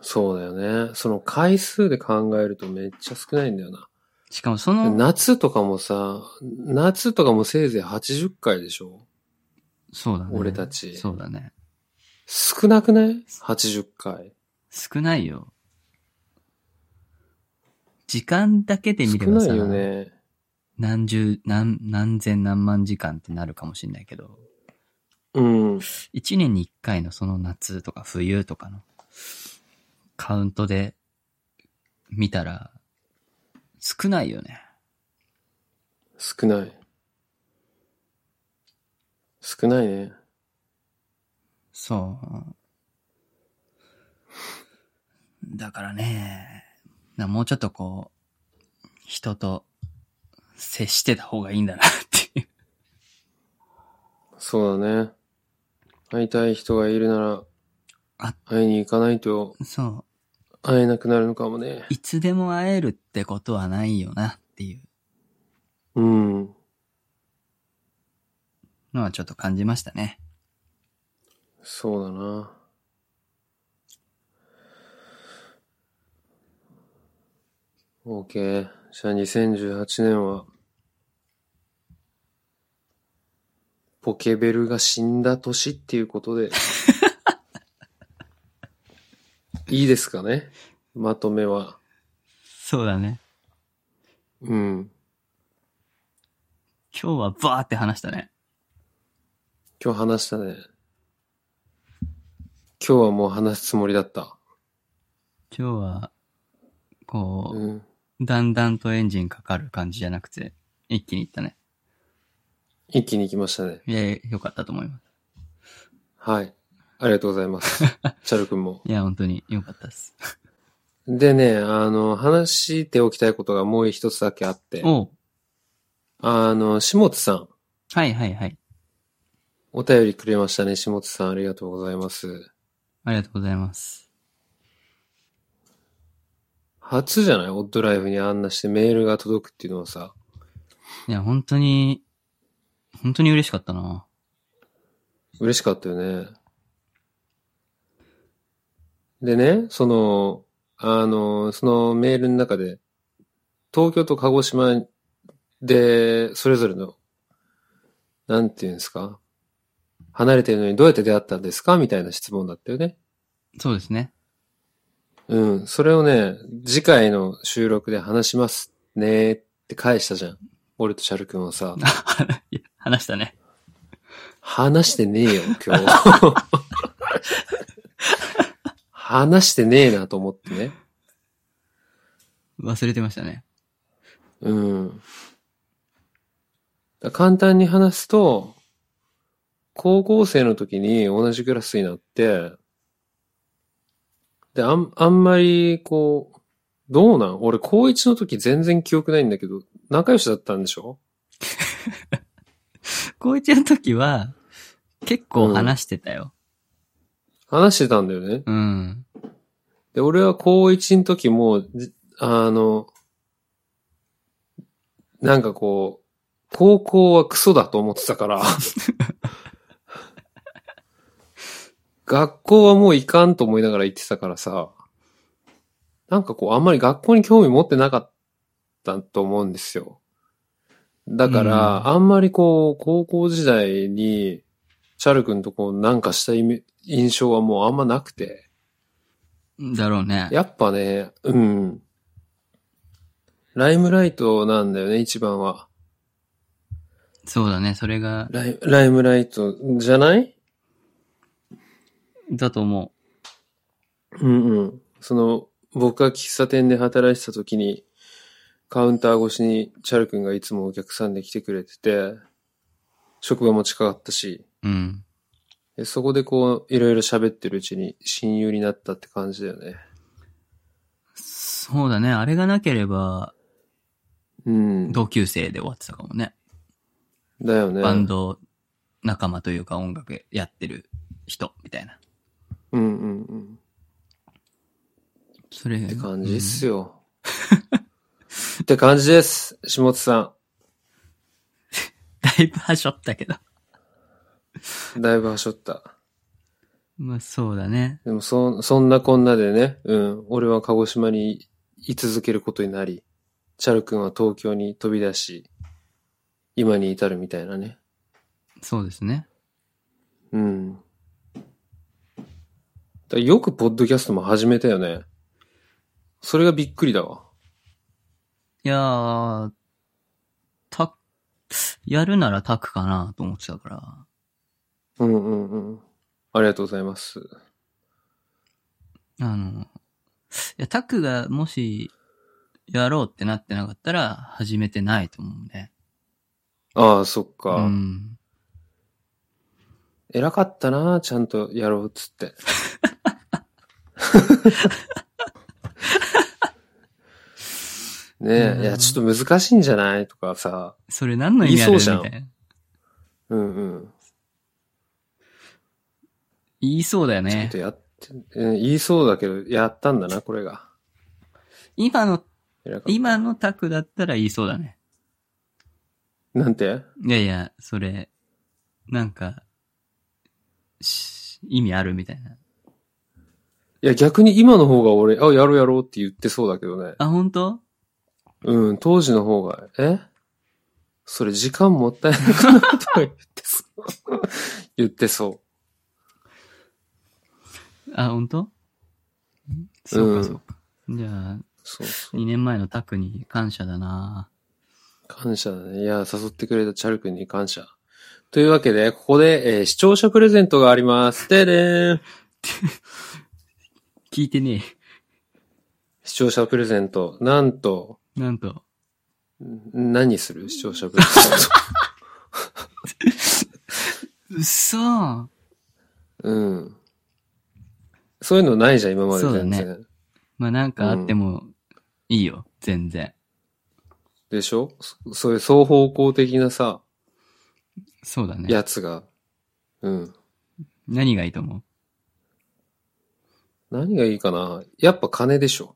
Speaker 1: そうだよね。その回数で考えるとめっちゃ少ないんだよな。
Speaker 2: しかもその、
Speaker 1: 夏とかもさ、夏とかもせいぜい80回でしょ
Speaker 2: そうだね。
Speaker 1: 俺たち
Speaker 2: そうだね。
Speaker 1: 少なくない ?80 回。
Speaker 2: 少ないよ。時間だけで見れ
Speaker 1: 少
Speaker 2: ば
Speaker 1: ない
Speaker 2: さ、
Speaker 1: よね。
Speaker 2: 何十、何、何千何万時間ってなるかもしれないけど、
Speaker 1: うん。
Speaker 2: 一年に一回のその夏とか冬とかのカウントで見たら少ないよね。
Speaker 1: 少ない。少ないね。
Speaker 2: そう。だからね、なもうちょっとこう、人と接してた方がいいんだなっていう。
Speaker 1: そうだね。会いたい人がいるなら
Speaker 2: あ、
Speaker 1: 会いに行かないと
Speaker 2: そう。
Speaker 1: 会えなくなるのかもね。
Speaker 2: いつでも会えるってことはないよなっていう
Speaker 1: うん。
Speaker 2: のはちょっと感じましたね。
Speaker 1: そうだな。OK。じゃあ2018年は、ポケベルが死んだ年っていうこと で、いいですかねまとめは。
Speaker 2: そうだね。
Speaker 1: うん。
Speaker 2: 今日はバーって話したね。
Speaker 1: 今日話したね。今日はもう話すつもりだった。
Speaker 2: 今日は、こう、
Speaker 1: うん。
Speaker 2: だんだんとエンジンかかる感じじゃなくて、一気にいったね。
Speaker 1: 一気に行きましたね。
Speaker 2: いや、よかったと思います。
Speaker 1: はい。ありがとうございます。チャル君も。
Speaker 2: いや、本当によかったです。
Speaker 1: でね、あの、話しておきたいことがもう一つだけあって、
Speaker 2: おう
Speaker 1: あの、下津さん、
Speaker 2: はいはいはい。
Speaker 1: お便りくれましたね。下津さん、ありがとうございます。
Speaker 2: ありがとうございます。
Speaker 1: 初じゃないオッドライフにあんなしてメールが届くっていうのはさ、
Speaker 2: いや、本当に、本当に嬉しかったな。
Speaker 1: 嬉しかったよね。でね、その、あの、そのメールの中で、東京と鹿児島で、それぞれの、なんていうんですか離れてるのにどうやって出会ったんですかみたいな質問だったよね。
Speaker 2: そうですね。
Speaker 1: うん。それをね、次回の収録で話しますねって返したじゃん。俺とシャル君はさ、
Speaker 2: いや話したね。
Speaker 1: 話してねえよ、今日。話してねえなと思ってね。
Speaker 2: 忘れてましたね。
Speaker 1: うん。だ簡単に話すと、高校生の時に同じクラスになって、で、あん、あんまり、こう、どうなん俺、高一の時全然記憶ないんだけど、仲良しだったんでしょ
Speaker 2: 高一の時は、結構話してたよ。
Speaker 1: 話してたんだよね。
Speaker 2: うん。
Speaker 1: で、俺は高一の時も、じあの、なんかこう、高校はクソだと思ってた から、学校はもういかんと思いながら行ってたからさ、なんかこう、あんまり学校に興味持ってなかったと思うんですよ。だから、
Speaker 2: うん
Speaker 1: あんまりこう、高校時代に、チャル君とこうなんかしたイメ印象はもうあんまなくて、
Speaker 2: だろうね。
Speaker 1: やっぱね、うん。ライムライトなんだよね、一番は。
Speaker 2: そうだね。それが、
Speaker 1: ライライムライトじゃない
Speaker 2: だと思
Speaker 1: うんうん。その、僕が喫茶店で働いてた時に、カウンター越しにチャル君がいつもお客さんで来てくれてて、職場も近かったし、
Speaker 2: う。うん。
Speaker 1: でそこでこう、いろいろ喋ってるうちに親友になったって感じだよね。
Speaker 2: そうだね。あれがなければ、
Speaker 1: うん。
Speaker 2: 同級生で終わってたかもね。
Speaker 1: だよね。
Speaker 2: バンド仲間というか音楽やってる人みたいな。
Speaker 1: うんうんうん。
Speaker 2: それ。っ
Speaker 1: って感じっすよ。 って感じです。下津さ
Speaker 2: だいぶはしょったけど。
Speaker 1: ん。だいぶはしょった。
Speaker 2: まあそうだね。
Speaker 1: でもそ、そんなこんなでね、うん。俺は鹿児島に居続けることになり、チャル君は東京に飛び出し、今に至るみたいなね。
Speaker 2: そうですね。
Speaker 1: うん。だからよくポッドキャストも始めたよね。それがびっくりだわ。
Speaker 2: いやー、た、やるならタクかなと思ってたから。
Speaker 1: うんうんうん。ありがとうございます。
Speaker 2: あの、いや、タクがもし、やろうってなってなかったら、始めてないと思うね。
Speaker 1: ああ、そっか。
Speaker 2: うん。
Speaker 1: 偉かったな、ちゃんとやろうっつって。ね
Speaker 2: う
Speaker 1: え、
Speaker 2: ん
Speaker 1: いや、ちょっと難しいんじゃないとかさ。
Speaker 2: それ何の意味ある
Speaker 1: 言
Speaker 2: み
Speaker 1: いそ
Speaker 2: た
Speaker 1: う
Speaker 2: い
Speaker 1: じゃん
Speaker 2: な。
Speaker 1: うんうん。
Speaker 2: 言いそうだよ
Speaker 1: ちょっ
Speaker 2: ね
Speaker 1: と。やって、うん言いそうだけど、やったんだな、これが。
Speaker 2: 今の、
Speaker 1: 偉かった
Speaker 2: 今のタクだったら言いそうだね。
Speaker 1: なんて
Speaker 2: いやいや、それ、なんか、し意味あるみたいな。
Speaker 1: いや、逆に今の方が俺、あ、やろうやろうって言ってそうだけどね。
Speaker 2: あ、本当
Speaker 1: うん、当時の方が、えそれ時間もったいなくなるとか言ってそう。 言ってそう。
Speaker 2: あ、本当そう
Speaker 1: う
Speaker 2: か、
Speaker 1: ん
Speaker 2: そうか。じゃあ、
Speaker 1: そうそう。
Speaker 2: 2年前のタクに感謝だな
Speaker 1: 感謝だね。いや、誘ってくれたチャル君に感謝。というわけで、ここで、えー視聴者プレゼントがあります。てれーん
Speaker 2: 聞いてね
Speaker 1: 視聴者プレゼント。なんと、
Speaker 2: え。なんと。
Speaker 1: ん何する視聴者プレゼ
Speaker 2: うっそー
Speaker 1: ン ト。うん。そういうのないじゃん、今まで
Speaker 2: そうだ
Speaker 1: 全
Speaker 2: ね
Speaker 1: 然。
Speaker 2: まあなんかあってもいいよ、全然。
Speaker 1: でしょそそういう双方向的なさ、
Speaker 2: そうだね。
Speaker 1: やつが。うん。
Speaker 2: 何がいいと思う
Speaker 1: 何がいいかなやっぱ金でし ょ。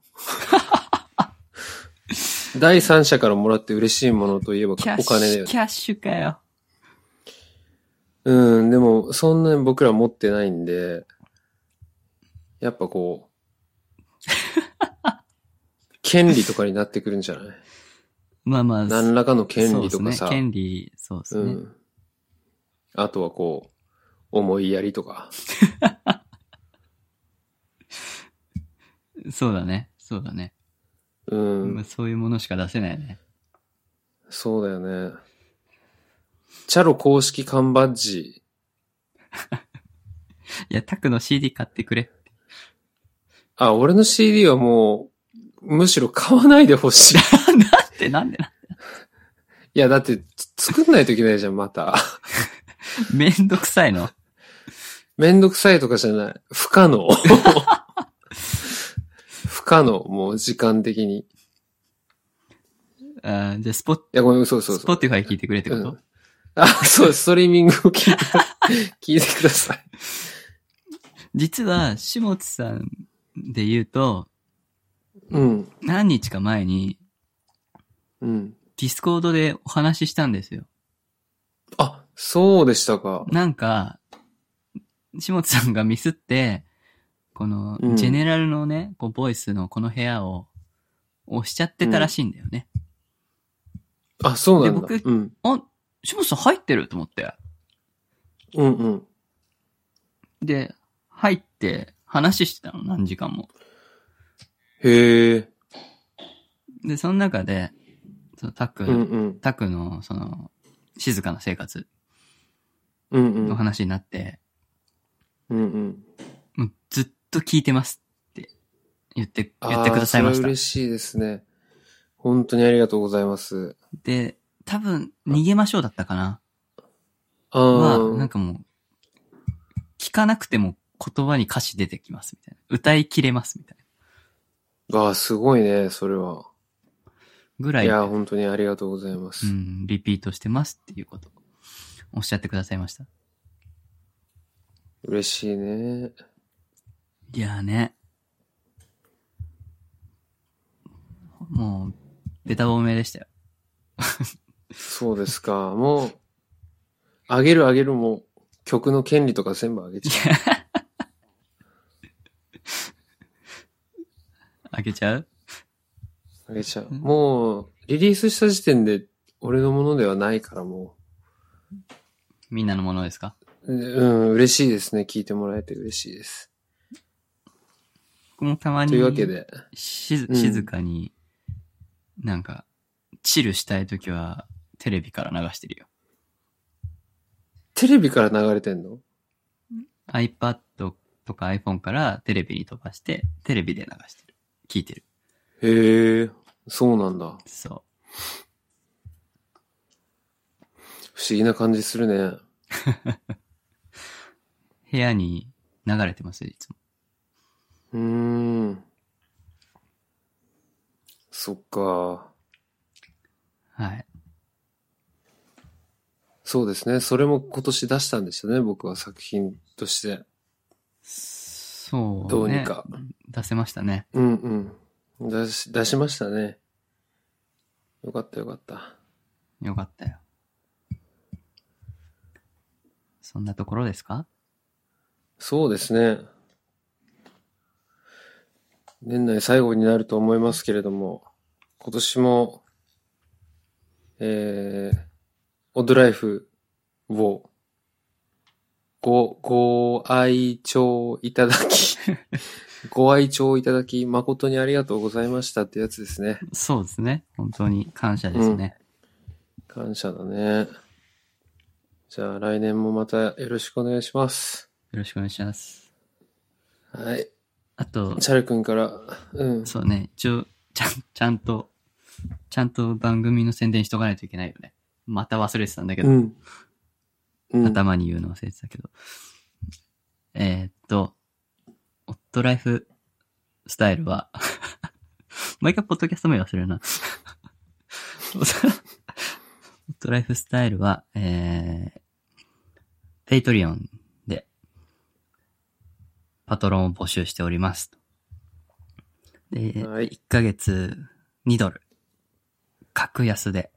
Speaker 1: 第三者からもらって嬉しいものといえばお
Speaker 2: キャッ
Speaker 1: 金
Speaker 2: シュ
Speaker 1: だよね
Speaker 2: キ。ャッシュかよ。
Speaker 1: うん、でも、そんなに僕ら持ってないんで、やっぱこ う、権利とかになってくるんじゃない
Speaker 2: まあまあ、
Speaker 1: 何らかの権
Speaker 2: そう
Speaker 1: 利
Speaker 2: で
Speaker 1: と
Speaker 2: す
Speaker 1: か
Speaker 2: ね
Speaker 1: さ、。
Speaker 2: 権利、そうです
Speaker 1: う
Speaker 2: ね。
Speaker 1: ん。あとはこう、思いやりとか。
Speaker 2: そうだね。そうだね。
Speaker 1: う
Speaker 2: まあ
Speaker 1: ん。
Speaker 2: そういうものしか出せないね。
Speaker 1: そうだよね。チャロ公式缶バッジ。
Speaker 2: いや、タクの CD 買ってくれ。
Speaker 1: あ、俺の CD はもう、むしろ買わないでほ しい。
Speaker 2: なんでなんでない
Speaker 1: や、だって、つ作んないといけないじゃん、また。
Speaker 2: めんどくさいの。
Speaker 1: めんどくさいとかじゃない。不可能。 不可能、もう時間的に。い
Speaker 2: あーじゃあ、スポッ、
Speaker 1: や、ごめん、嘘嘘嘘。
Speaker 2: スポティファイ聞いてくれってこと、
Speaker 1: うんあ、そう、ストリーミングを聞いて、 聞いてください。
Speaker 2: 実は、下津さんで言うと、
Speaker 1: うん、
Speaker 2: 何日か前に、
Speaker 1: うん。
Speaker 2: ディスコードでお話ししたんですよ。
Speaker 1: あ、そうでしたか。
Speaker 2: なんか、下津さんがミスって、この
Speaker 1: う、ん
Speaker 2: ジェネラルのね、こう、ボイスのこの部屋を押しちゃってたらしいんだよね。
Speaker 1: あ、そうなんだ。
Speaker 2: で僕
Speaker 1: うん、
Speaker 2: あ、下津さん入ってると思って。
Speaker 1: うん、うん。
Speaker 2: で、入って話してたの、何時間も。
Speaker 1: へえ。
Speaker 2: で、その中で、そのタク、
Speaker 1: うんうん。
Speaker 2: タクの、その、静かな生活
Speaker 1: うんう
Speaker 2: の
Speaker 1: ん。
Speaker 2: 話になって、
Speaker 1: うんうん。
Speaker 2: もうずっと聞いてますって言って、
Speaker 1: あー
Speaker 2: 言ってくださいまし
Speaker 1: それ
Speaker 2: た。
Speaker 1: 嬉しいですね。本当にありがとうございます。
Speaker 2: で、多分、逃げましょうだったかな。
Speaker 1: あ
Speaker 2: は、
Speaker 1: ー
Speaker 2: なんかもう、聞かなくても言葉に歌詞出てきますみたいな。歌い切れますみたいな。
Speaker 1: あー、すごいね、それは。
Speaker 2: ぐら
Speaker 1: い
Speaker 2: い、
Speaker 1: やー、本当にありがとうございます。
Speaker 2: うん、リピートしてますっていうことをおっしゃってくださいました。
Speaker 1: 嬉しいね。
Speaker 2: いやーね。もう、ベタ褒めでしたよ。
Speaker 1: そうですか。もう、あげるあげるも、曲の権利とか全部あげちゃ
Speaker 2: あげちゃう
Speaker 1: う。あげちゃう。もう、リリースした時点で、俺のものではないからも
Speaker 2: みんなのものですか
Speaker 1: う、うん、嬉しいですね。聞いてもらえて嬉しいです。
Speaker 2: 僕もたまに、
Speaker 1: というわけで、
Speaker 2: しず
Speaker 1: うん
Speaker 2: 静かに、なんか、チルしたいときは、テレビから流してるよ。
Speaker 1: テレビから流れてんの
Speaker 2: iPad とか iPhone からテレビに飛ばして、テレビで流してる。聞いてる。
Speaker 1: へえ、そうなんだ。
Speaker 2: そ
Speaker 1: 不思議な感じするね。
Speaker 2: う。部屋に流れてますよ、いつも。
Speaker 1: うーん。そっか。
Speaker 2: はい。
Speaker 1: そうですね。それも今年出したんですよね。僕は作品として。
Speaker 2: そう、ね。
Speaker 1: どうにか。
Speaker 2: 出せましたね。
Speaker 1: うんうん。出し、出しましたね。よかったよかった。
Speaker 2: よかったよ。そんなところですか
Speaker 1: そうですね。年内最後になると思いますけれども、今年も、えー、オッドライフをご、ご愛聴いただき、ご愛聴いただき、誠にありがとうございましたってやつですね。
Speaker 2: そうですね。本当に感謝ですね。
Speaker 1: 感謝だね。じゃあ来年もまたよろしくお願いします。
Speaker 2: よろしくお願いします。
Speaker 1: はい。
Speaker 2: あと、
Speaker 1: チャル君から、うん。
Speaker 2: そうね、一応、ちゃん、 ちゃんと、ちゃんと番組の宣伝しとかないといけないよね。また忘れてたんだけど、
Speaker 1: うん。うん。
Speaker 2: 頭に言うの忘れてたけど。えーっと、オットライフスタイルは、 毎回ポッドキャスト名忘れるな。オットライフスタイルは、えー、ペイトリオンで、パトロンを募集しております。で、
Speaker 1: はい
Speaker 2: 1ヶ月2ドル。格安で、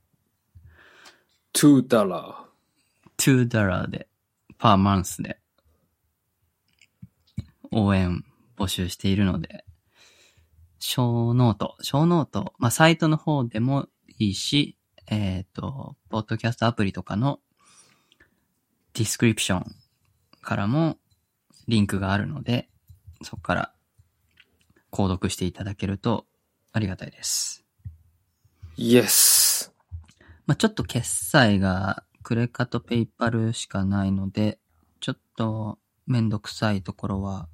Speaker 1: トゥーダラ
Speaker 2: 2ドラーで、パーマンスで、応援募集しているので、小ノート、小ノート、まあ、サイトの方でもいいし、えっ、と、ポッドキャストアプリとかのディスクリプションからもリンクがあるので、そこから購読していただけるとありがたいです。
Speaker 1: ー。イエス。
Speaker 2: まあ、ちょっと決済がクレカとペイパルしかないので、ちょっとめんどくさいところは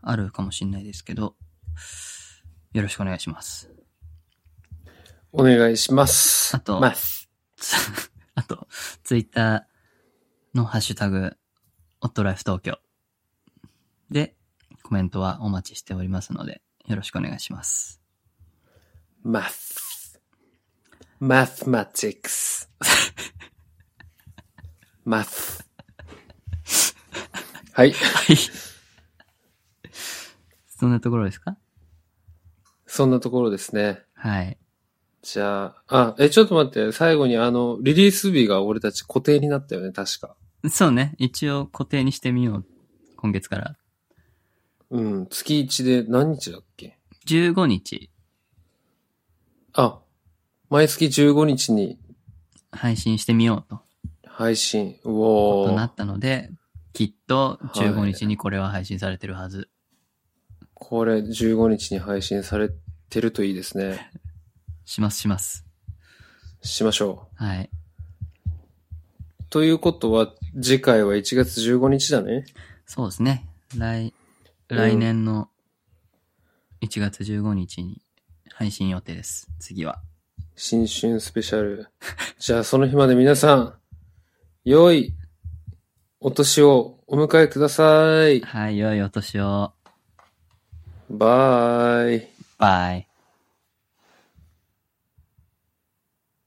Speaker 2: あるかもしれないですけど、よろしくお願いします。
Speaker 1: お願いします。
Speaker 2: あと
Speaker 1: ます。
Speaker 2: あと、ツイッターのハッシュタグ、オットライフ東京でコメントはお待ちしておりますので、よろしくお願いします。
Speaker 1: ます。マスマチックス。ます。はい。
Speaker 2: はい。そんなところですか
Speaker 1: そんなところですね。
Speaker 2: はい。
Speaker 1: じゃあ、あ、え、ちょっと待って。最後にあの、リリース日が俺たち固定になったよね、確か。
Speaker 2: そうね。一応固定にしてみよう。今月から。
Speaker 1: うん、月1で何日だっけ
Speaker 2: 15日
Speaker 1: あ、毎月15日に
Speaker 2: 配信してみようと、
Speaker 1: 配信。う
Speaker 2: と
Speaker 1: お
Speaker 2: な
Speaker 1: ー
Speaker 2: っ。たので、きっと15日にこれは配信されてるはず。
Speaker 1: これ15日に配信されてるといいですね。
Speaker 2: しますします。
Speaker 1: しましょ
Speaker 2: はい。
Speaker 1: う。ということは、次回は1月15日だね。
Speaker 2: そうですね。来、
Speaker 1: うん
Speaker 2: 来年の1月15日に配信予定です。次は。
Speaker 1: 新春スペシャル。じゃあその日まで皆さん、良いお年をお迎えください。
Speaker 2: はい、良いお年を。
Speaker 1: バイ。
Speaker 2: バイ。